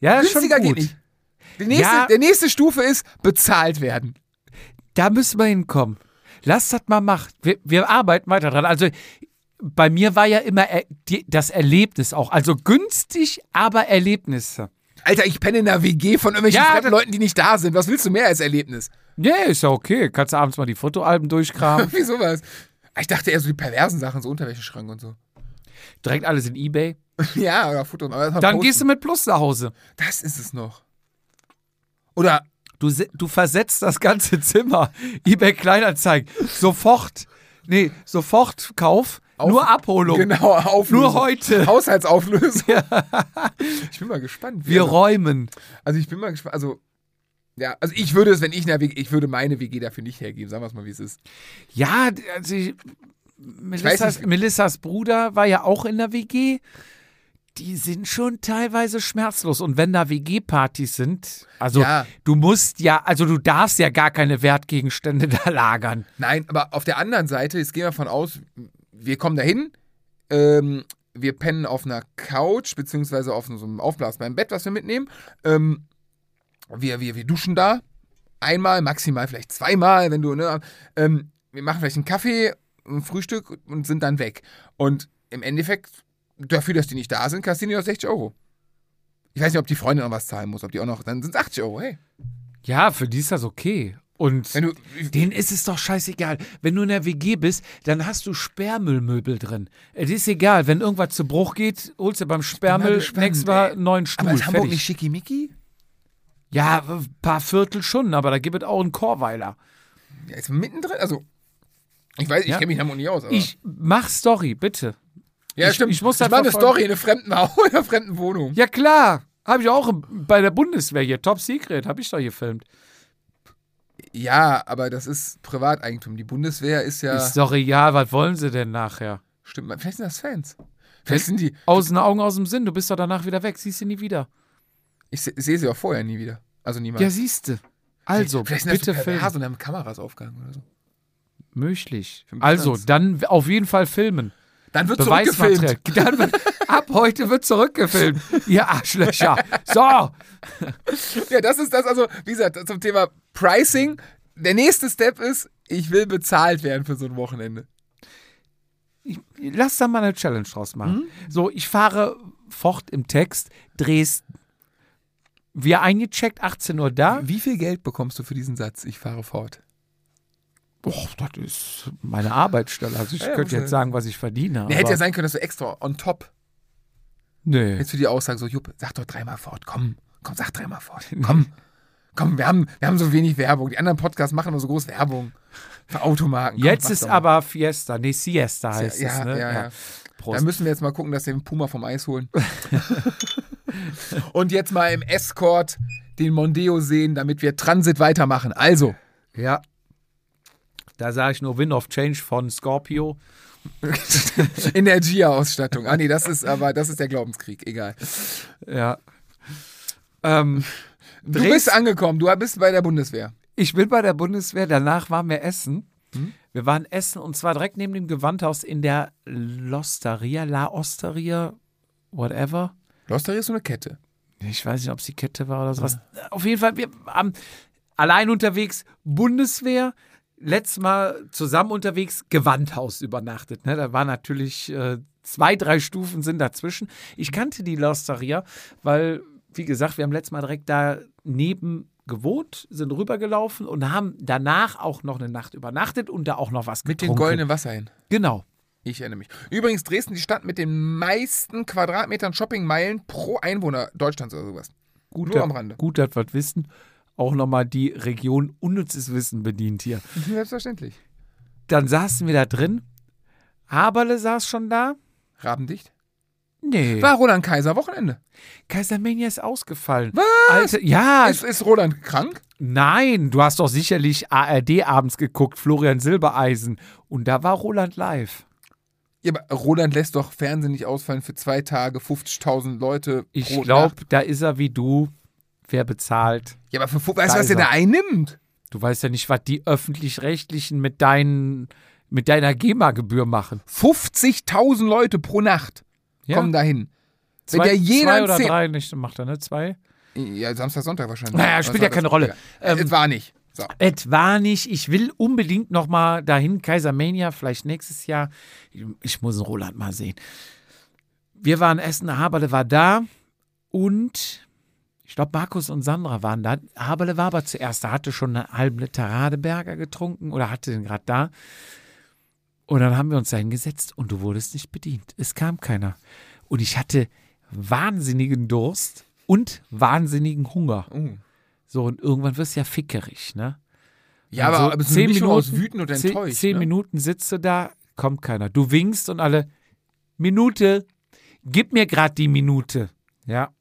Ja, das ist schon
Günstiger
gut.
geht nicht. Die nächste,
Ja.
Der nächste Stufe ist bezahlt werden.
Da müssen wir hinkommen. Lass das mal machen. Wir, wir arbeiten weiter dran. Also bei mir war ja immer er, die, das Erlebnis auch. Also günstig, aber Erlebnisse.
Alter, ich penne in einer WG von irgendwelchen
Ja,
fremden
das-
Leuten, die nicht da sind. Was willst du mehr als Erlebnis?
Nee, ist ja okay. Kannst du abends mal die Fotoalben durchkramen.
Wie sowas. Ich dachte eher so die perversen Sachen, so Unterwäscheschrank und so.
[LAUGHS]
[LAUGHS]
Direkt alles in Ebay.
Ja, oder Fotos. Aber erst mal
Dann
posten.
gehst du mit Plus nach Hause.
Das ist es noch. Oder
Du, se- du versetzt das ganze Zimmer. Ebay Kleinanzeigen. Sofort. Nee, sofort Kauf.
Auf-
nur Abholung.
genau, Auflösung.
Nur
[LAUGHS]
heute.
Haushaltsauflösung. [LAUGHS] Ich bin mal gespannt. wie
Wir
er-
räumen.
also ich bin mal gespannt. Also, ja, also ich würde es, wenn ich in der WG, ich würde meine WG dafür nicht hergeben. Sagen wir es mal, wie es ist.
Ja, also ich, Melissas,
nicht.
Melissas Bruder war ja auch in der WG. Die sind schon teilweise schmerzlos. Und wenn da WG-Partys sind, also
Ja.
du musst ja, also du darfst ja gar keine Wertgegenstände [LAUGHS] da lagern.
Nein, aber auf der anderen Seite, jetzt gehen wir davon aus, wir kommen dahin, ähm, wir pennen auf einer Couch, beziehungsweise auf so einem aufblasbaren Bett, was wir mitnehmen. Ähm, wir, wir, wir duschen da. Einmal, maximal vielleicht zweimal, wenn du, ne? Ähm, wir machen vielleicht einen Kaffee, ein Frühstück und sind dann weg. Und im Endeffekt, dafür, dass die nicht da sind, kassieren die noch 60 Euro. Ich weiß nicht, ob die Freundin noch was zahlen muss, ob die auch noch, dann sind es 80 Euro, hey.
Ja, für die ist das okay. Und
Wenn du,
denen ist es doch scheißegal. Wenn du in der WG bist, dann hast du Sperrmüllmöbel drin. Es ist egal, wenn irgendwas zu Bruch geht, holst du beim Sperrmüll
gespannt,
nächstes Mal
ey.
einen neuen Stuhl.
aber ist Hamburg
fertig.
nicht schickimicki?
Ja, ein paar Viertel schon, aber da gibt es auch einen Chorweiler.
Ja, ist mittendrin, also ich weiß, ich
Ja.
kenne mich in Hamburg nicht aus. Aber.
Ich mach Story, bitte.
ja,
ich-
stimmt.
ich muss das
mache eine
verfolgen.
Story in einer fremden Haus, [LAUGHS] in einer fremden Wohnung.
Ja, klar. Habe ich auch im- bei der Bundeswehr hier. Top Secret, habe ich doch gefilmt.
Ja, aber das ist Privateigentum. Die Bundeswehr ist ja.
Ist doch egal, was wollen sie denn nachher?
stimmt, man- vielleicht sind das Fans. Vielleicht sind die.
Aus den Augen, aus dem Sinn. Du bist doch danach wieder weg. Siehst du nie wieder.
Ich se- sehe sie auch vorher nie wieder. Also niemals.
Ja, siehst du. Also,
vielleicht sind
bitte
das so
filmen.
Perverse und haben Kameras aufgehangen oder so.
Möglich.
Fünf
Also,
Cent.
dann auf jeden Fall filmen.
Dann wird
Beweismaterial.
zurückgefilmt. [LAUGHS]
Dann wird, ab heute wird zurückgefilmt. Ihr Arschlöcher. So.
Ja, das ist das. Also, wie gesagt, zum Thema Pricing. Der nächste Step ist, ich will bezahlt werden für so ein Wochenende.
Ich, lass da mal eine Challenge draus machen.
Mhm.
So, ich fahre fort im Text Dresden. Wir eingecheckt, 18 Uhr da.
Wie viel Geld bekommst du für diesen Satz? Ich fahre fort.
Och, das ist meine Arbeitsstelle. Also ich
Ja, ja,
könnte
muss
jetzt sagen, was ich verdiene.
Nee, hätte ja
aber,
sein können, dass du extra on top
nee.
Jetzt für die Aussage so, Jupp, sag doch dreimal fort, komm, komm, sag dreimal fort, komm. Komm, wir haben, wir haben so wenig Werbung. Die anderen Podcasts machen nur so groß Werbung für Automarken. Komm,
jetzt
mach
ist
doch mal.
aber Fiesta. Nee, Siesta heißt
ja,
es. Ne?
ja, ja. Da
Prost.
müssen wir jetzt mal gucken, dass wir den Puma vom Eis
[LAUGHS]
holen. Und jetzt mal im Escort den Mondeo sehen, damit wir Transit weitermachen. Also,
Ja. Da sage ich nur Win of Change von Scorpio.
In der Gia-Ausstattung. Ah, nee, das ist aber, das ist der Glaubenskrieg, egal.
Ja. Ähm,
Du bist angekommen, du bist bei der Bundeswehr.
Ich bin bei der Bundeswehr, danach waren wir essen. Wir waren essen und zwar direkt neben dem Gewandhaus in der Losteria, La Osteria, whatever.
Losteria ist so eine Kette.
Ich weiß nicht, ob es die Kette war oder sowas. Auf jeden Fall, wir am, allein unterwegs, Bundeswehr. Letztes Mal zusammen unterwegs, Gewandhaus übernachtet. Ne? Da war natürlich äh, zwei, drei Stufen sind dazwischen. Ich kannte die Losteria, weil, wie gesagt, wir haben letztes Mal direkt daneben gewohnt, sind rübergelaufen und haben danach auch noch eine Nacht übernachtet und da auch noch was
Mit
getrunken.
den goldenen Wasserhähnen.
Genau.
Ich erinnere mich. Übrigens, Dresden, die Stadt mit den meisten Quadratmetern Shoppingmeilen pro Einwohner Deutschlands oder sowas.
Gut,
Nur am Rande.
gut, dass wir wissen. Auch nochmal die Region unnützes Wissen bedient hier.
Selbstverständlich.
dann saßen wir da drin. Haberle saß schon da.
Rabendicht.
Nee.
War Roland Kaiser Wochenende.
Kaisermania ist ausgefallen. Was? Alter, ja,
Ist, ist Roland krank?
nein, du hast doch sicherlich ARD abends geguckt, Florian Silbereisen. Und da war Roland live.
Ja, aber Roland lässt doch Fernsehen nicht ausfallen für zwei Tage, 50.000 Leute
Ich
pro Nacht.
glaube, da ist er wie du. Wer bezahlt?
Ja, aber für, fu- weißt du,
Da
was der
ist
da
er.
einnimmt?
Du weißt ja nicht, was die Öffentlich-Rechtlichen mit, deinen, mit deiner GEMA-Gebühr machen.
50.000 Leute pro Nacht
Ja?
kommen dahin. Wenn
zwei,
ja jeder
zwei oder
zehn-
drei nicht, macht er, ne? Zwei?
Ja, Samstag, Sonntag wahrscheinlich.
Naja, spielt ja
Samstag,
keine
Sonntag.
Rolle.
Egal.
Ähm,
es war nicht. So.
Es war nicht. Ich will unbedingt noch mal dahin. Kaisermania, vielleicht nächstes Jahr. Ich muss den Roland mal sehen. Wir waren essen, Haberle war da und ich glaube, Markus und Sandra waren da. Haberle war aber zuerst. Er hatte schon einen halben Liter Radeberger getrunken oder hatte den gerade da. Und dann haben wir uns da hingesetzt und du wurdest nicht bedient. Es kam keiner. Und ich hatte wahnsinnigen Durst und wahnsinnigen Hunger.
Oh.
So, und irgendwann wirst du ja fickerig, ne?
Ja, aber,
so
aber es ist
Also zehn
eine Mischung aus
Minuten-
wütend und
Zehn-
enttäuscht.
Zehn
ne?
Minuten sitzt du da, kommt keiner. Du winkst und alle, Minute, gib mir gerade die Minute. Ja.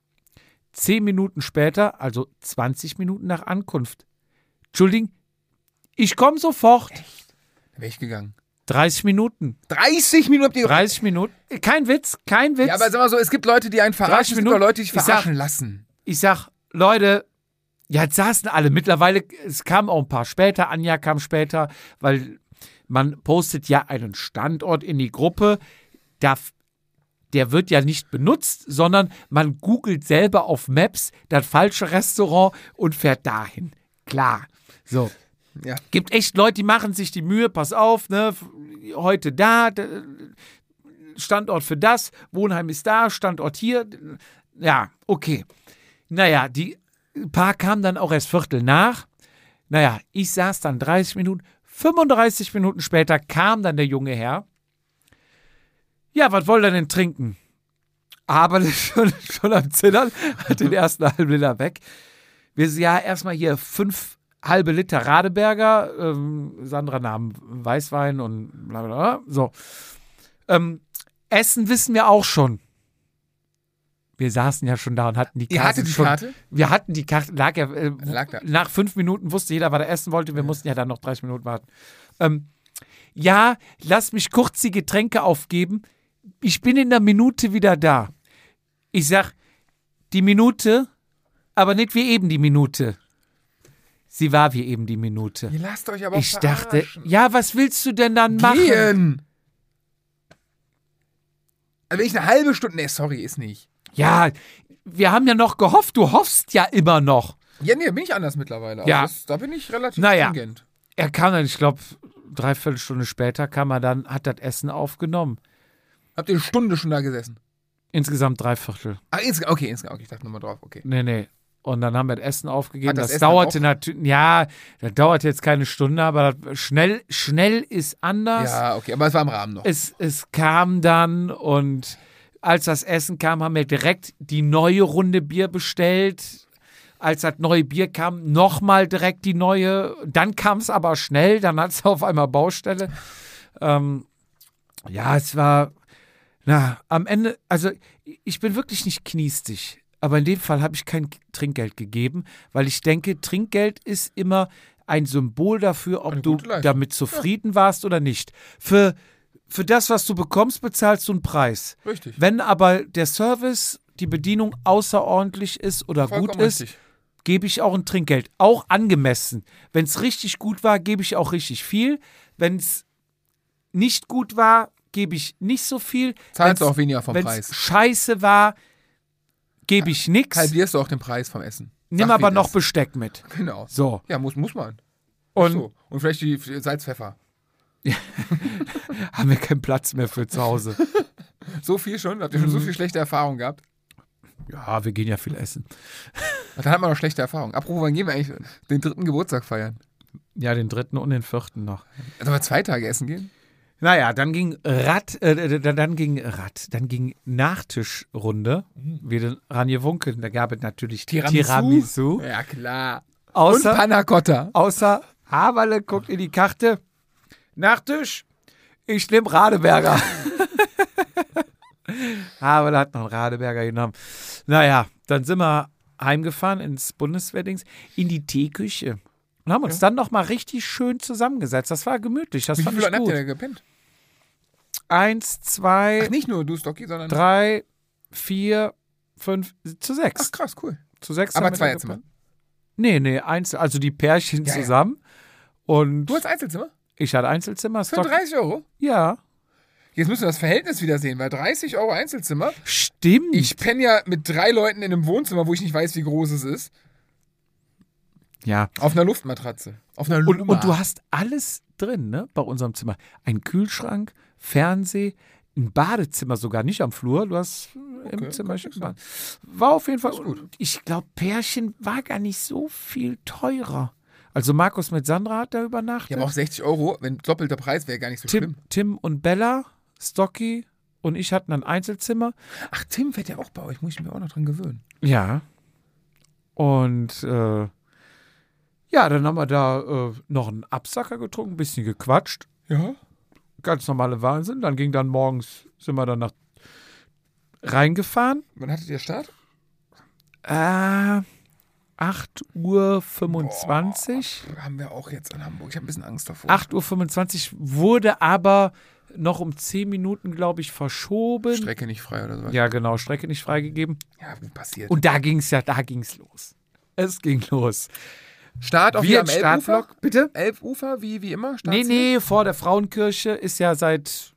Zehn Minuten später, also 20 Minuten nach Ankunft. Entschuldigung, ich komme sofort.
Da wäre ich gegangen.
30 Minuten.
30 Minuten habt ihr.
30 Minuten. Kein Witz, kein Witz.
ja, aber sag mal so, es gibt Leute, die einen verarschen, es gibt
Minuten.
auch Leute, die sich
Ich sag-
verarschen lassen.
ich sag, Leute, ja, jetzt saßen alle. Mittlerweile, es kamen auch ein paar später. Anja kam später, weil man postet ja einen Standort in die Gruppe. Da, f- der wird ja nicht benutzt, sondern man googelt selber auf Maps das falsche Restaurant und fährt dahin. Klar. So.
Ja.
Gibt echt Leute, die machen sich die Mühe, pass auf, ne, f- heute da, d- Standort für das, Wohnheim ist da, Standort hier. d- Ja, okay. Naja, die ein paar kamen dann auch erst Viertel nach. Naja, ich saß dann 30 Minuten, 35 Minuten später kam dann der junge Herr. Ja, was wollt ihr denn trinken? Aber [LAUGHS] schon, schon am Zittern, hat den ersten halben Liter weg. Wir sind ja erstmal hier fünf halbe Liter Radeberger, ähm, Sandra nahm Weißwein und bla bla bla. So. Ähm, Essen wissen wir auch schon. Wir saßen ja schon da und hatten die Karte.
Ihr hattet die
schon,
Karte?
Wir hatten die Karte, lag ja, äh,
Lag da.
nach fünf Minuten wusste jeder, was er essen wollte. Wir mussten ja dann noch 30 Minuten warten. Ähm, ja, lass mich kurz die Getränke aufgeben. Ich bin in einer Minute wieder da. Ich sag, die Minute, aber nicht wie eben die Minute. Sie war wie eben die Minute.
Ihr lasst euch aber auch
Ich dachte,
verarschen.
ja, was willst du denn dann machen?
Gehen! Also wenn ich eine halbe Stunde. Nee, sorry, ist nicht.
Ja, wir haben ja noch gehofft, du hoffst ja immer noch.
Ja, nee, bin ich anders mittlerweile. Also
Ja.
Das, da bin ich relativ
Naja.
stringent.
Er kam dann, ich glaube, dreiviertel Stunde später kam er dann, hat das Essen aufgenommen.
Habt ihr eine Stunde schon da gesessen?
Insgesamt dreiviertel.
Ah, insge okay, insgesamt. Okay, ich dachte nochmal drauf. Okay.
Nee, nee. Und dann haben wir das Essen aufgegeben.
Hat das
Das,
Essen
dauerte
auch-
natürlich, ja, das dauert jetzt keine Stunde, aber das, schnell, schnell ist anders.
Ja, okay, aber es war im Rahmen noch.
Es, es kam dann und als das Essen kam, haben wir direkt die neue Runde Bier bestellt. Als das neue Bier kam, nochmal direkt die neue. Dann kam es aber schnell, dann hat es [LAUGHS] auf einmal Baustelle. Ähm, ja, es war, na, am Ende, also ich bin wirklich nicht kniestig, aber in dem Fall habe ich kein Trinkgeld gegeben, weil ich denke, Trinkgeld ist immer ein Symbol dafür, ob
Eine
du
gute Leistung.
damit zufrieden warst oder nicht. Für, für das, was du bekommst, bezahlst du einen Preis.
Richtig.
Wenn aber der Service, die Bedienung außerordentlich ist oder gut ist,
richtig.
gebe ich auch ein Trinkgeld. Auch angemessen. Wenn es richtig gut war, gebe ich auch richtig viel. Wenn es nicht gut war, gebe ich nicht so viel.
Zahlst du
Wenn's-
auch weniger vom
wenn's
Preis.
scheiße war, gebe ich nichts.
Halbierst du auch den Preis vom Essen.
Nimm
Sag
aber
dir
noch
das.
Besteck mit.
Genau.
So.
Ja, muss, muss man.
Und
so. und vielleicht die Salz, Pfeffer.
haben wir keinen Platz mehr für zu Hause.
So viel schon? Habt ihr schon so
Mhm.
viel schlechte Erfahrungen gehabt?
ja, wir gehen ja viel essen.
Und dann hat man noch schlechte Erfahrungen. Apropos, wann gehen wir eigentlich den dritten Geburtstag feiern?
Ja, den dritten und den vierten noch.
Also mal zwei Tage essen gehen?
Naja, dann ging Rad, äh, dann, dann ging Rad, dann ging Nachtischrunde.
Mhm.
Wir den Ranje Wunken, da gab es natürlich Tiramisu.
Ja, klar. Und
Außer,
Panna Cotta.
außer Haberle guckt in die Karte. Nachtisch, ich nehme
[LAUGHS]
Radeberger. Haberle hat noch einen Radeberger genommen. Naja, dann sind wir heimgefahren ins Bundeswerdings, in die Teeküche. Und haben uns dann noch mal richtig schön zusammengesetzt. Das war gemütlich, das
Wie
fand
viele
ich
Leute habt ihr
gut.
denn gepennt?
Eins, zwei,
Ach, nicht nur du, Stocky, sondern.
drei, vier, fünf, zu sechs.
Ach, krass, cool.
zu sechs.
Aber
haben wir da
Zweierzimmer.
geplant. Nee, nee, eins, also die Pärchen
Ja, ja.
zusammen. Und
Du hast Einzelzimmer?
ich hatte Einzelzimmer.
Für 30 Euro?
ja.
Jetzt müssen wir das Verhältnis wieder sehen, weil 30 Euro Einzelzimmer.
Stimmt.
Ich penne ja mit drei Leuten in einem Wohnzimmer, wo ich nicht weiß, wie groß es ist.
ja.
Auf einer Luftmatratze. Auf einer
Und,
Luma.
und du hast alles drin, ne, bei unserem Zimmer. Ein Kühlschrank, Fernseh, ein Badezimmer sogar, nicht am Flur, du hast im Zimmer. War, war auf jeden Fall gut. Ich glaube, Pärchen war gar nicht so viel teurer. Also Markus mit Sandra hat da übernachtet.
ja, aber auch 60 Euro, wenn doppelter Preis wäre gar nicht so
Tim,
schlimm.
Tim und Bella, Stocky und ich hatten ein Einzelzimmer.
Ach, Tim fährt ja auch bei euch, muss ich mir auch noch dran gewöhnen.
Ja. Und äh, ja, dann haben wir da äh, noch einen Absacker getrunken, ein bisschen gequatscht.
Ja?
Ganz normale Wahnsinn. Dann ging dann morgens, sind wir dann nach reingefahren.
Wann hattet ihr Start?
Äh, 8.25 Uhr.
Haben wir auch jetzt in Hamburg. Ich habe ein bisschen Angst davor.
8.25 Uhr wurde aber noch um 10 Minuten, glaube ich, verschoben.
Strecke nicht frei oder so.
ja, genau, Strecke nicht freigegeben.
ja gut, passiert.
Und da ging's ja, da ging's los. Es ging los.
Start auf
Wir
am
im Startblock,
Elbufer?
bitte?
Elbufer, wie, wie immer? Start
Nee, nee, vor der Frauenkirche ist ja seit.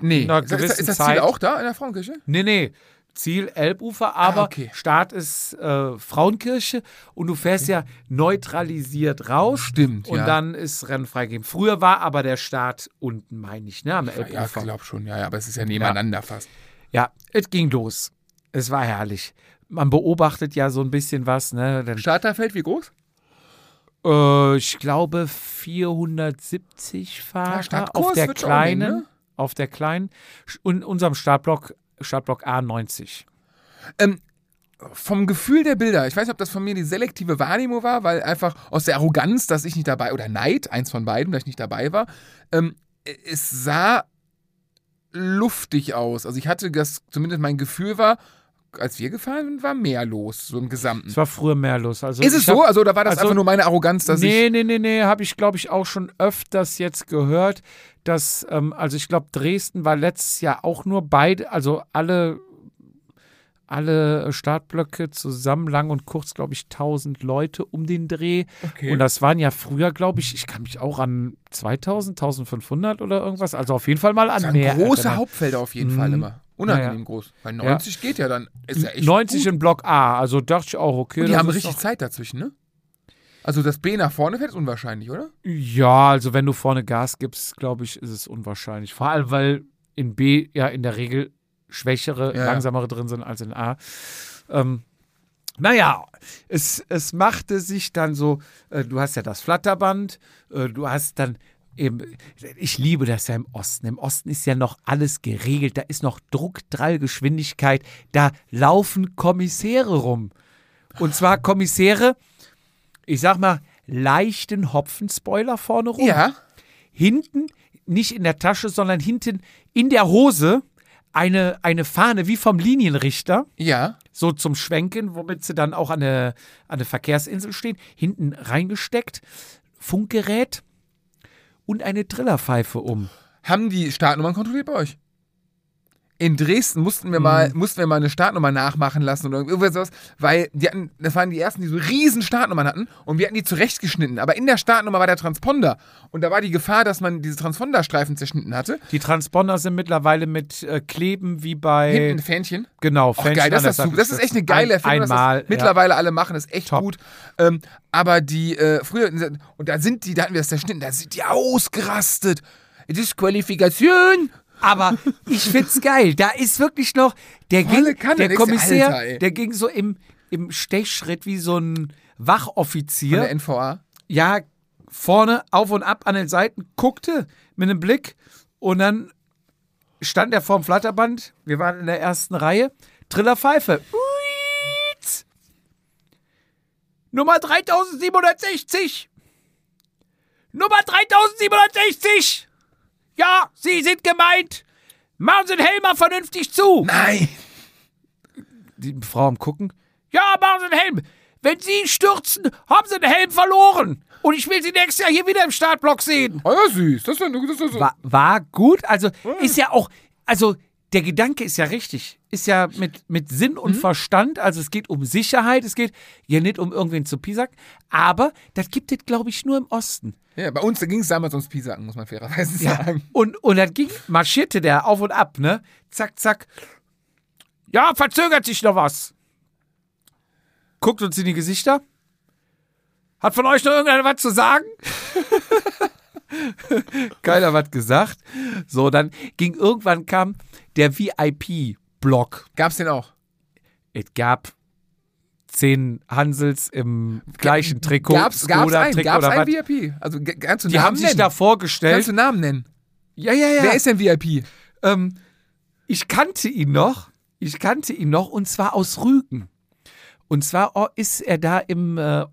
nee.
Na,
Ist, das-
gewissen
ist das
Zeit.
Ziel auch da in der Frauenkirche?
Nee, nee. Ziel Elbufer, aber
Ah, okay.
Start ist äh, Frauenkirche und du fährst ja neutralisiert raus.
Stimmt,
Und
ja.
dann ist Rennen freigegeben. Früher war aber der Start unten, meine ich, ne, am
Ja, ich
Elbufer.
glaube schon. Ja, ja, aber es ist ja nebeneinander fast.
Ja, es ging los. Es war herrlich. Man beobachtet ja so ein bisschen was, ne? Dann,
Starterfeld, wie groß?
äh, ich glaube 470 Fahrer
Startkurs
auf der
wird schon eng,
kleinen,
ne?
auf der kleinen und unserem Startblock Startblock A90.
Vom Gefühl der Bilder, ich weiß nicht, ob das von mir die selektive Wahrnehmung war, weil einfach aus der Arroganz, dass ich nicht dabei, oder Neid, eins von beiden, dass ich nicht dabei war, ähm, es sah luftig aus. Also ich hatte das, zumindest mein Gefühl war, als wir gefahren sind, war mehr los, so im Gesamten.
Es war früher mehr los. Also
Ist es
ich hab-
so? Also, oder war das
also-
einfach nur meine Arroganz, dass
nee,
ich.
nee, nee, nee, habe ich, glaube ich, auch schon öfters jetzt gehört, dass, ähm, also ich glaube, Dresden war letztes Jahr auch nur beide, also alle, alle Startblöcke zusammen, lang und kurz, glaube ich, 1000 Leute um den Dreh.
Okay.
Und das waren ja früher, glaube ich, ich kann mich auch an 2000, 1500 oder irgendwas, also auf jeden Fall mal
Das
an
waren
mehr.
große
erinnern.
Hauptfelder auf jeden Fall
Mhm.
immer. Unangenehm
Ja, ja.
groß. Bei 90 geht ja dann. Ist ja echt
90
gut.
in Block A, also dachte ich auch, okay.
Und die
das
haben
ist
richtig
noch-
Zeit dazwischen, ne? Also, dass B nach vorne fährt, ist unwahrscheinlich, oder?
Ja, also wenn du vorne Gas gibst, glaube ich, ist es unwahrscheinlich. Vor allem, weil in B ja in der Regel schwächere,
Ja, ja.
langsamere drin sind als in A. Ähm, naja, es, es machte sich dann so, äh, du hast ja das Flatterband, äh, du hast dann eben, ich liebe das ja im Osten. Im Osten ist ja noch alles geregelt, da ist noch Druckdrallgeschwindigkeit, da laufen Kommissäre rum. Und zwar Kommissäre, ich sag mal, leichten Hopfenspoiler vorne rum.
Ja.
Hinten, nicht in der Tasche, sondern hinten in der Hose, eine, eine Fahne wie vom Linienrichter,
Ja.
so zum Schwenken, womit sie dann auch an der, an der Verkehrsinsel stehen, hinten reingesteckt, Funkgerät und eine Trillerpfeife um.
Haben die Startnummern kontrolliert bei euch? In Dresden mussten wir
Mhm.
mal, mussten wir mal eine Startnummer nachmachen lassen oder irgendwas sowas, weil die hatten, das waren die ersten, die so riesen Startnummern hatten und wir hatten die zurechtgeschnitten. Aber in der Startnummer war der Transponder und da war die Gefahr, dass man diese Transponderstreifen zerschnitten hatte.
Die Transponder sind mittlerweile mit äh, Kleben wie bei.
Hinten ein Fähnchen.
Genau,
Auch geil, das,
an der
hast du, das ist
Seite
echt eine geile
Ein-
Erfindung. dass
Einmal.
das mittlerweile alle machen, ist echt
Top.
gut. Ähm, aber die äh, früher, und da sind die, da hatten wir das zerschnitten, da sind die ausgerastet. Disqualifikation!
Aber ich find's geil. Da ist wirklich noch der,
Volle
ging,
Kanne,
der
denkst du,
Kommissär,
Alter, ey.
der ging so im, im Stechschritt wie so ein
Von der
Wachoffizier.
NVA.
Ja, vorne auf und ab an den Seiten, guckte mit einem Blick und dann stand er vorm Flatterband. Wir waren in der ersten Reihe. Triller Pfeife. Uitz. Nummer 3760. Nummer 3760. Ja, Sie sind gemeint. Machen Sie den Helm mal vernünftig zu
Nein!
die Frau am Gucken. Ja, machen Sie einen Helm. Wenn Sie stürzen, haben Sie den Helm verloren. Und ich will Sie nächstes Jahr hier wieder im Startblock sehen.
Oh ja, süß. Das ist doch, das ist doch so.
War, war gut. Also ist ja auch, also der Gedanke ist ja richtig. Ist ja mit, mit Sinn und Verstand. Also es geht um Sicherheit. Es geht ja nicht um irgendwen zu piesacken. Aber das gibt es, glaube ich, nur im Osten.
Ja, bei uns ging es damals ums Pisacken, muss man fairerweise sagen.
Und, und dann ging, marschierte der auf und ab, ne? Zack, zack. Ja, verzögert sich noch was. Guckt uns in die Gesichter. Hat von euch noch irgendeiner was zu sagen? [LAUGHS] Keiner was gesagt. So, dann ging irgendwann kam der VIP-Block.
Gab's den auch?
Es gab zehn Hansels im gleichen Trikot.
Gab's, gab's einen,
Skoda-Trikot
gab's
oder
einen
was.
VIP? Also g- kannst du
Die
Namen
haben sich
nennen?
da
Kannst du
vorgestellt.
Namen nennen?
Ja, ja, ja.
Wer ist denn VIP?
Ähm, ich kannte ihn noch. Ich kannte ihn noch und zwar aus Rügen. Und zwar o- ist er da im äh,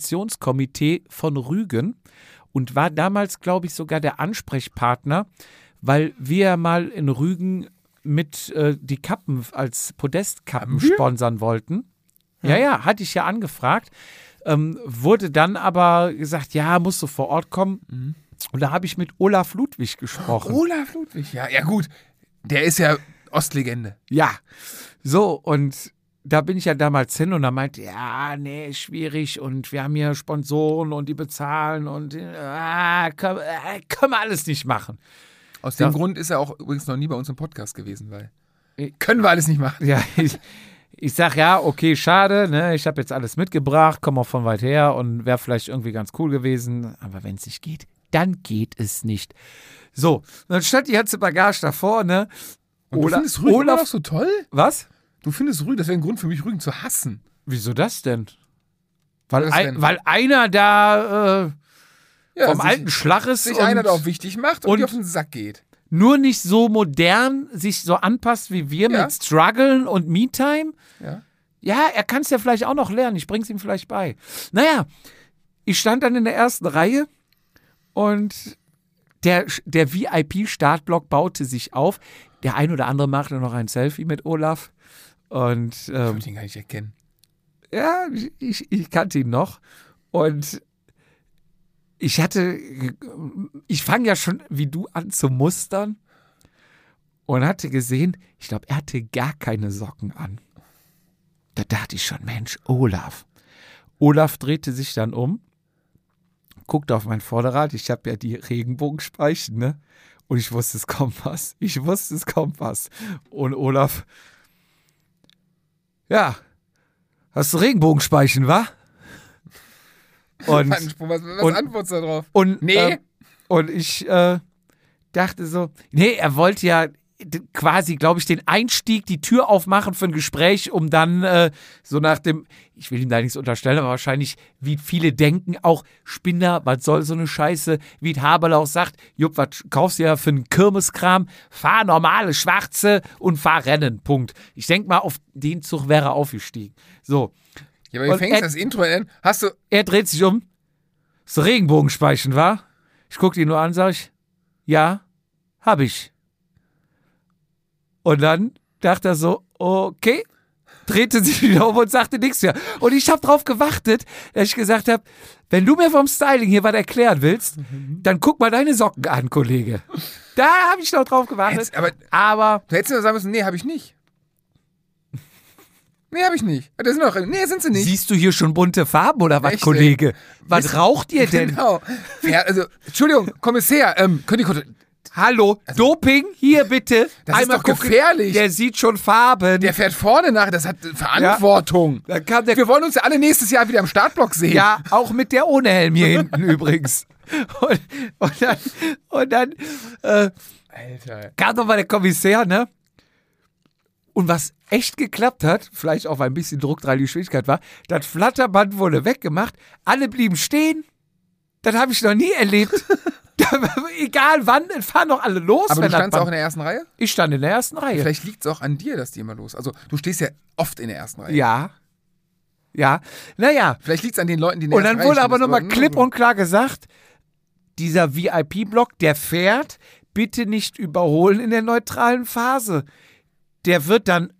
Organisationskomitee von Rügen und war damals, glaube ich, sogar der Ansprechpartner, weil wir mal in Rügen mit äh, die Kappen als Podestkappen sponsern wollten. Ja, ja, hatte ich ja angefragt. Ähm, wurde dann aber gesagt, ja, musst du vor Ort kommen. Und da habe ich mit Olaf Ludwig gesprochen.
Olaf Ludwig. Ja, ja gut. Der ist ja Ostlegende.
Ja, so und da bin ich ja damals hin und er meinte, ja, nee, ist schwierig und wir haben hier Sponsoren und die bezahlen und äh, ah, können, äh, können wir alles nicht machen.
Aus dem
Ja.
Grund ist er auch übrigens noch nie bei uns im Podcast gewesen, weil
Äh,
können wir alles nicht machen.
[LAUGHS] Ja, ich, ich sag ja, okay, schade, ne, ich habe jetzt alles mitgebracht, komme auch von weit her und wäre vielleicht irgendwie ganz cool gewesen, aber wenn es nicht geht, dann geht es nicht. So, und dann stand die ganze Bagage davor, ne?
Und
Ola-
du findest Rügen
Olaf-
Olaf so toll?
Was?
Du findest Rügen, das wäre ein Grund für mich, Rügen zu hassen.
Wieso das denn? Weil,
Was
ein,
denn?
weil einer da äh,
Ja,
vom
sich,
alten Schlaches
sich
und
einer da auch wichtig macht und,
und-
dir auf den Sack geht.
nur nicht so modern sich so anpasst wie wir
Ja.
mit Struggeln und Me-Time.
Ja.
Ja, er kann es ja vielleicht auch noch lernen. Ich bring's ihm vielleicht bei. Naja, ich stand dann in der ersten Reihe und der, der VIP-Startblock baute sich auf. Der ein oder andere machte noch ein Selfie mit Olaf. Und
Ich
ähm,
würde ihn gar nicht erkennen.
ja, ich, ich kannte ihn noch. Und ich hatte, ich fange ja schon wie du an zu mustern und hatte gesehen, ich glaube, er hatte gar keine Socken an. Da dachte ich schon, Mensch, Olaf. Olaf drehte sich dann um, guckte auf mein Vorderrad. Ich habe ja die Regenbogenspeichen, ne? Und ich wusste, es kommt was. Ich wusste, es kommt was. Und Olaf, ja, hast du Regenbogenspeichen, wa? Und,
was was
und-
antwortest du da drauf?
und,
Nee.
ähm, und ich äh, dachte so, nee, er wollte ja d- quasi, glaube ich, den Einstieg, die Tür aufmachen für ein Gespräch, um dann äh, so nach dem, ich will ihm da nichts unterstellen, aber wahrscheinlich, wie viele denken, auch Spinner, was soll so eine Scheiße, wie es Haberlauch sagt, Jupp, was kaufst du ja für einen Kirmeskram, fahr normale Schwarze und fahr Rennen, Punkt. Ich denke mal, auf den Zug wäre er aufgestiegen. So,
ja, aber du
und
fängst
er-
das Intro an, hast du,
er dreht sich um. Ist Regenbogenspeichen, wa? Ich gucke ihn nur an, sag ich, ja, hab ich. Und dann dachte er so, okay, drehte sich [LAUGHS] wieder um und sagte nichts mehr. Und ich habe drauf gewartet, dass ich gesagt habe, wenn du mir vom Styling hier was erklären willst,
Mhm.
dann guck mal deine Socken an, Kollege. Da habe ich noch drauf gewartet.
Jetzt, äh, aber-
aber
Du hättest mir sagen müssen, nee, habe ich
[LAUGHS]
nicht. Nee, habe ich nicht. Das sind doch, nee, sind sie nicht.
siehst du hier schon bunte Farben oder was,
Echt, ey.
Kollege? Was
Wisst-
raucht ihr
[LAUGHS]
denn?
genau. Ja, also, Entschuldigung, Kommissär, ähm, können die Kontro-
Hallo, Doping, hier bitte.
Also, Das ist doch gefährlich.
Der sieht schon Farben.
Der fährt vorne nach, das hat äh, Verantwortung.
dann kam der
Wir wollen uns ja alle nächstes Jahr wieder am Startblock sehen.
Ja, auch mit der ohne Helm hier
[LAUGHS]
hinten übrigens. Und, und dann, und dann äh,
Alter.
kam doch mal der Kommissär, ne? Und was echt geklappt hat, vielleicht auch weil ein bisschen Druck dran die Geschwindigkeit war, das Flatterband wurde weggemacht, alle blieben stehen. Das habe ich noch nie
[LAUGHS]
erlebt. [LAUGHS] Da war- Egal wann, dann fahren doch alle los.
Aber du
wenn das
standst auch in
Band-
der ersten Reihe?
ich stand in der ersten Reihe.
Vielleicht liegt es auch an dir, dass die immer los. Also, du stehst ja oft in der ersten Reihe.
Ja. Ja. Naja.
Vielleicht liegt es an den Leuten, die in der
Und dann
ersten Reihe
wurde aber
stehen. Das
nochmal
war-
klipp und klar gesagt, dieser VIP-Block, der fährt, bitte nicht überholen in der neutralen Phase. Der wird dann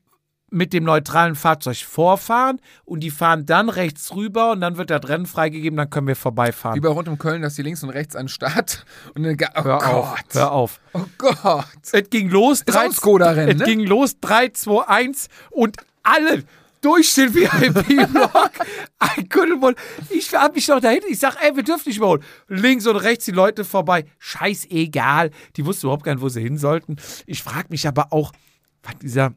mit dem neutralen Fahrzeug vorfahren und die fahren dann rechts rüber und dann wird das Rennen freigegeben, dann können wir
Wie
vorbeifahren.
bei rund um Köln, dass die links und rechts an den Start [LAUGHS] und dann. ga- Oh
Hör auf,
Gott.
hör auf.
Oh Gott.
Es ging los,
auch
3,
ein Skoda-Rennen,
es
ne?
ging los, 3, 2, 1 und alle durch den [LAUGHS] VIP-Block. ein Kuddelmull. Ich hab mich noch dahinter. Ich sag, ey, wir dürfen nicht überholen. Links und rechts die Leute vorbei. Scheißegal. Die wussten überhaupt gar nicht, wo sie hin sollten. Ich frag mich aber auch, was dieser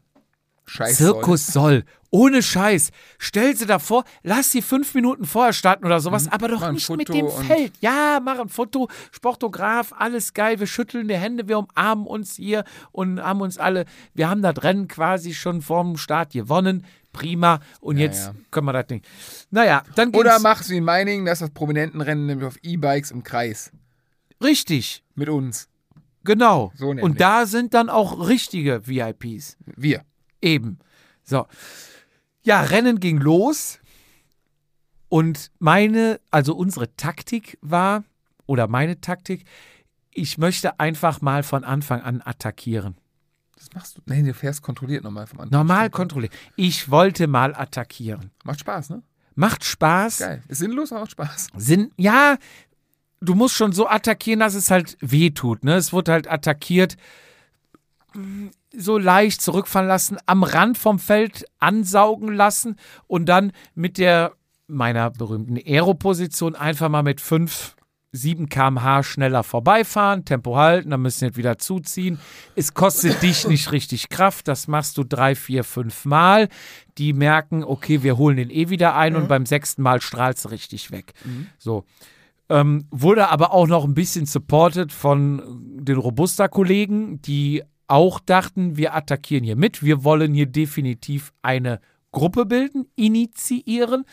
Scheiße.
Zirkus soll. Ohne Scheiß. Stell sie davor, lass sie fünf Minuten vorher starten oder sowas, aber
Mhm. mach
doch
ein
nicht
Foto
mit dem
und-
Feld. Ja, mach ein Foto, Sportograf, alles geil. Wir schütteln die Hände, wir umarmen uns hier und haben uns alle. Wir haben das Rennen quasi schon vorm Start gewonnen. Prima. Und jetzt
ja.
können wir das Ding. Naja, dann geht's.
Oder mach's wie in Meiningen, dass das Prominentenrennen nämlich auf E-Bikes im Kreis.
Richtig.
Mit uns.
Genau.
So nämlich.
und da sind dann auch richtige VIPs.
Wir.
Eben. So. Ja, Rennen ging los. Und meine, also unsere Taktik war, oder meine Taktik, ich möchte einfach mal von Anfang an attackieren.
Das machst du. Nein, du fährst kontrolliert nochmal vom Anfang.
Normal kontrollieren. Ich wollte mal attackieren.
Macht Spaß, ne?
Macht Spaß.
Geil. Ist sinnlos, aber macht Spaß.
Sinn, ja, du musst schon so attackieren, dass es halt weh tut. Ne? Es wird halt attackiert, mh, so leicht zurückfahren lassen, am Rand vom Feld ansaugen lassen und dann mit der meiner berühmten Aero-Position einfach mal mit 5, 7 km/h schneller vorbeifahren, Tempo halten, dann müssen wir jetzt wieder zuziehen. Es kostet dich nicht richtig Kraft, das machst du drei, vier, fünf Mal. Die merken, okay, wir holen den eh wieder ein und beim sechsten Mal strahlst du richtig weg. So. Ähm, wurde aber auch noch ein bisschen supported von den Robusta-Kollegen, die auch dachten, wir attackieren hier mit. Wir wollen hier definitiv eine Gruppe bilden, initiieren.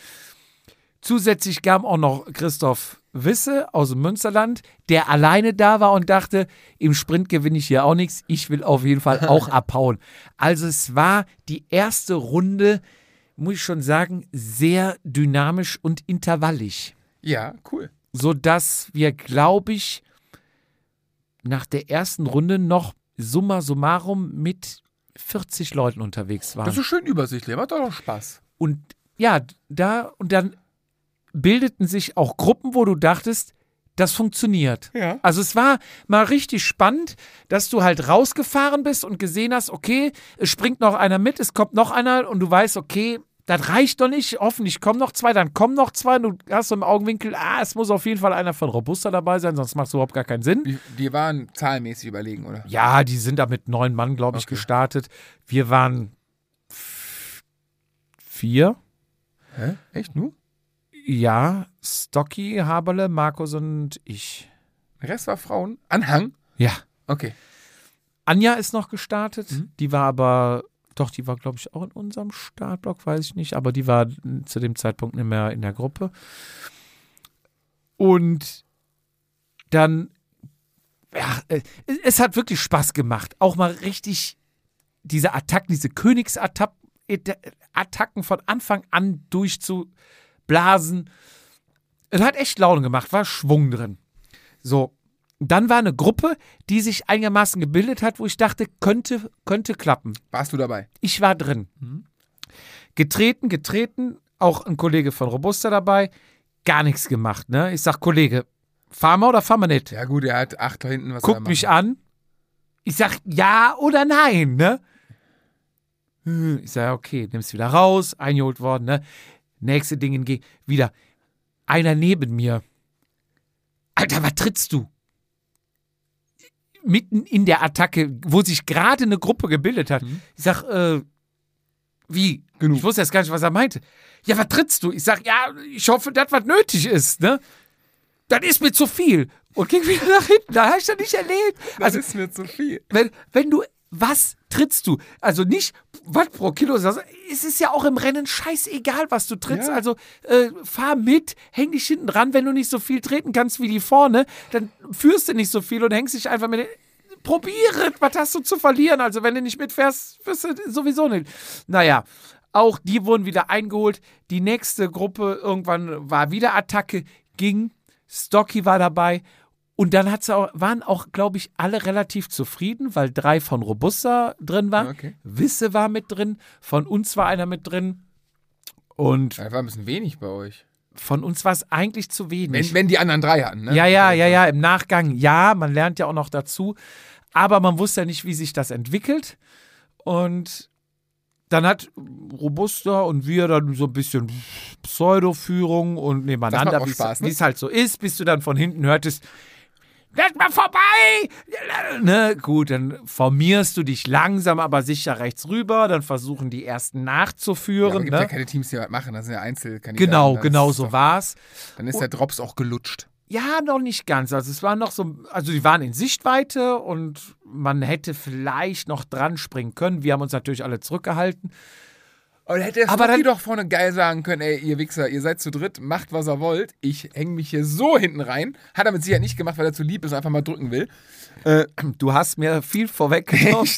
Zusätzlich kam auch noch Christoph Wisse aus dem Münsterland, der alleine da war und dachte, im Sprint gewinne ich hier auch nichts, ich will auf jeden Fall auch abhauen. Also es war die erste Runde, muss ich schon sagen, sehr dynamisch und intervallig
Ja, cool.
sodass wir, glaube ich, nach der ersten Runde noch summa summarum mit 40 Leuten unterwegs
Das
waren.
ist schön übersichtlich. Macht doch noch Spaß.
Und ja, da und dann bildeten sich auch Gruppen, wo du dachtest, das funktioniert.
Ja.
Also es war mal richtig spannend, dass du halt rausgefahren bist und gesehen hast, okay, es springt noch einer mit, es kommt noch einer und du weißt, okay, das reicht doch nicht, hoffentlich kommen noch zwei, dann kommen noch zwei und du hast so im Augenwinkel, ah, es muss auf jeden Fall einer von Robusta dabei sein, sonst macht es überhaupt gar keinen Sinn.
Die, die waren zahlenmäßig überlegen, oder?
Ja, die sind da mit neun Mann, glaube ich,
Okay.
gestartet. Wir waren f- vier.
Hä? Echt nur?
Ja, Stocky, Haberle, Markus und ich.
Der Rest war Frauen. Anhang?
Ja.
Okay.
Anja ist noch gestartet.
Mhm.
Die war aber, doch, die war, glaube ich, auch in unserem Startblock, weiß ich nicht. Aber die war mm, zu dem Zeitpunkt nicht mehr in der Gruppe. Und dann, ja, äh, es hat wirklich Spaß gemacht. Auch mal richtig diese Attacken, diese Königsattacken Attacken von Anfang an durchzublasen. Es hat echt Laune gemacht, war Schwung drin. So, dann war eine Gruppe, die sich einigermaßen gebildet hat, wo ich dachte, könnte, könnte klappen.
Warst du dabei?
Ich war drin. Getreten, getreten, auch ein Kollege von Robusta dabei, gar nichts gemacht. Ne? Ich sag, Kollege, fahren wir oder fahren wir nicht?
Ja, gut, er hat acht da hinten was
Guckt mich an. Ich sag, ja oder nein, ne? Hm, Ich sag, okay, nimm's wieder raus, eingeholt worden, ne? Nächste Ding hingegen, wieder. Einer neben mir. Alter, was trittst du? Mitten in der Attacke, wo sich gerade eine Gruppe gebildet hat. Ich sag, äh, wie?
Mhm. Genug.
Ich wusste jetzt gar nicht, was er meinte. Ja, was trittst du? Ich sag, ja, ich hoffe, das, was nötig ist, ne? Das ist mir zu viel. Und ging wieder nach hinten. Da hast du nicht erlebt.
Das
Also,
ist mir zu viel.
wenn, wenn du, was trittst du? Also nicht Watt pro Kilo, sondern es ist ja auch im Rennen scheißegal, was du trittst.
Ja.
Also äh, fahr mit, häng dich hinten dran, wenn du nicht so viel treten kannst wie die vorne, dann führst du nicht so viel und hängst dich einfach mit. den- Probiere, was hast du zu verlieren? Also wenn du nicht mitfährst, wirst du sowieso nicht. Naja, auch die wurden wieder eingeholt. Die nächste Gruppe irgendwann war wieder Attacke, ging. Stocky war dabei und dann hat's auch, waren auch, glaube ich, alle relativ zufrieden, weil drei von Robusta drin waren.
Okay.
Wisse war mit drin, von uns war einer mit drin. Und
Das war ein bisschen wenig bei euch.
von uns war es eigentlich zu wenig.
Wenn, wenn die anderen drei hatten, ne?
Ja, ja, ja, ja, im Nachgang, ja, man lernt ja auch noch dazu. Aber man wusste ja nicht, wie sich das entwickelt. Und dann hat Robusta und wir dann so ein bisschen Pseudoführung und
Das
nebeneinander,
macht auch
wie es-
Spaß, ne?
wie es halt so ist, bis du dann von hinten hörtest, werd mal vorbei! Ne? Gut, dann formierst du dich langsam, aber sicher rechts rüber, dann versuchen die ersten
Ja, aber
nachzuführen.
gibt ja
ne?
keine Teams, die was machen. Das sind ja Einzelkandidaten.
Genau,
Dann
genau
ist
so
doch-
war's.
Dann ist der Drops auch gelutscht.
Ja, noch nicht ganz. Also es war noch so, also die waren in Sichtweite und man hätte vielleicht noch dran springen können. Wir haben uns natürlich alle zurückgehalten.
Und Oh, hätte der
Aber
aber
dann-
dann, doch vorne geil sagen können, ey, ihr Wichser, ihr seid zu dritt, macht was ihr wollt. Ich hänge mich hier so hinten rein. Hat er mit Sicherheit nicht gemacht, weil er zu lieb ist und einfach mal drücken will.
Du hast mir viel vorweggenommen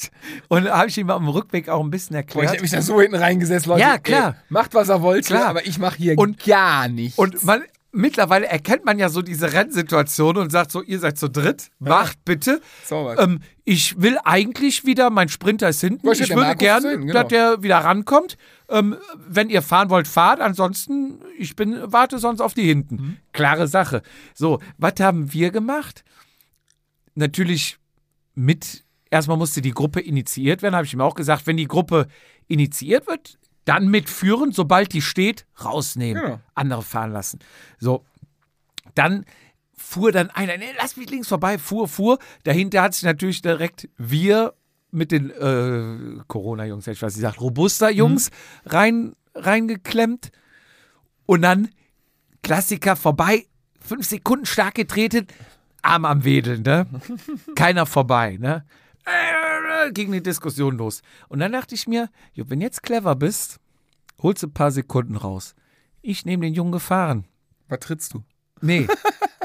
und habe ich ihm am Rückweg auch ein bisschen
Boah, ich
erklärt.
hätte mich da so hinten reingesetzt, Leute.
Ja, klar.
Ey, macht was ihr wollt,
Klar.
klar. aber ich mache hier
Und-
gar nichts.
Und man, mittlerweile erkennt man ja so diese Rennsituation und sagt so, ihr seid zu dritt, macht bitte.
So was.
Ähm, ich will eigentlich wieder, mein Sprinter ist hinten,
Wo steht
ich
der
würde
Markus
gerne,
hin? Genau.
dass der wieder rankommt. Ähm, wenn ihr fahren wollt, fahrt, ansonsten, ich bin, warte sonst auf die hinten.
Mhm.
Klare Sache. So, was haben wir gemacht? Natürlich mit, erstmal musste die Gruppe initiiert werden, habe ich ihm auch gesagt, wenn die Gruppe initiiert wird, dann mitführen, sobald die steht, rausnehmen,
Genau.
andere fahren lassen. So, dann fuhr dann einer, nee, lass mich links vorbei, fuhr, fuhr. Dahinter hat sich natürlich direkt wir mit den äh, Corona-Jungs, hätte ich was gesagt, Robusta-Jungs rein, reingeklemmt. Und dann Klassiker vorbei, fünf Sekunden stark getreten, Arm am Wedeln, ne? Keiner vorbei, ne? Äh, Ging die Diskussion los. Und dann dachte ich mir, jo, wenn jetzt clever bist, holst du ein paar Sekunden raus. Ich nehme den Jungen gefahren.
was trittst du?
Nee,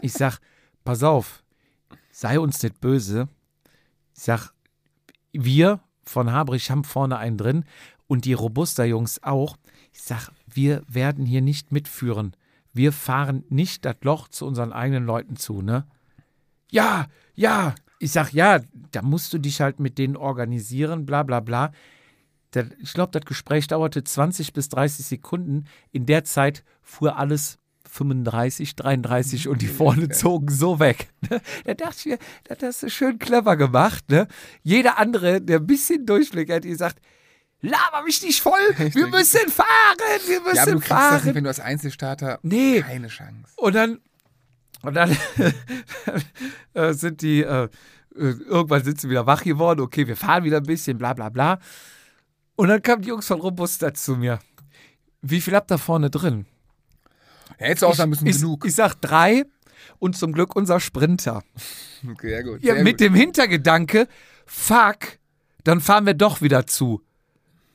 ich sag, pass auf, sei uns nicht böse. Ich sag, wir von Habrich haben vorne einen drin und die Robusta-Jungs auch. Ich sag, wir werden hier nicht mitführen. Wir fahren nicht das Loch zu unseren eigenen Leuten zu, ne? Ja, ja. Ich sag, ja, da musst du dich halt mit denen organisieren, bla bla bla. Da- Ich glaube, das Gespräch dauerte 20 bis 30 Sekunden. In der Zeit fuhr alles 35, 33
Mhm.
und die vorne zogen so weg. ne? Da dachte ich mir, das hast du schön clever gemacht. Ne? Jeder andere, der ein bisschen Durchblick hat, die sagt, laber mich nicht voll, wir
Richtig.
müssen fahren, wir müssen
Ja, aber du kriegst das nicht,
fahren.
wenn du als Einzelstarter
Nee.
keine Chance.
Und dann, und dann [LAUGHS] äh, sind die, äh, äh, irgendwann sind sie wieder wach geworden, okay, wir fahren wieder ein bisschen, bla bla bla. Und dann kamen die Jungs von Robusta zu mir. Wie viel habt ihr vorne drin?
Hättest du auch sagen müssen,
ich,
genug. [LAUGHS]
Ich sag drei und zum Glück unser Sprinter.
okay, ja, gut.
Ja,
sehr
mit
gut.
dem Hintergedanke, fuck, dann fahren wir doch wieder zu.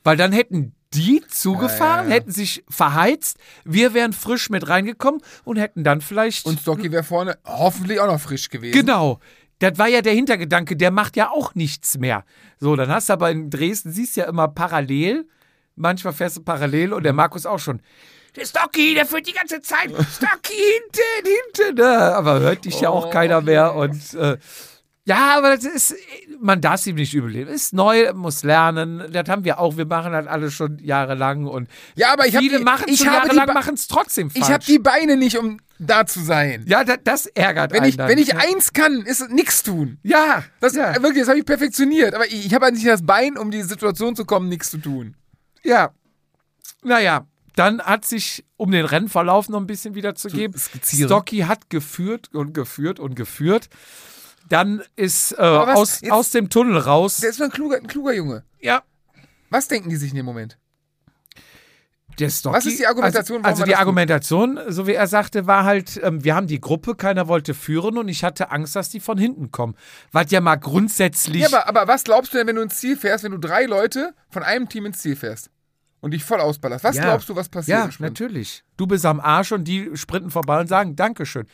Weil dann hätten die zugefahren,
Ja, ja, ja.
hätten sich verheizt, wir wären frisch mit reingekommen und hätten dann vielleicht.
Und Stocky wäre vorne hoffentlich auch noch frisch gewesen.
Genau. Das war ja der Hintergedanke, der macht ja auch nichts mehr. So, dann hast du aber in Dresden, siehst du ja immer parallel, manchmal fährst du parallel und der
Mhm.
Markus auch schon. Der Stocky, der führt die ganze
[LAUGHS]
Zeit. Stocky hinten, hinten. Ne? Aber hört dich ja auch
Oh.
keiner mehr. Und äh, ja, aber das ist, man darf es ihm nicht übel nehmen. Ist neu, muss lernen. Das haben wir auch. Wir machen das alle schon jahrelang. Und
Ja, aber ich hab
viele
die-
machen es
ich
schon
habe die
jahrelang,
Ba-
machen es trotzdem falsch.
Ich habe die Beine nicht, um da zu sein.
ja, das, das ärgert
wenn
einen
ich,
dann. ne?
wenn ich eins kann, ist nichts tun.
ja,
Das,
ja,
Wirklich, das habe ich perfektioniert. Aber ich, ich habe halt nicht das Bein, um die Situation zu kommen, nichts zu tun.
ja. Naja, dann hat sich, um den Rennverlauf noch ein bisschen wiederzugeben,
skizzieren.
Stocky hat geführt und geführt und geführt. Dann ist äh,
was-
aus,
jetzt-
aus dem Tunnel raus.
Der ist mal ein kluger, ein kluger Junge.
ja,
Was denken die sich in dem Moment?
Der Stocky,
Was ist die Argumentation, warum
Also, also
man
die
das tut?
Argumentation, so wie er sagte, war halt, ähm, wir haben die Gruppe, keiner wollte führen und ich hatte Angst, dass die von hinten kommen. Was ja mal grundsätzlich.
Ja, aber, aber was glaubst du denn, wenn du ins Ziel fährst, wenn du drei Leute von einem Team ins Ziel fährst und dich voll ausballerst? Was
Ja.
glaubst du, was passiert?
Ja,
im Sprint?
natürlich. Du bist am Arsch und die sprinten vorbei und sagen Dankeschön.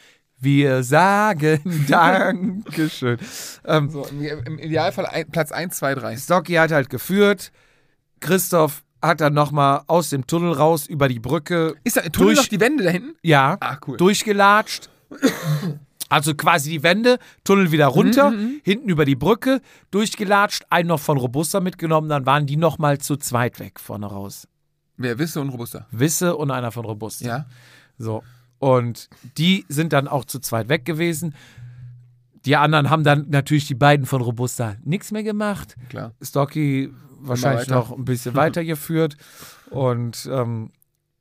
[LAUGHS]
Wir sagen Dankeschön. ähm,
So, im, Im Idealfall ein, Platz 1, 2, 3.
Stocky hat halt geführt. Christoph hat dann nochmal aus dem Tunnel raus über die Brücke.
Ist da Tunnel
Durch-
noch die Wände da hinten?
Ja.
Ah, cool.
durchgelatscht. Also quasi die Wände, Tunnel
Mhm,
wieder runter, hinten über die Brücke, durchgelatscht, einen noch von Robusta mitgenommen, dann waren die nochmal zu zweit weg vorne raus.
Wer Wisse und Robuster.
Wisse und einer von Robusta.
Ja.
So. Und die sind dann auch zu zweit weg gewesen. Die anderen haben dann natürlich die beiden von Robusta nichts mehr gemacht.
Klar.
Stocky wahrscheinlich
weiter.
noch ein bisschen weitergeführt. Und ähm,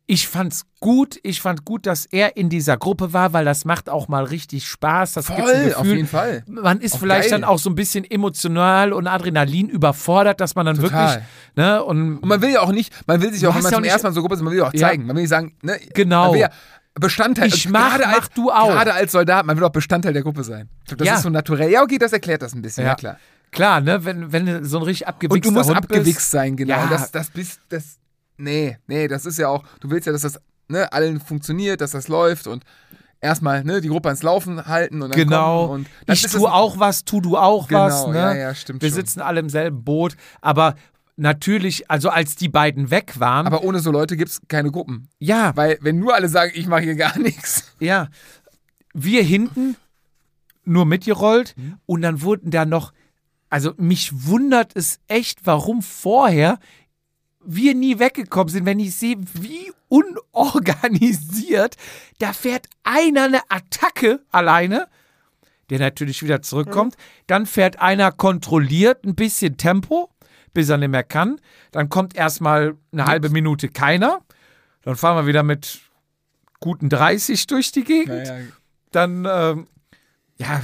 ich fand's gut. Ich fand gut, dass er in dieser Gruppe war, weil das macht auch mal richtig Spaß. Das gibt ein
Voll,
Gefühl.
auf jeden Fall.
Man ist
Auch
vielleicht
geil.
dann auch so ein bisschen emotional und Adrenalin überfordert, dass man dann
Total.
wirklich. Ne, und
Und man will ja auch nicht, man will sich ja auch,
Du
wenn man
hast ja auch
zum
nicht-
ersten Mal in so einer Gruppe ist, man will ja auch
Ja.
zeigen. Man will nicht sagen, ne?
Genau.
Man will ja Bestandteil.
Ich mach,
gerade als,
mach du auch.
Gerade als Soldat, man will auch Bestandteil der Gruppe sein. Ich glaub, Das
Ja.
ist so naturell. Ja, okay, das erklärt das ein bisschen, ja,
Ja.
klar.
klar, ne, wenn, wenn du so ein richtig abgewichster
Und du musst
Hund
abgewichst
bist,
sein, genau.
Ja.
Das, das bist, das, nee, nee, das ist ja auch, du willst ja, dass das, ne, allen funktioniert, dass das läuft und erstmal, ne, die Gruppe ans Laufen halten und dann
Genau.
kommen und dann
ich
ist
tu
das-
auch was, tu du auch
Genau,
was. Ne?
ja, ja, stimmt
Wir
schon.
sitzen alle im selben Boot, aber natürlich, also als die beiden weg waren,
Aber ohne so Leute gibt's keine Gruppen.
ja,
Weil, wenn nur alle sagen, ich mache hier gar nichts.
ja, wir hinten nur mitgerollt und dann wurden da noch, also mich wundert es echt, warum vorher wir nie weggekommen sind, wenn ich sehe, wie unorganisiert, da fährt einer eine Attacke alleine, der natürlich wieder zurückkommt, dann fährt einer kontrolliert ein bisschen Tempo, bis er nicht mehr kann, dann kommt erstmal eine halbe Minute keiner, dann fahren wir wieder mit guten 30 durch die Gegend dann ähm, ja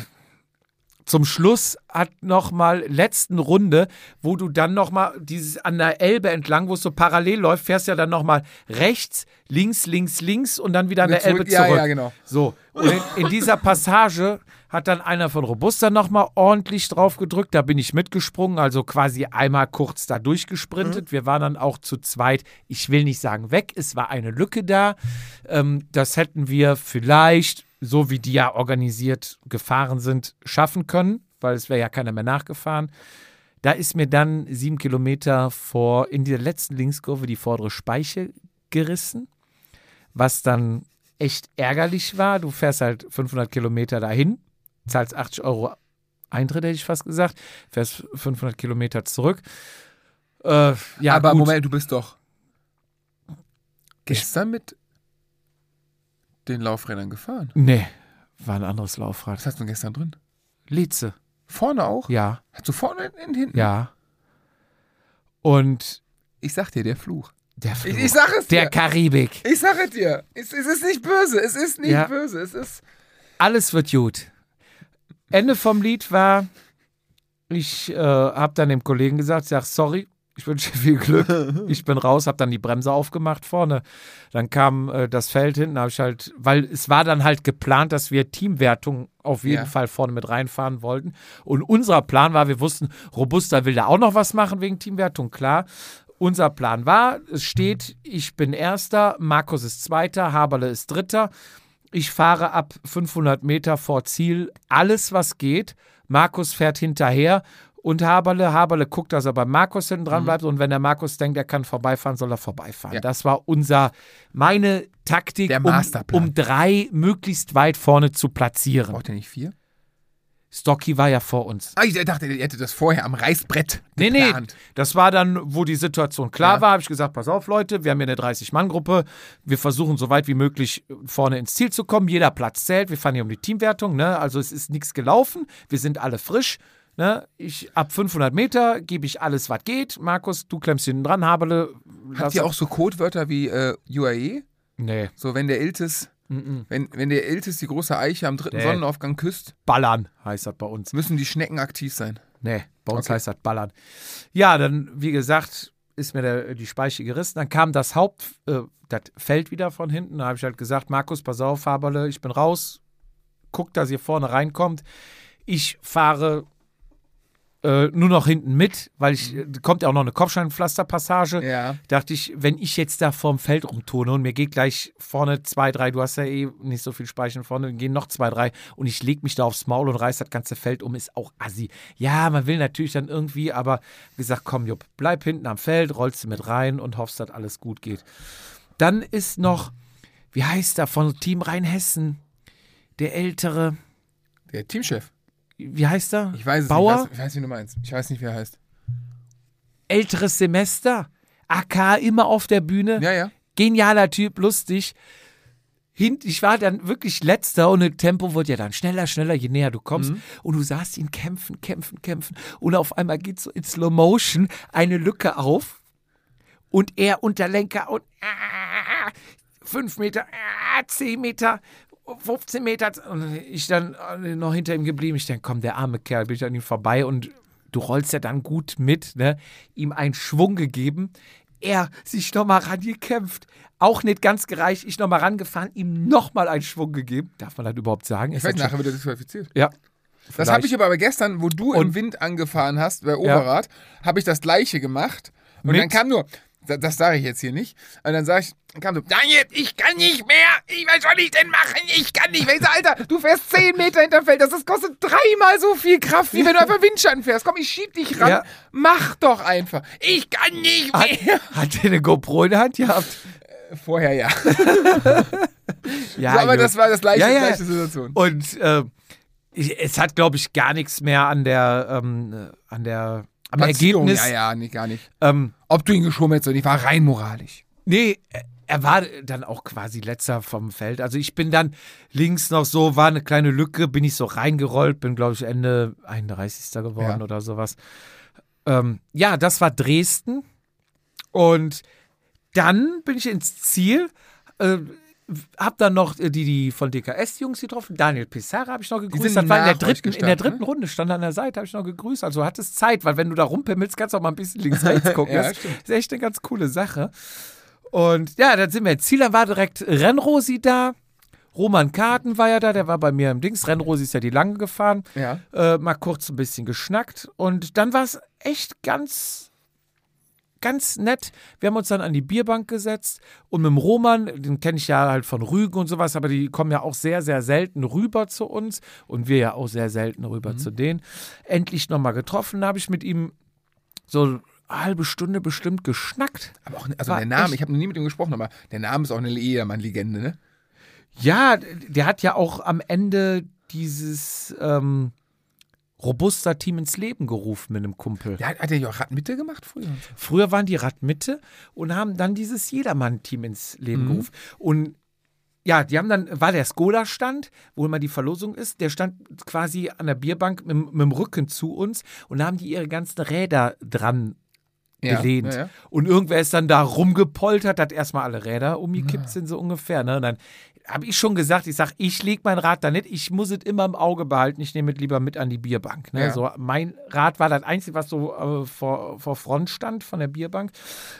zum Schluss hat noch mal letzten Runde, wo du dann noch mal dieses an der Elbe entlang, wo es so parallel läuft, fährst ja dann noch mal rechts, links, links, links und dann wieder an
Wieder
der Elbe
zurück- ja,
zurück.
ja, genau.
So und in, in dieser Passage hat dann einer von Robusta noch mal ordentlich drauf gedrückt. Da bin ich mitgesprungen, also quasi einmal kurz da durchgesprintet. Wir waren dann auch zu zweit. Ich will nicht sagen weg, es war eine Lücke da. Ähm, das hätten wir vielleicht, so wie die ja organisiert gefahren sind, schaffen können, weil es wäre ja keiner mehr nachgefahren. Da ist mir dann sieben Kilometer vor, in der letzten Linkskurve, die vordere Speiche gerissen, was dann echt ärgerlich war. Du fährst halt 500 Kilometer dahin, zahlst 80 Euro Eintritt, hätte ich fast gesagt, fährst 500 Kilometer zurück. Äh, ja,
Aber
gut.
Moment, du bist doch gestern mit den Laufrädern gefahren.
Nee, war ein anderes Laufrad.
Was hast du denn gestern drin?
Lize,
Vorne auch?
ja.
Hast du vorne und hinten?
Ja. Und
Ich sag dir, der Fluch.
der Fluch
Ich, ich sag Hm. es
der
dir.
Karibik.
Ich sag es dir. Es, es ist nicht böse. Es ist nicht
Ja.
böse. Es ist.
Alles wird gut. Ende vom Lied war, ich äh, habe dann dem Kollegen gesagt, ich sag sorry, ich wünsche dir viel Glück. Ich bin raus, habe dann die Bremse aufgemacht vorne. Dann kam äh, das Feld hinten, habe ich halt, weil es war dann halt geplant, dass wir Teamwertung auf jeden
Ja.
Fall vorne mit reinfahren wollten. Und unser Plan war, wir wussten, Robusta will da auch noch was machen wegen Teamwertung, klar. Unser Plan war, es steht, ich bin Erster, Markus ist Zweiter, Haberle ist Dritter. Ich fahre ab 500 Meter vor Ziel alles, was geht. Markus fährt hinterher und Haberle. Haberle guckt, dass er bei Markus hinten dran bleibt und wenn der Markus denkt, er kann vorbeifahren, soll er vorbeifahren.
Mhm. Ja.
Das war unser, meine Taktik,
Der
um,
Masterplan. Oh.
um drei möglichst weit vorne zu platzieren.
Braucht ihr nicht vier?
Stocky war ja vor uns.
Ah, ich dachte, ihr hättet das vorher am Reißbrett
Nee, nee,
geplant.
das war dann, wo die Situation klar
Ja.
war, habe ich gesagt, pass auf Leute, wir haben hier eine 30-Mann-Gruppe, wir versuchen so weit wie möglich äh, vorne ins Ziel zu kommen, jeder Platz zählt, wir fahren hier um die Teamwertung, ne? also es ist nichts gelaufen, wir sind alle frisch. Ne? Ich, ab 500 Meter gebe ich alles, was geht. Markus, du klemmst hinten dran, Habele.
Habt
lass-
ihr auch so Codewörter wie äh, UAE?
Nee,
So, wenn der Iltis,
Mhm.
wenn, wenn der Iltis die große Eiche am dritten
Nee.
Sonnenaufgang küsst,
ballern heißt das bei uns.
müssen die Schnecken aktiv sein.
Nee, bei uns
Okay.
heißt das Ballern. Ja, dann, wie gesagt, ist mir der, die Speiche gerissen. Dann kam das Haupt, äh, das Feld wieder von hinten. Da habe ich halt gesagt, Markus, pass auf, Haberle, ich bin raus. Guckt, dass ihr vorne reinkommt. Ich fahre äh, nur noch hinten mit, weil ich, äh, kommt ja auch noch eine Kopfscheinpflasterpassage.
Ja.
Dachte ich, wenn ich jetzt da vorm Feld rumturne und mir geht gleich vorne zwei, drei, du hast ja eh nicht so viel Speichen vorne, gehen noch zwei, drei und ich leg mich da aufs Maul und reiß das ganze Feld um, ist auch assi. Ja, man will natürlich dann irgendwie, aber wie gesagt, komm Jupp, bleib hinten am Feld, rollst du mit rein und hoffst, dass alles gut geht. Dann ist noch, wie heißt da von Team Rheinhessen, der Ältere,
Der Teamchef.
wie heißt er?
Ich weiß es
Bauer?
nicht. Ich weiß, ich weiß, wie du meinst. Ich weiß nicht, wie er heißt.
Älteres Semester, AK immer auf der Bühne.
Ja, ja.
genialer Typ, lustig. Hint, ich war dann wirklich letzter und das Tempo wurde ja dann schneller, schneller, je näher du kommst. Und du sahst ihn kämpfen, kämpfen, kämpfen. Und auf einmal geht so in Slow Motion eine Lücke auf und er unter Lenker und ah, fünf Meter, ah, zehn Meter, 15 Meter. Und ich dann äh, noch hinter ihm geblieben. Ich denke, komm, der arme Kerl, bin ich an ihm vorbei und du rollst ja dann gut mit, ne? Ihm einen Schwung gegeben. Er sich nochmal rangekämpft. Auch nicht ganz gereicht. Ich nochmal rangefahren, ihm nochmal einen Schwung gegeben. Darf man das überhaupt sagen?
Ich weiß, nachher wird er disqualifiziert.
Ja.
Das
Vielleicht.
habe ich aber aber gestern, wo du im
Und-
Wind angefahren hast, bei Oberrad, habe ich das gleiche gemacht. Und
Mit-
dann kam nur, das, das sage ich jetzt hier nicht, und dann sag ich, dann kam so, Daniel, ich kann nicht mehr, ich, was soll ich denn machen, ich kann nicht mehr. Ich sag, Alter, du fährst 10 Meter hinterm Feld, das, das kostet dreimal so viel Kraft, wie wenn du einfach Windschatten fährst. Komm, ich schieb dich ran,
Ja. Ah,
mach doch einfach. Ich kann nicht
Hat,
mehr.
hat er eine GoPro in der Hand gehabt?
Vorher ja.
Ja,
so, aber
gut.
das war das gleiche,
Ja, ja.
gleiche Situation.
Und äh, ich- es hat, glaube ich, gar nichts mehr an der, ähm, äh, an der, am
Platzierung,
Ergebnis.
Ja, ja, nee, gar nicht.
Ähm,
Ob du ihn geschummelt hast oder nicht, war rein moralisch.
nee, äh, er war dann auch quasi letzter vom Feld. Also ich bin dann links noch so, war eine kleine Lücke, bin ich so reingerollt, bin, glaube ich, Ende 31. geworden
Ja.
oder sowas. Ähm, ja, das war Dresden. Und dann bin ich ins Ziel. Äh, hab dann noch äh, die, die von DKS-Jungs getroffen. Daniel Pissarra habe ich noch gegrüßt.
sind
Das war in der
nach euch
dritten, in der
gestartet,
dritten
ne?
Runde, stand an der Seite, habe ich noch gegrüßt. Also hattest Zeit, weil wenn du da rumpimmelst, kannst du auch mal ein bisschen
[LAUGHS]
links rechts gucken.
Ja,
das ist-
stimmt.
ist echt eine ganz coole Sache. Und ja, dann sind wir ins Ziel. Dann war direkt Renrosi da. Roman Karten war ja da, der war bei mir im Dings. Renrosi ist ja die lange gefahren
Ja.
äh, mal kurz ein bisschen geschnackt und dann war es echt ganz ganz nett. Wir haben uns dann an die Bierbank gesetzt und mit dem Roman, den kenne ich ja halt von Rügen und sowas, aber die kommen ja auch sehr, sehr selten rüber zu uns und wir ja auch sehr selten rüber zu denen. Endlich nochmal getroffen, da habe ich mit ihm so eine halbe Stunde bestimmt geschnackt.
Aber auch, also
War
der Name,
echt-
ich habe noch nie mit ihm gesprochen, aber der Name ist auch eine Ehemann-Legende, ne?
Ja, der hat ja auch am Ende dieses ähm, robuster Team ins Leben gerufen mit einem Kumpel.
Ja, hat er ja auch Radmitte gemacht früher?
Früher waren die Radmitte und haben dann dieses Jedermann-Team ins Leben gerufen. Und ja, die haben dann, war der Skoda-Stand, wo immer die Verlosung ist, der stand quasi an der Bierbank mit, mit dem Rücken zu uns und da haben die ihre ganzen Räder dran
Ja,
gelehnt.
ja, ja.
Und irgendwer ist dann da rumgepoltert, hat erstmal alle Räder umgekippt sind, so ungefähr. Ne? Und dann habe ich schon gesagt, ich sage, ich lege mein Rad da nicht, ich muss es immer im Auge behalten, ich nehme es lieber mit an die Bierbank. Ne?
Ja.
So, mein Rad war das Einzige, was so äh, vor, vor Front stand von der Bierbank.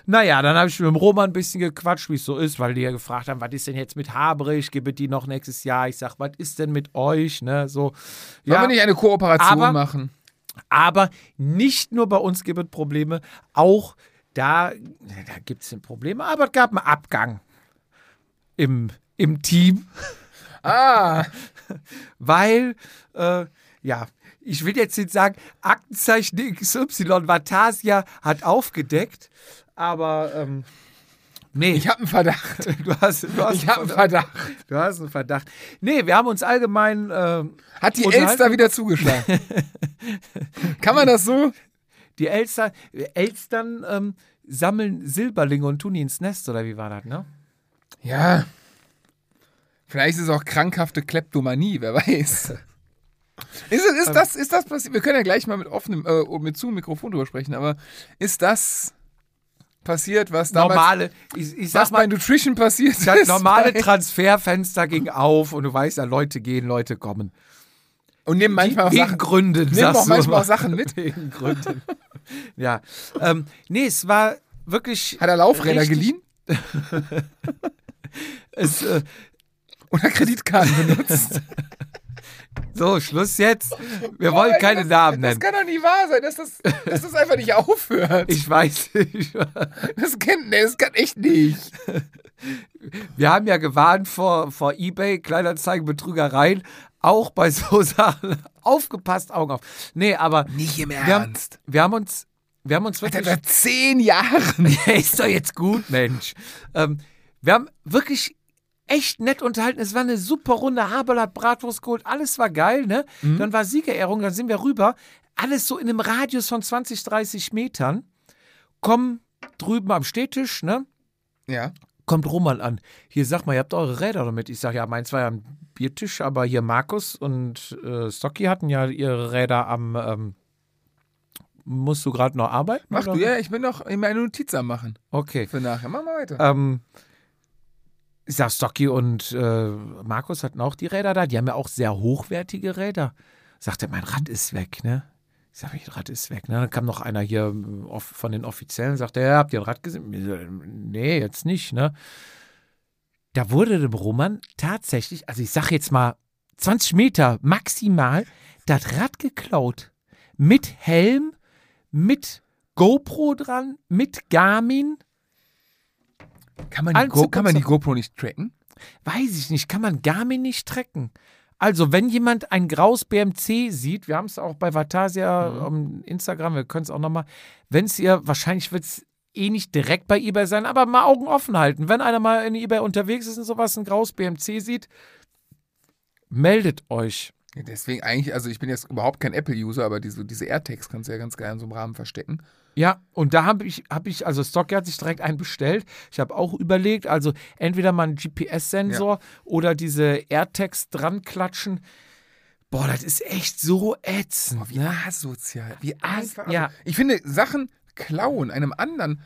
Naja, dann habe ich mit dem Roman ein bisschen gequatscht, wie es so ist, weil die ja gefragt haben, was ist denn jetzt mit Habrich, gebe die noch nächstes Jahr? Ich sage, was ist denn mit euch? Ne? So,
Wollen wir nicht eine Kooperation
Aber-
machen?
aber nicht nur bei uns gibt es Probleme, auch da, da gibt es Probleme, aber es gab einen Abgang im, im Team,
Ah,
weil äh, ja, ich will jetzt nicht sagen, Aktenzeichen XY Vatasia hat aufgedeckt, aber ähm, nee.
Ich habe einen Verdacht.
[LAUGHS] du hast, du hast
Ich habe einen Verdacht.
Du hast einen Verdacht. Nee, wir haben uns allgemein. ähm,
Hat die
unterhalten.
Elster wieder
[LAUGHS]
zugeschlagen? Kann man das so?
Die Elster, Elstern ähm, sammeln Silberlinge und tun die ins Nest, oder wie war das, ne?
Ja. Vielleicht ist es auch krankhafte Kleptomanie, wer
[LAUGHS]
weiß. Ist,
Ähm.
es- ist, das, ist das passiert? Wir können ja gleich mal mit offenem, äh, mit zu Mikrofon drüber sprechen, aber ist das passiert, was damals,
Normale, ich, ich
was
sag
[LAUGHS] bei
mal,
Nutrition passiert
das
ist?
normale Transferfenster ging auf und du weißt ja, Leute gehen, Leute kommen.
[LAUGHS] Und nimm manchmal auch
Wegen
Sachen,
Gründen,
nimm auch
sagst du
manchmal
immer.
auch Sachen mit.
[LAUGHS] Wegen Gründen. ja. Ähm, nee, es war wirklich,
Hat er Laufräder
Richtig.
geliehen
es, äh,
oder Kreditkarten
[LAUGHS]
benutzt?
so, Schluss jetzt. Wir wollen keine
Oh, das,
Namen
Das
nennen.
kann doch nicht wahr sein, dass das, dass das einfach nicht aufhört.
Ich weiß nicht. [LAUGHS]
das, kennt, nee, das kann echt nicht.
Wir haben ja gewarnt vor, vor Ebay, Kleinanzeigen, Betrügereien, auch bei so [LAUGHS] Sachen. Aufgepasst, Augen auf. Nee, aber
Nicht im
wir haben, wir haben uns, wir haben uns
Alter,
wirklich.
seit zehn Jahren.
[LAUGHS] ist doch jetzt gut, Mensch. Ähm, wir haben wirklich echt nett unterhalten. Es war eine super Runde. Haberl hat Bratwurst geholt. Alles war geil, ne?
Mhm.
Dann war Siegerehrung. Dann sind wir rüber. Alles so in einem Radius von 20, 30 Metern. Kommen drüben am Stehtisch, ne?
Ja.
kommt Roman an. Hier, sag mal, ihr habt eure Räder damit. Ich sag, ja, meins war ja am Biertisch, aber hier Markus und äh, Stocky hatten ja ihre Räder am. Ähm, musst du gerade noch arbeiten?
Mach du,
oder?
ja, ich bin noch in meine Notiz am machen
Okay.
für nachher. Mach mal weiter.
Ähm, ich sag, Stocky und äh, Markus hatten auch die Räder da. Die haben ja auch sehr hochwertige Räder. Sagt er, mein Rad ist weg, ne? Ich sag, mein Rad ist weg, ne? Dann kam noch einer hier ähm, off- von den Offiziellen, sagt er, ja, habt ihr ein Rad gesehen? Ich so, äh, nee, jetzt nicht, ne? Da wurde dem Roman tatsächlich, also ich sag jetzt mal 20 Meter maximal, das Rad geklaut. Mit Helm, mit GoPro dran, mit Garmin.
Kann man, die
allen
Go, kann man die
Zipper-
GoPro nicht tracken?
Weiß ich nicht, kann man Garmin nicht tracken. Also, wenn jemand ein graues BMC sieht, wir haben es auch bei Vatasia am Instagram, wir können es auch nochmal, wenn es ihr, wahrscheinlich wird es eh nicht direkt bei eBay sein, aber mal Augen offen halten. Wenn einer mal in eBay unterwegs ist und sowas, ein graues BMC sieht, meldet euch.
Ja, deswegen eigentlich, also ich bin jetzt überhaupt kein Apple-User, aber diese, diese AirTags kannst du ja ganz geil in so einem Rahmen verstecken.
Ja, und da habe ich, habe ich, also Stocky hat sich direkt einen bestellt. Ich habe auch überlegt, also entweder mal einen GPS-Sensor oder diese AirTags dran klatschen. Boah, das ist echt so ätzend.
Boah, wie asozial. Wie
As-
einfach.
ne? ja.
Ich finde, Sachen klauen, einem anderen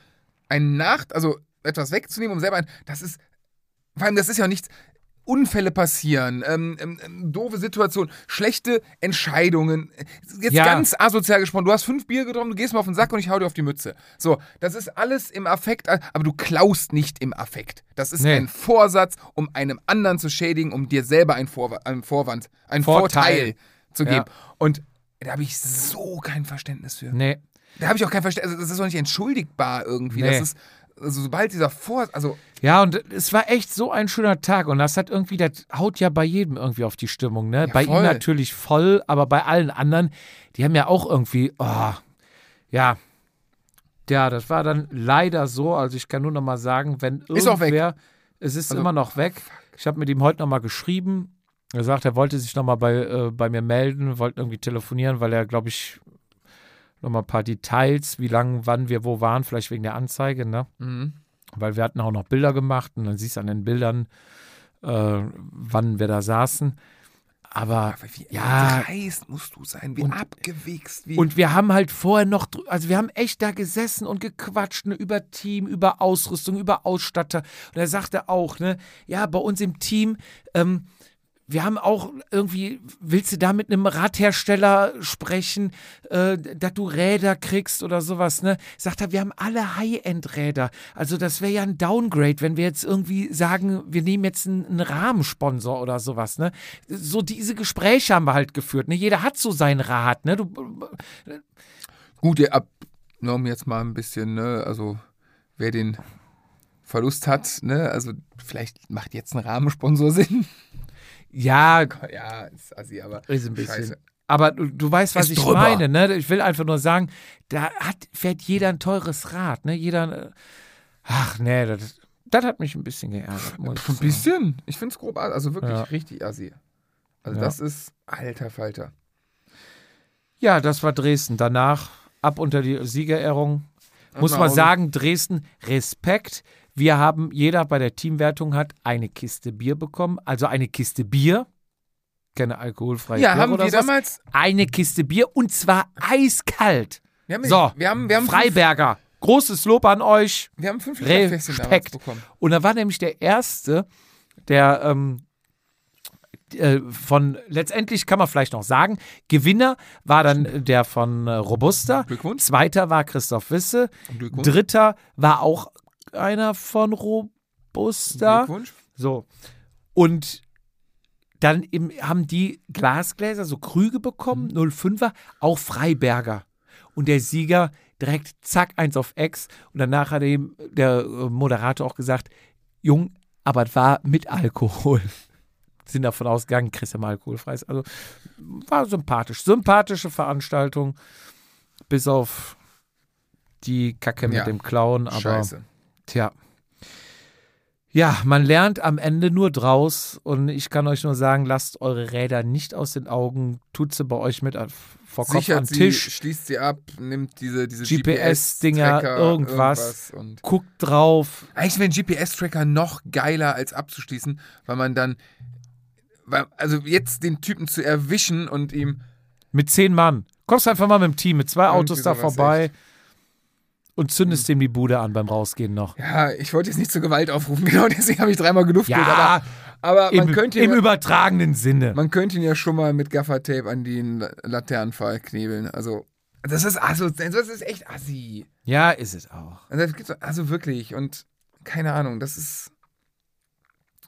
einen Nacht, also etwas wegzunehmen, um selber ein, das ist, vor allem, das ist ja auch nichts. Unfälle passieren, ähm, ähm, ähm, doofe Situationen, schlechte Entscheidungen. Jetzt
Ja.
ganz asozial gesprochen. Du hast fünf Bier getrunken, du gehst mal auf den Sack und ich hau dir auf die Mütze. So, das ist alles im Affekt, aber du klaust nicht im Affekt. Das ist
Nee.
ein Vorsatz, um einem anderen zu schädigen, um dir selber einen, Vorwa einen Vorwand, einen Vorteil,
Vorteil.
zu
Ja.
geben. Und da habe ich so kein Verständnis für.
Nee.
Da habe ich auch kein Verständnis. Also das ist doch nicht entschuldigbar irgendwie.
Nee.
Das ist, also sobald dieser Vor... Also,
Ja, und es war echt so ein schöner Tag. Und das hat irgendwie, das haut ja bei jedem irgendwie auf die Stimmung, ne?
Ja,
bei
voll.
ihm natürlich voll, aber bei allen anderen, die haben ja auch irgendwie, oh, ja. Ja, das war dann leider so. Also ich kann nur noch mal sagen, wenn irgendwer,
Ist auch weg.
es ist
Also-
immer noch weg. Ich habe mit ihm heute noch mal geschrieben. Er sagt, er wollte sich noch mal bei, äh, bei mir melden, wollte irgendwie telefonieren, weil er, glaube ich, noch mal ein paar Details, wie lange, wann wir wo waren, vielleicht wegen der Anzeige, ne?
mhm.
weil wir hatten auch noch Bilder gemacht und dann siehst du an den Bildern, äh, wann wir da saßen. Aber
aber wie also,
Ja.
dreist musst du sein, wie
Und-
abgewichst, wie...
und wir haben halt vorher noch, drü- also wir haben echt da gesessen und gequatscht ne, über Team, über Ausrüstung, über Ausstatter. Und er sagte auch, ne, ja, bei uns im Team, ähm, wir haben auch irgendwie, willst du da mit einem Radhersteller sprechen, äh, dass du Räder kriegst oder sowas, ne? Sagt er, wir haben alle High-End-Räder. Also das wäre ja ein Downgrade, wenn wir jetzt irgendwie sagen, wir nehmen jetzt einen, einen Rahmensponsor oder sowas, ne? So diese Gespräche haben wir halt geführt, ne? Jeder hat so sein Rad, ne? Du
Gut, ihr abgenommen um jetzt mal ein bisschen, ne? Also, wer den Verlust hat, ne? Also, vielleicht macht jetzt ein Rahmensponsor [LAUGHS] Sinn.
Ja,
Ja, ist assi, aber...
Ist ein bisschen.
Scheiße.
Aber du, du weißt, was
Ist
ich
drüber.
meine. Ne? Ich will einfach nur sagen, da hat, fährt jeder ein teures Rad. Ne? Jeder. äh, Ach nee, das, das hat mich ein bisschen geärgert. Muss ich
Ein
sagen.
bisschen. Ich finde es grob, assi. also wirklich
Ja.
richtig assi. Also
Ja.
das ist alter Falter.
Ja, das war Dresden. Danach ab unter die Siegerehrung. Muss
mal
man
Augen.
sagen, Dresden, Respekt. Wir haben, jeder bei der Teamwertung hat eine Kiste Bier bekommen. Also eine Kiste Bier. Keine alkoholfreie
ja,
Bier
haben
oder
wir
sowas.
damals.
Eine Kiste Bier und zwar eiskalt.
Wir haben,
So,
wir haben, wir haben
Freiberger, großes Lob an euch.
Fünf, wir haben fünf Liter Fässchen damals Oh,
Respekt.
bekommen.
Und da war nämlich der Erste, der ähm, äh, von, letztendlich kann man vielleicht noch sagen, Gewinner war dann äh, der von äh, Robusta.
Glückwunsch.
Zweiter war Christoph Wisse.
Glückwunsch.
Dritter war auch einer von Robusta.
Glückwunsch.
So. Und dann im, haben die Glasgläser, so Krüge
Mhm.
bekommen, 05er, auch Freiberger. Und der Sieger direkt zack, eins auf Ex. Und danach hat eben der äh, Moderator auch gesagt, Jung, aber es war mit Alkohol. [LAUGHS] Sind davon ausgegangen, kriegst ja mal alkoholfreies. Also war sympathisch. Sympathische Veranstaltung. Bis auf die Kacke
Ja.
mit dem Clown. Aber
Scheiße.
Tja. Ja, man lernt am Ende nur draus und ich kann euch nur sagen, lasst eure Räder nicht aus den Augen, tut sie bei euch mit an- vor Kopf
Sichert
am
sie,
Tisch,
schließt sie ab, nimmt diese, diese
GPS-Dinger,
GPS-Tracker,
irgendwas.
und
guckt drauf.
Eigentlich wäre ein GPS-Tracker noch geiler als abzuschließen, weil man dann, weil, also jetzt den Typen zu erwischen und ihm,
Mit zehn Mann. Kommst einfach mal mit dem Team, mit zwei
Irgendwie
Autos da
sowas,
vorbei und zündest dem die Bude an beim Rausgehen noch.
ja, ich wollte jetzt nicht zur Gewalt aufrufen, [LAUGHS] genau deswegen habe ich dreimal geluftelt,
Ja,
aber, aber man,
im,
könnte
im
ihn,
übertragenen Sinne.
man könnte ihn ja schon mal mit Gaffertape an den La- Laternenpfahl knebeln. Also, das ist also, das ist echt assi.
ja, ist es auch.
Also, das gibt's, also wirklich, und keine Ahnung, das ist.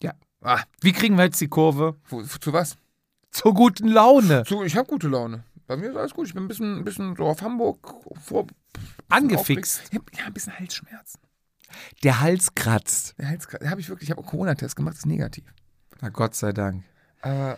Ja.
Ah,
Wie kriegen wir jetzt die Kurve?
wo, zu was?
Zur guten Laune.
Zu, ich habe gute Laune. Bei mir ist alles gut. Ich bin ein bisschen, ein bisschen so auf Hamburg vor,
Angefixt.
aufgeregt. Ich hab- Ja, ein bisschen Halsschmerzen.
Der Hals kratzt.
Der Hals, da habe ich wirklich, ich habe einen Corona-Test gemacht, ist negativ.
Na Gott sei Dank.
Aber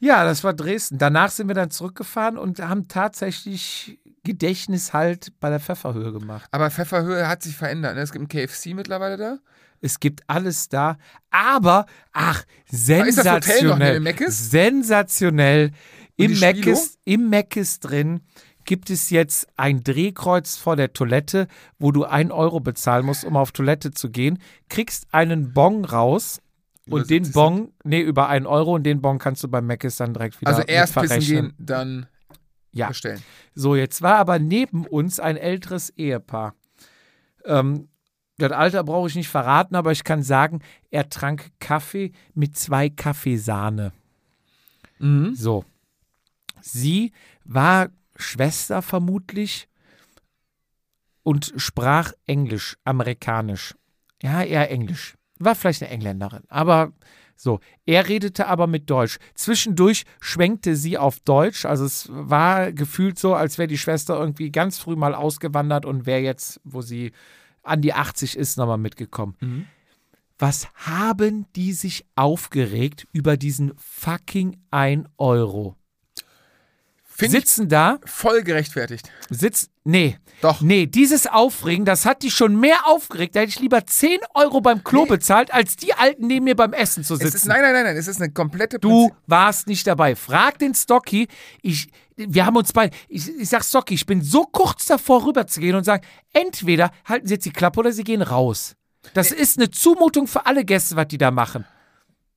Ja, das war Dresden. Danach sind wir dann zurückgefahren und haben tatsächlich Gedächtnis halt bei der Pfefferhöhe gemacht.
aber Pfefferhöhe hat sich verändert. ne? Es gibt ein KFC mittlerweile da.
Es gibt alles da, aber ach,
ist das Hotel noch
sensationell.
neben Meckes?
sensationell. Im
die
Meckes, Im Meckes drin gibt es jetzt ein Drehkreuz vor der Toilette, wo du ein Euro bezahlen musst, um auf Toilette zu gehen. Kriegst einen Bon raus.
Über
Und den
70
Bon, nee, über einen Euro und den Bon kannst du beim Meckes dann direkt wieder
Also
mit
erst pissen
verrechnen.
gehen, dann
Ja.
bestellen.
So, jetzt war aber neben uns ein älteres Ehepaar. Ähm, das Alter brauche ich nicht verraten, aber ich kann sagen, er trank Kaffee mit zwei Kaffeesahne.
Mhm.
So. Sie war Schwester vermutlich und sprach Englisch, amerikanisch. Ja, eher Englisch. War vielleicht eine Engländerin, aber so. Er redete aber mit Deutsch. Zwischendurch schwenkte sie auf Deutsch. Also es war gefühlt so, als wäre die Schwester irgendwie ganz früh mal ausgewandert und wäre jetzt, wo sie an die 80 ist, nochmal mitgekommen.
Mhm.
Was haben die sich aufgeregt über diesen fucking 1 Euro?
Finde ich
sitzen da,
voll gerechtfertigt.
sitzen, nee,
Doch.
nee, dieses Aufregen, das hat die schon mehr aufgeregt. Da hätte ich lieber 10 Euro beim Klo
Nee.
bezahlt, als die Alten neben mir beim Essen zu
Es ist,
sitzen.
nein, nein, nein, nein. Es ist eine komplette
Du warst nicht dabei. Frag den Stocky. Ich, wir haben uns bei. Ich, ich sag Stocky, ich bin so kurz davor, rüberzugehen und sagen: Entweder halten Sie jetzt die Klappe oder Sie gehen raus. Das ist eine Zumutung für alle Gäste, was die da machen.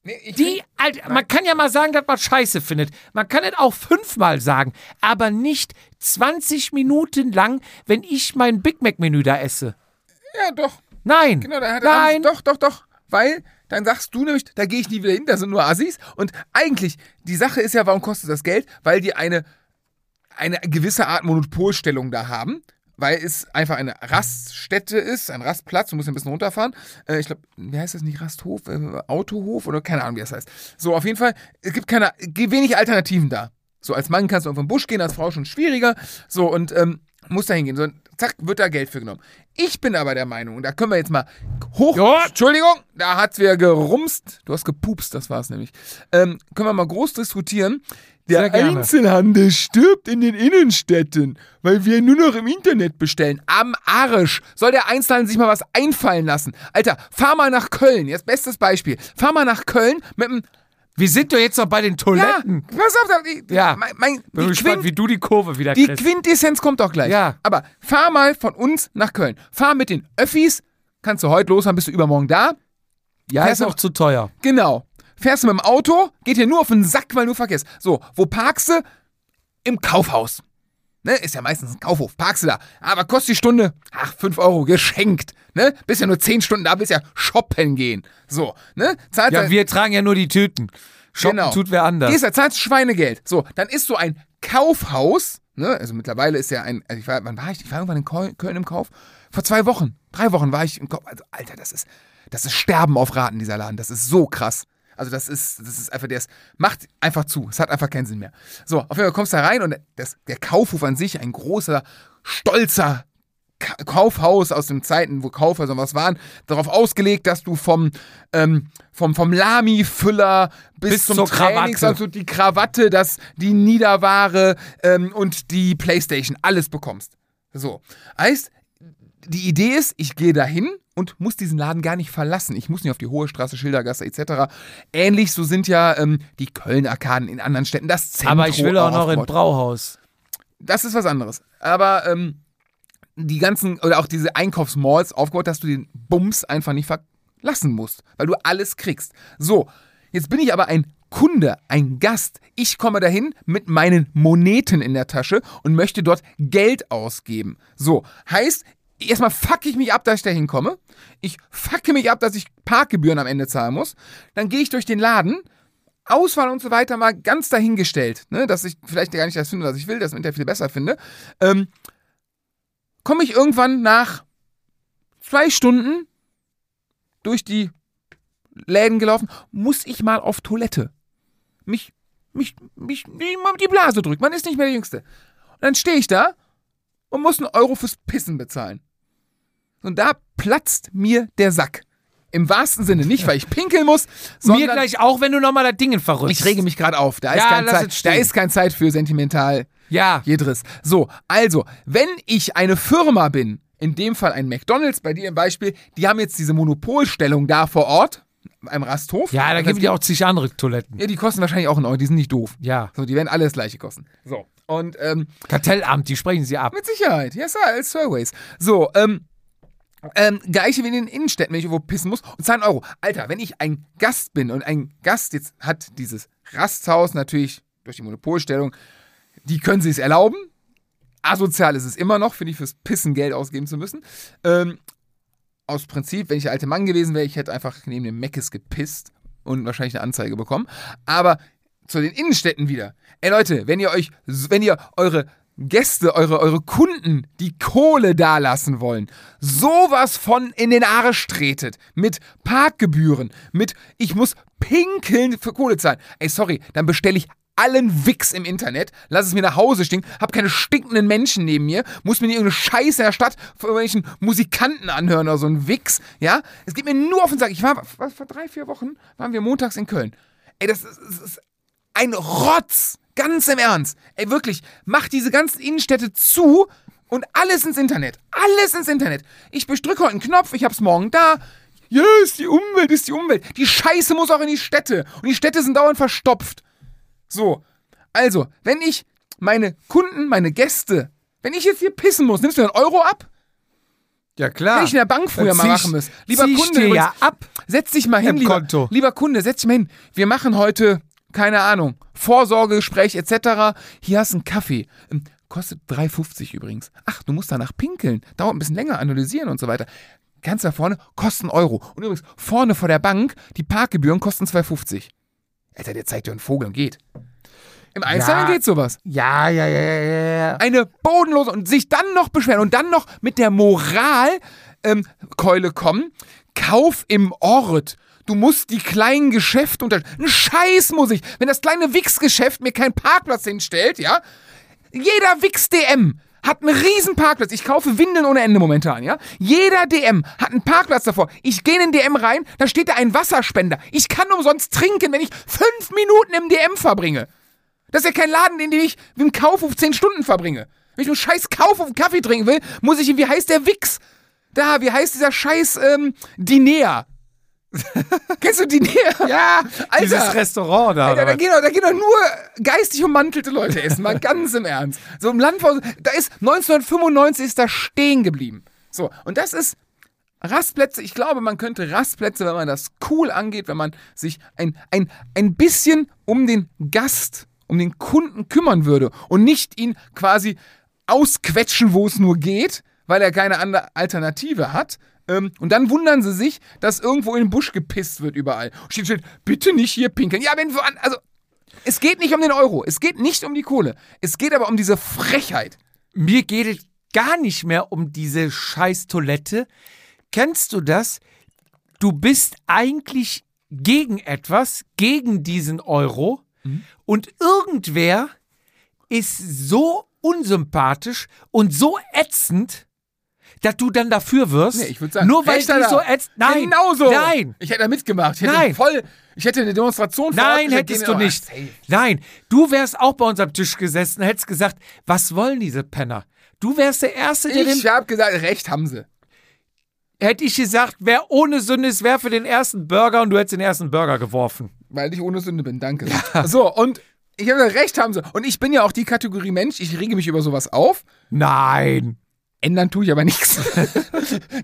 Nee, ich
Die, Alter, man kann ja mal sagen, dass man Scheiße findet. Man kann es auch fünfmal sagen, aber nicht 20 Minuten lang, wenn ich mein Big Mac-Menü da esse.
ja, doch.
Nein.
Genau, da hat er
Nein.
Angst. Doch, doch, doch. Weil dann sagst du nämlich, da gehe ich nie wieder hin, da sind nur Assis. Und eigentlich, die Sache ist ja, warum kostet das Geld? Weil die eine, eine gewisse Art Monopolstellung da haben. Weil es einfach eine Raststätte ist, ein Rastplatz, du musst ein bisschen runterfahren. Äh, ich glaube, wie heißt das nicht? Rasthof, äh, Autohof oder keine Ahnung, wie das heißt. So, auf jeden Fall, es gibt keine, wenig Alternativen da. So, als Mann kannst du auf den Busch gehen, als Frau schon schwieriger. So, und ähm, musst da hingehen. So, zack, wird da Geld für genommen. Ich bin aber der Meinung, und da können wir jetzt mal Hoch.
Ja.
Entschuldigung, da hat's wieder gerumst. Du hast gepupst, das war's nämlich. Ähm, können wir mal groß diskutieren.
Sehr
Der
gerne.
Einzelhandel stirbt in den Innenstädten, weil wir nur noch im Internet bestellen. Am Arsch. Soll der Einzelhandel sich mal was einfallen lassen? Alter, fahr mal nach Köln. Jetzt bestes Beispiel. Fahr mal nach Köln mit einem.
Wir sind doch jetzt noch bei den
Ja,
Toiletten.
pass auf, da- die,
Ja.
mein, mein,
Bin
die
gespannt,
Quint-
wie du die Kurve wieder
die
kriegst.
Quintessenz kommt auch gleich.
Ja.
Aber fahr mal von uns nach Köln. Fahr mit den Öffis. Kannst du heute los, dann bist du übermorgen da.
ja,
fährst
ist auch zu teuer.
Genau. Fährst du mit dem Auto, geht dir nur auf den Sack, weil du vergisst. So, wo parkst du? Im Kaufhaus. Ne, ist ja meistens ein Kaufhof. Parkst du da. Aber kostet die Stunde, ach, 5 Euro geschenkt. Ne? Bist ja nur 10 Stunden da, willst ja shoppen gehen. So, ne? Zahlst
Ja,
dann-
wir tragen ja nur die Tüten. Shoppen tut wer
Genau.
anders.
Gehst da, zahlst Schweinegeld. So, dann ist so ein Kaufhaus, ne, also mittlerweile ist ja ein, also ich war, wann war ich? Ich war irgendwann in Köln, Köln im Kauf. Vor zwei Wochen, drei Wochen war ich im Kauf. Also, Alter, das ist, das ist Sterben auf Raten, dieser Laden. Das ist so krass. Also das ist, das ist einfach, der ist, macht einfach zu. Es hat einfach keinen Sinn mehr. So, auf jeden Fall kommst du da rein und das, der Kaufhof an sich, ein großer, stolzer Ka Kaufhaus aus den Zeiten, wo Kaufhäuser was waren, darauf ausgelegt, dass du vom, ähm, vom, vom Lami-Füller bis,
Bis
zum
zur Krawatte.
Trainings, also die Krawatte, das, die Niederware ähm, und die Playstation, alles bekommst. So. Heißt, die Idee ist, ich gehe dahin und muss diesen Laden gar nicht verlassen. Ich muss nicht auf die Hohe Straße, Schildergasse etc. Ähnlich so sind ja ähm, die Köln-Arkaden in anderen Städten. Das Zentrum
Aber ich will auch noch ins
aufgebaut
Brauhaus.
das ist was anderes. Aber ähm, die ganzen, oder auch diese Einkaufsmalls aufgebaut, dass du den Bums einfach nicht verlassen musst, weil du alles kriegst. So, jetzt bin ich aber ein Kunde, ein Gast. Ich komme dahin mit meinen Moneten in der Tasche und möchte dort Geld ausgeben. So, heißt, erstmal fuck ich mich ab, dass ich da hinkomme. Ich fucke mich ab, dass ich Parkgebühren am Ende zahlen muss. Dann gehe ich durch den Laden, Auswahl und so weiter mal ganz dahingestellt, ne, dass ich vielleicht gar nicht das finde, was ich will, das im Internet viel besser finde, ähm, komme ich irgendwann nach zwei Stunden durch die Läden gelaufen, muss ich mal auf Toilette. Mich, mich, mich, die, die Blase drückt, man ist nicht mehr der Jüngste. Und dann stehe ich da und muss einen Euro fürs Pissen bezahlen. Und da platzt mir der Sack. Im wahrsten Sinne nicht, weil ich pinkeln muss, sondern
Mir gleich auch, wenn du nochmal das Ding in verrückst.
ich rege mich gerade auf. Da,
Ja,
ist kein
lass es
Zeit,
stehen.
da ist keine Zeit für sentimental
Ja,
jedres. So, also, wenn ich eine Firma bin, in dem Fall ein McDonalds, bei dir im Beispiel, die haben jetzt diese Monopolstellung da vor Ort, einem Rasthof.
ja da
Das
gibt
heißt,
ja auch zig andere Toiletten.
ja, die kosten wahrscheinlich auch einen Euro, die sind nicht doof.
Ja,
So, die werden alle das gleiche kosten. So. Und ähm,
Kartellamt, die sprechen sie ab.
mit Sicherheit. Ja, yes, sir, als Surveys. So, ähm, ähm, gleiche wie in den Innenstädten, wenn ich irgendwo pissen muss, und zahlen Euro. Alter, wenn ich ein Gast bin und ein Gast jetzt hat dieses Rasthaus natürlich durch die Monopolstellung, die können sie es erlauben. Asozial ist es immer noch, finde ich, fürs Pissen Geld ausgeben zu müssen. Ähm, aus Prinzip, wenn ich der alte Mann gewesen wäre, ich hätte einfach neben dem Meckes gepisst und wahrscheinlich eine Anzeige bekommen. Aber zu den Innenstädten wieder. Ey Leute, wenn ihr euch, wenn ihr eure Gäste, eure, eure Kunden die Kohle dalassen wollen, sowas von in den Arsch tretet. Mit Parkgebühren, mit ich muss pinkeln für Kohle zahlen. Ey, sorry, dann bestelle ich allen Wichs im Internet, lass es mir nach Hause stinken, hab keine stinkenden Menschen neben mir, muss mir nicht irgendeine Scheiße in der Stadt von irgendwelchen Musikanten anhören oder so ein Wichs, ja? Es geht mir nur auf den Sack. Ich war, was, vor drei, vier Wochen waren wir montags in Köln. Ey, das ist, ist, ist ein Rotz. Ganz im Ernst. Ey, wirklich, macht diese ganzen Innenstädte zu und alles ins Internet. Alles ins Internet. Ich bestücke heute einen Knopf, ich hab's morgen da. Ja, ist die Umwelt, ist die Umwelt. Die Scheiße muss auch in die Städte. Und die Städte sind dauernd verstopft. So, also, wenn ich meine Kunden, meine Gäste, wenn ich jetzt hier pissen muss, nimmst du mir einen Euro ab?
Ja, klar.
Hätte ich in der Bank früher
Dann
mal
zieh
machen
ich-
müssen. Lieber
zieh ich
Kunde,
dir
übrigens,
ja ab.
setz dich mal hin,
Im
lieber,
Konto.
lieber Kunde, setz dich mal hin. Wir machen heute, keine Ahnung, Vorsorgegespräch etc. Hier hast du einen Kaffee. Ähm, Kostet 3,50 übrigens. Ach, du musst danach pinkeln. Dauert ein bisschen länger, analysieren und so weiter. Ganz da vorne kostet einen Euro. Und übrigens, vorne vor der Bank, die Parkgebühren kosten 2,50. Alter, der zeigt dir einen Vogel und geht. Im Einzelnen
Ja.
geht sowas
Ja, ja, ja, ja, ja.
eine bodenlose und sich dann noch beschweren und dann noch mit der Moralkeule ähm, Keule kommen. Kauf im Ort. Du musst die kleinen Geschäfte unter. Ein Scheiß muss ich. Wenn das kleine Wix-Geschäft mir keinen Parkplatz hinstellt, ja. Jeder Wix-DM hat einen riesen Parkplatz. Ich kaufe Windeln ohne Ende momentan, ja? Jeder DM hat einen Parkplatz davor. Ich gehe in den DM rein, da steht da ein Wasserspender. Ich kann umsonst trinken, wenn ich fünf Minuten im DM verbringe. Das ist ja kein Laden, in dem ich mit dem Kaufhof zehn Stunden verbringe. Wenn ich einen scheiß Kaufhof einen Kaffee trinken will, muss ich in, wie heißt der Wix? Da, wie heißt dieser scheiß, ähm, Dinea? [LAUGHS] Kennst du Dinea? Ja, Alter.
Dieses Restaurant da.
Ja,
oder
da,
was?
gehen doch, da gehen doch nur geistig ummantelte Leute essen, mal ganz im Ernst. So im Landbau, da ist 1995 ist da stehen geblieben. So, und das ist Rastplätze, ich glaube, man könnte Rastplätze, wenn man das cool angeht, wenn man sich ein, ein, ein bisschen um den Gast, um den Kunden kümmern würde und nicht ihn quasi ausquetschen, wo es nur geht, weil er keine andere Alternative hat. Ähm, Und dann wundern sie sich, dass irgendwo in den Busch gepisst wird überall. Steht, steht, bitte nicht hier pinkeln. Ja, wenn, woan- also, es geht nicht um den Euro. Es geht nicht um die Kohle. Es geht aber um diese Frechheit.
Mir geht es gar nicht mehr um diese scheiß Toilette. Kennst du das? Du bist eigentlich gegen etwas, gegen diesen Euro
Mhm.
und irgendwer ist so unsympathisch und so ätzend, dass du dann dafür wirst.
Nee, ich würde sagen,
nur weil
rechter
die so
da.
ätzend. Nein,
genau so.
nein,
Ich hätte da mitgemacht. Ich hätte
Nein.
voll. Ich hätte eine Demonstration vor Ort
Nein,
gestellt,
hättest
gegen-
du
Oh,
nicht.
safe.
Nein, du wärst auch bei uns am Tisch gesessen, hättest gesagt, was wollen diese Penner? Du wärst der Erste, der den
Ich habe gesagt, recht haben sie.
hätte ich gesagt, wer ohne Sünde ist, wer für den ersten Burger und du hättest den ersten Burger geworfen.
Weil ich ohne Sünde bin, danke. So, und ich habe gesagt, recht haben sie. Und ich bin ja auch die Kategorie Mensch, ich rege mich über sowas auf.
Nein.
Ändern tue ich aber
[LAUGHS]
nichts.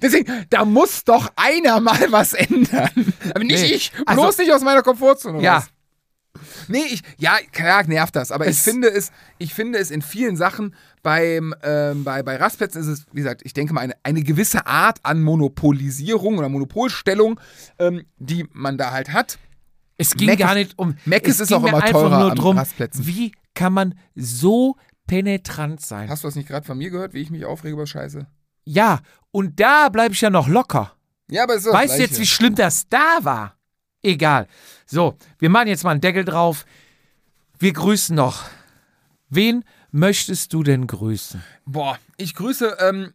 Deswegen, da muss doch einer mal was ändern. Aber nicht
Nee,
ich, bloß
also-
nicht aus meiner Komfortzone.
Ja.
raus. Nee, ich, ja, klar nervt das, aber ich
Es-
finde es, ich finde es in vielen Sachen, beim, ähm, bei, bei Rastplätzen ist es, wie gesagt, ich denke mal, eine, eine gewisse Art an Monopolisierung oder Monopolstellung, ähm, die man da halt hat.
Es ging
Mc's-
gar nicht um.
Mc's
es
ist
ging
auch
mir
immer
einfach
teurer
nur
an
drum,
Rastplätzen.
Wie kann man so penetrant sein?
Hast du das nicht gerade von mir gehört, wie ich mich aufrege über Scheiße?
Ja, und da bleibe ich ja noch locker.
Ja, aber es ist das
Weißt du
Gleiche.
jetzt, wie schlimm das da war? Egal. So, wir machen jetzt mal einen Deckel drauf. Wir grüßen noch. Wen möchtest du denn grüßen?
Boah, ich grüße. Ähm,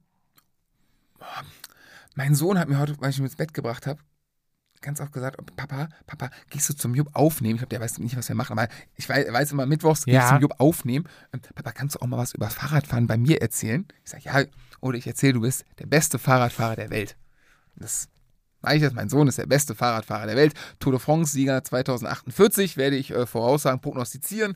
boah, mein Sohn hat mir heute, weil ich ihn ins Bett gebracht habe, ganz oft gesagt: Papa, Papa, gehst du zum Jupp aufnehmen? Ich glaube, der weiß nicht, was wir machen, aber ich weiß, weiß immer, mittwochs gehe ich
Ja.
zum Jupp aufnehmen. Ähm, Papa, kannst du auch mal was über Fahrradfahren bei mir erzählen? Ich sage: Ja, oder ich erzähle, du bist der beste Fahrradfahrer der Welt. Das weiß ich, dass mein Sohn ist der beste Fahrradfahrer der Welt. Tour de France-Sieger 2048 werde ich äh, voraussagen, prognostizieren.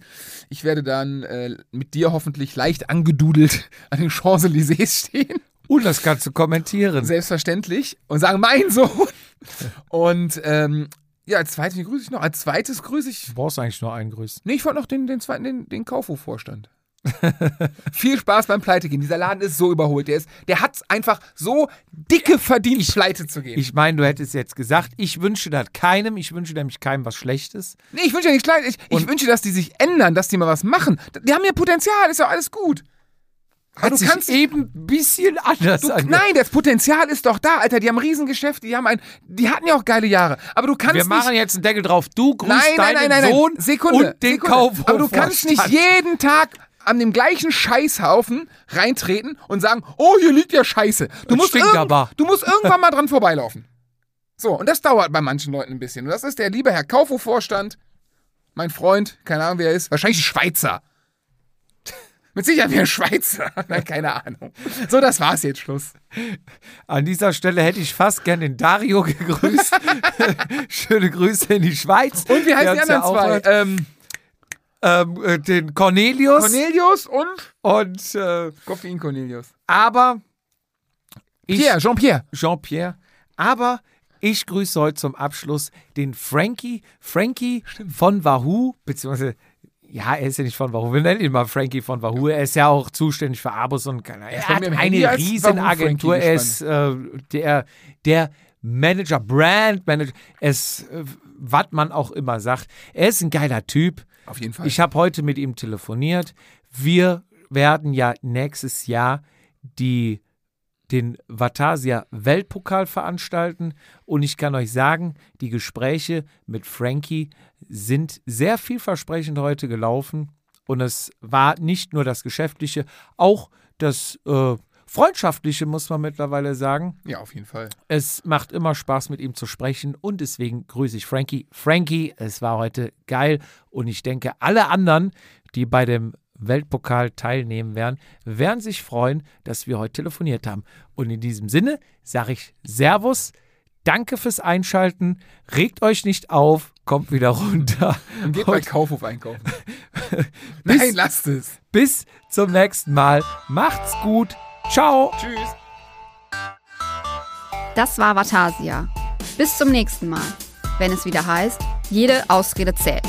Ich werde dann äh, mit dir hoffentlich leicht angedudelt [LAUGHS] an den Champs-Élysées stehen.
Und das kannst du kommentieren.
Selbstverständlich. Und sagen, mein Sohn. Und ähm, ja, als zweites, wie grüße ich noch? Als zweites grüße ich.
Du brauchst eigentlich nur einen grüßen.
Nee, ich wollte noch den, den zweiten, den, den Kaufhof-Vorstand. Viel Spaß beim Pleitegehen. Dieser Laden ist so überholt. Der, ist, der hat es einfach so dicke verdient, Pleite zu gehen.
Ich meine, du hättest jetzt gesagt, ich wünsche das keinem, ich wünsche nämlich keinem was Schlechtes.
Nee, ich wünsche ja nicht klein. Ich, ich
Und-
wünsche, dass die sich ändern, dass die mal was machen. Die haben ja Potenzial, ist ja alles gut. Aber
Hat
Ah, du
sich eh
kannst.
eben ein bisschen anders
Du,
angehört.
nein, das Potenzial ist doch da, Alter. Die haben Riesengeschäfte, die haben ein. Die hatten ja auch geile Jahre. Aber du kannst
Wir machen
nicht.
jetzt einen Deckel drauf. Du grüßt
Nein, nein,
deinen
nein, nein, nein.
Sohn
Sekunde.
und den
Sekunde.
Kaufhof.
Aber du kannst nicht jeden Tag an dem gleichen Scheißhaufen reintreten und sagen, oh, hier liegt ja Scheiße. Du
Und
musst,
stinkt
irgend-
aber.
du musst irgendwann mal dran vorbeilaufen. So, und das dauert bei manchen Leuten ein bisschen. Und das ist der liebe Herr Kaufhof-Vorstand, mein Freund, keine Ahnung, wer er ist, wahrscheinlich ein Schweizer. [LAUGHS] Mit Sicherheit wie ein Schweizer. [LAUGHS] Nein, keine Ahnung. So, das war's jetzt, Schluss.
An dieser Stelle hätte ich fast gern den Dario [LAUGHS] gegrüßt. Schöne Grüße in die Schweiz.
Und wie heißen die anderen
Der uns
zwei?
ja
Ähm,
auch hört. Ähm, äh, den Cornelius.
Cornelius und
und äh,
Koffein Cornelius.
aber ich,
Pierre, Jean-Pierre.
Jean-Pierre. Aber ich grüße heute zum Abschluss den Frankie. Frankie von Wahoo, beziehungsweise, ja, er ist ja nicht von Wahoo. Wir nennen ihn mal Frankie von Wahoo. Er ist ja auch zuständig für Abos und keine Ahnung.
ist
Er
bei
hat
mir im Handy
eine
als
riesen
Wahoo-Frankie
Agentur. Er ist äh, der, der Manager, Brand Manager, es, äh, was man auch immer sagt. Er ist ein geiler Typ.
Auf jeden Fall.
Ich habe heute mit ihm telefoniert. Wir werden ja nächstes Jahr die, den Vatasia Weltpokal veranstalten. Und ich kann euch sagen, die Gespräche mit Frankie sind sehr vielversprechend heute gelaufen. Und es war nicht nur das Geschäftliche, auch das äh, Freundschaftliche, muss man mittlerweile sagen.
Ja, auf jeden Fall.
Es macht immer Spaß, mit ihm zu sprechen und deswegen grüße ich Frankie. Frankie, es war heute geil und ich denke, alle anderen, die bei dem Weltpokal teilnehmen werden, werden sich freuen, dass wir heute telefoniert haben. Und in diesem Sinne sage ich Servus, danke fürs Einschalten, regt euch nicht auf, kommt wieder [LAUGHS] runter.
Und geht bei Kaufhof einkaufen. Nein, lasst es.
Bis zum nächsten Mal, macht's gut, ciao.
Tschüss.
Das war Vatasia. Bis zum nächsten Mal, wenn es wieder heißt, jede Ausrede zählt.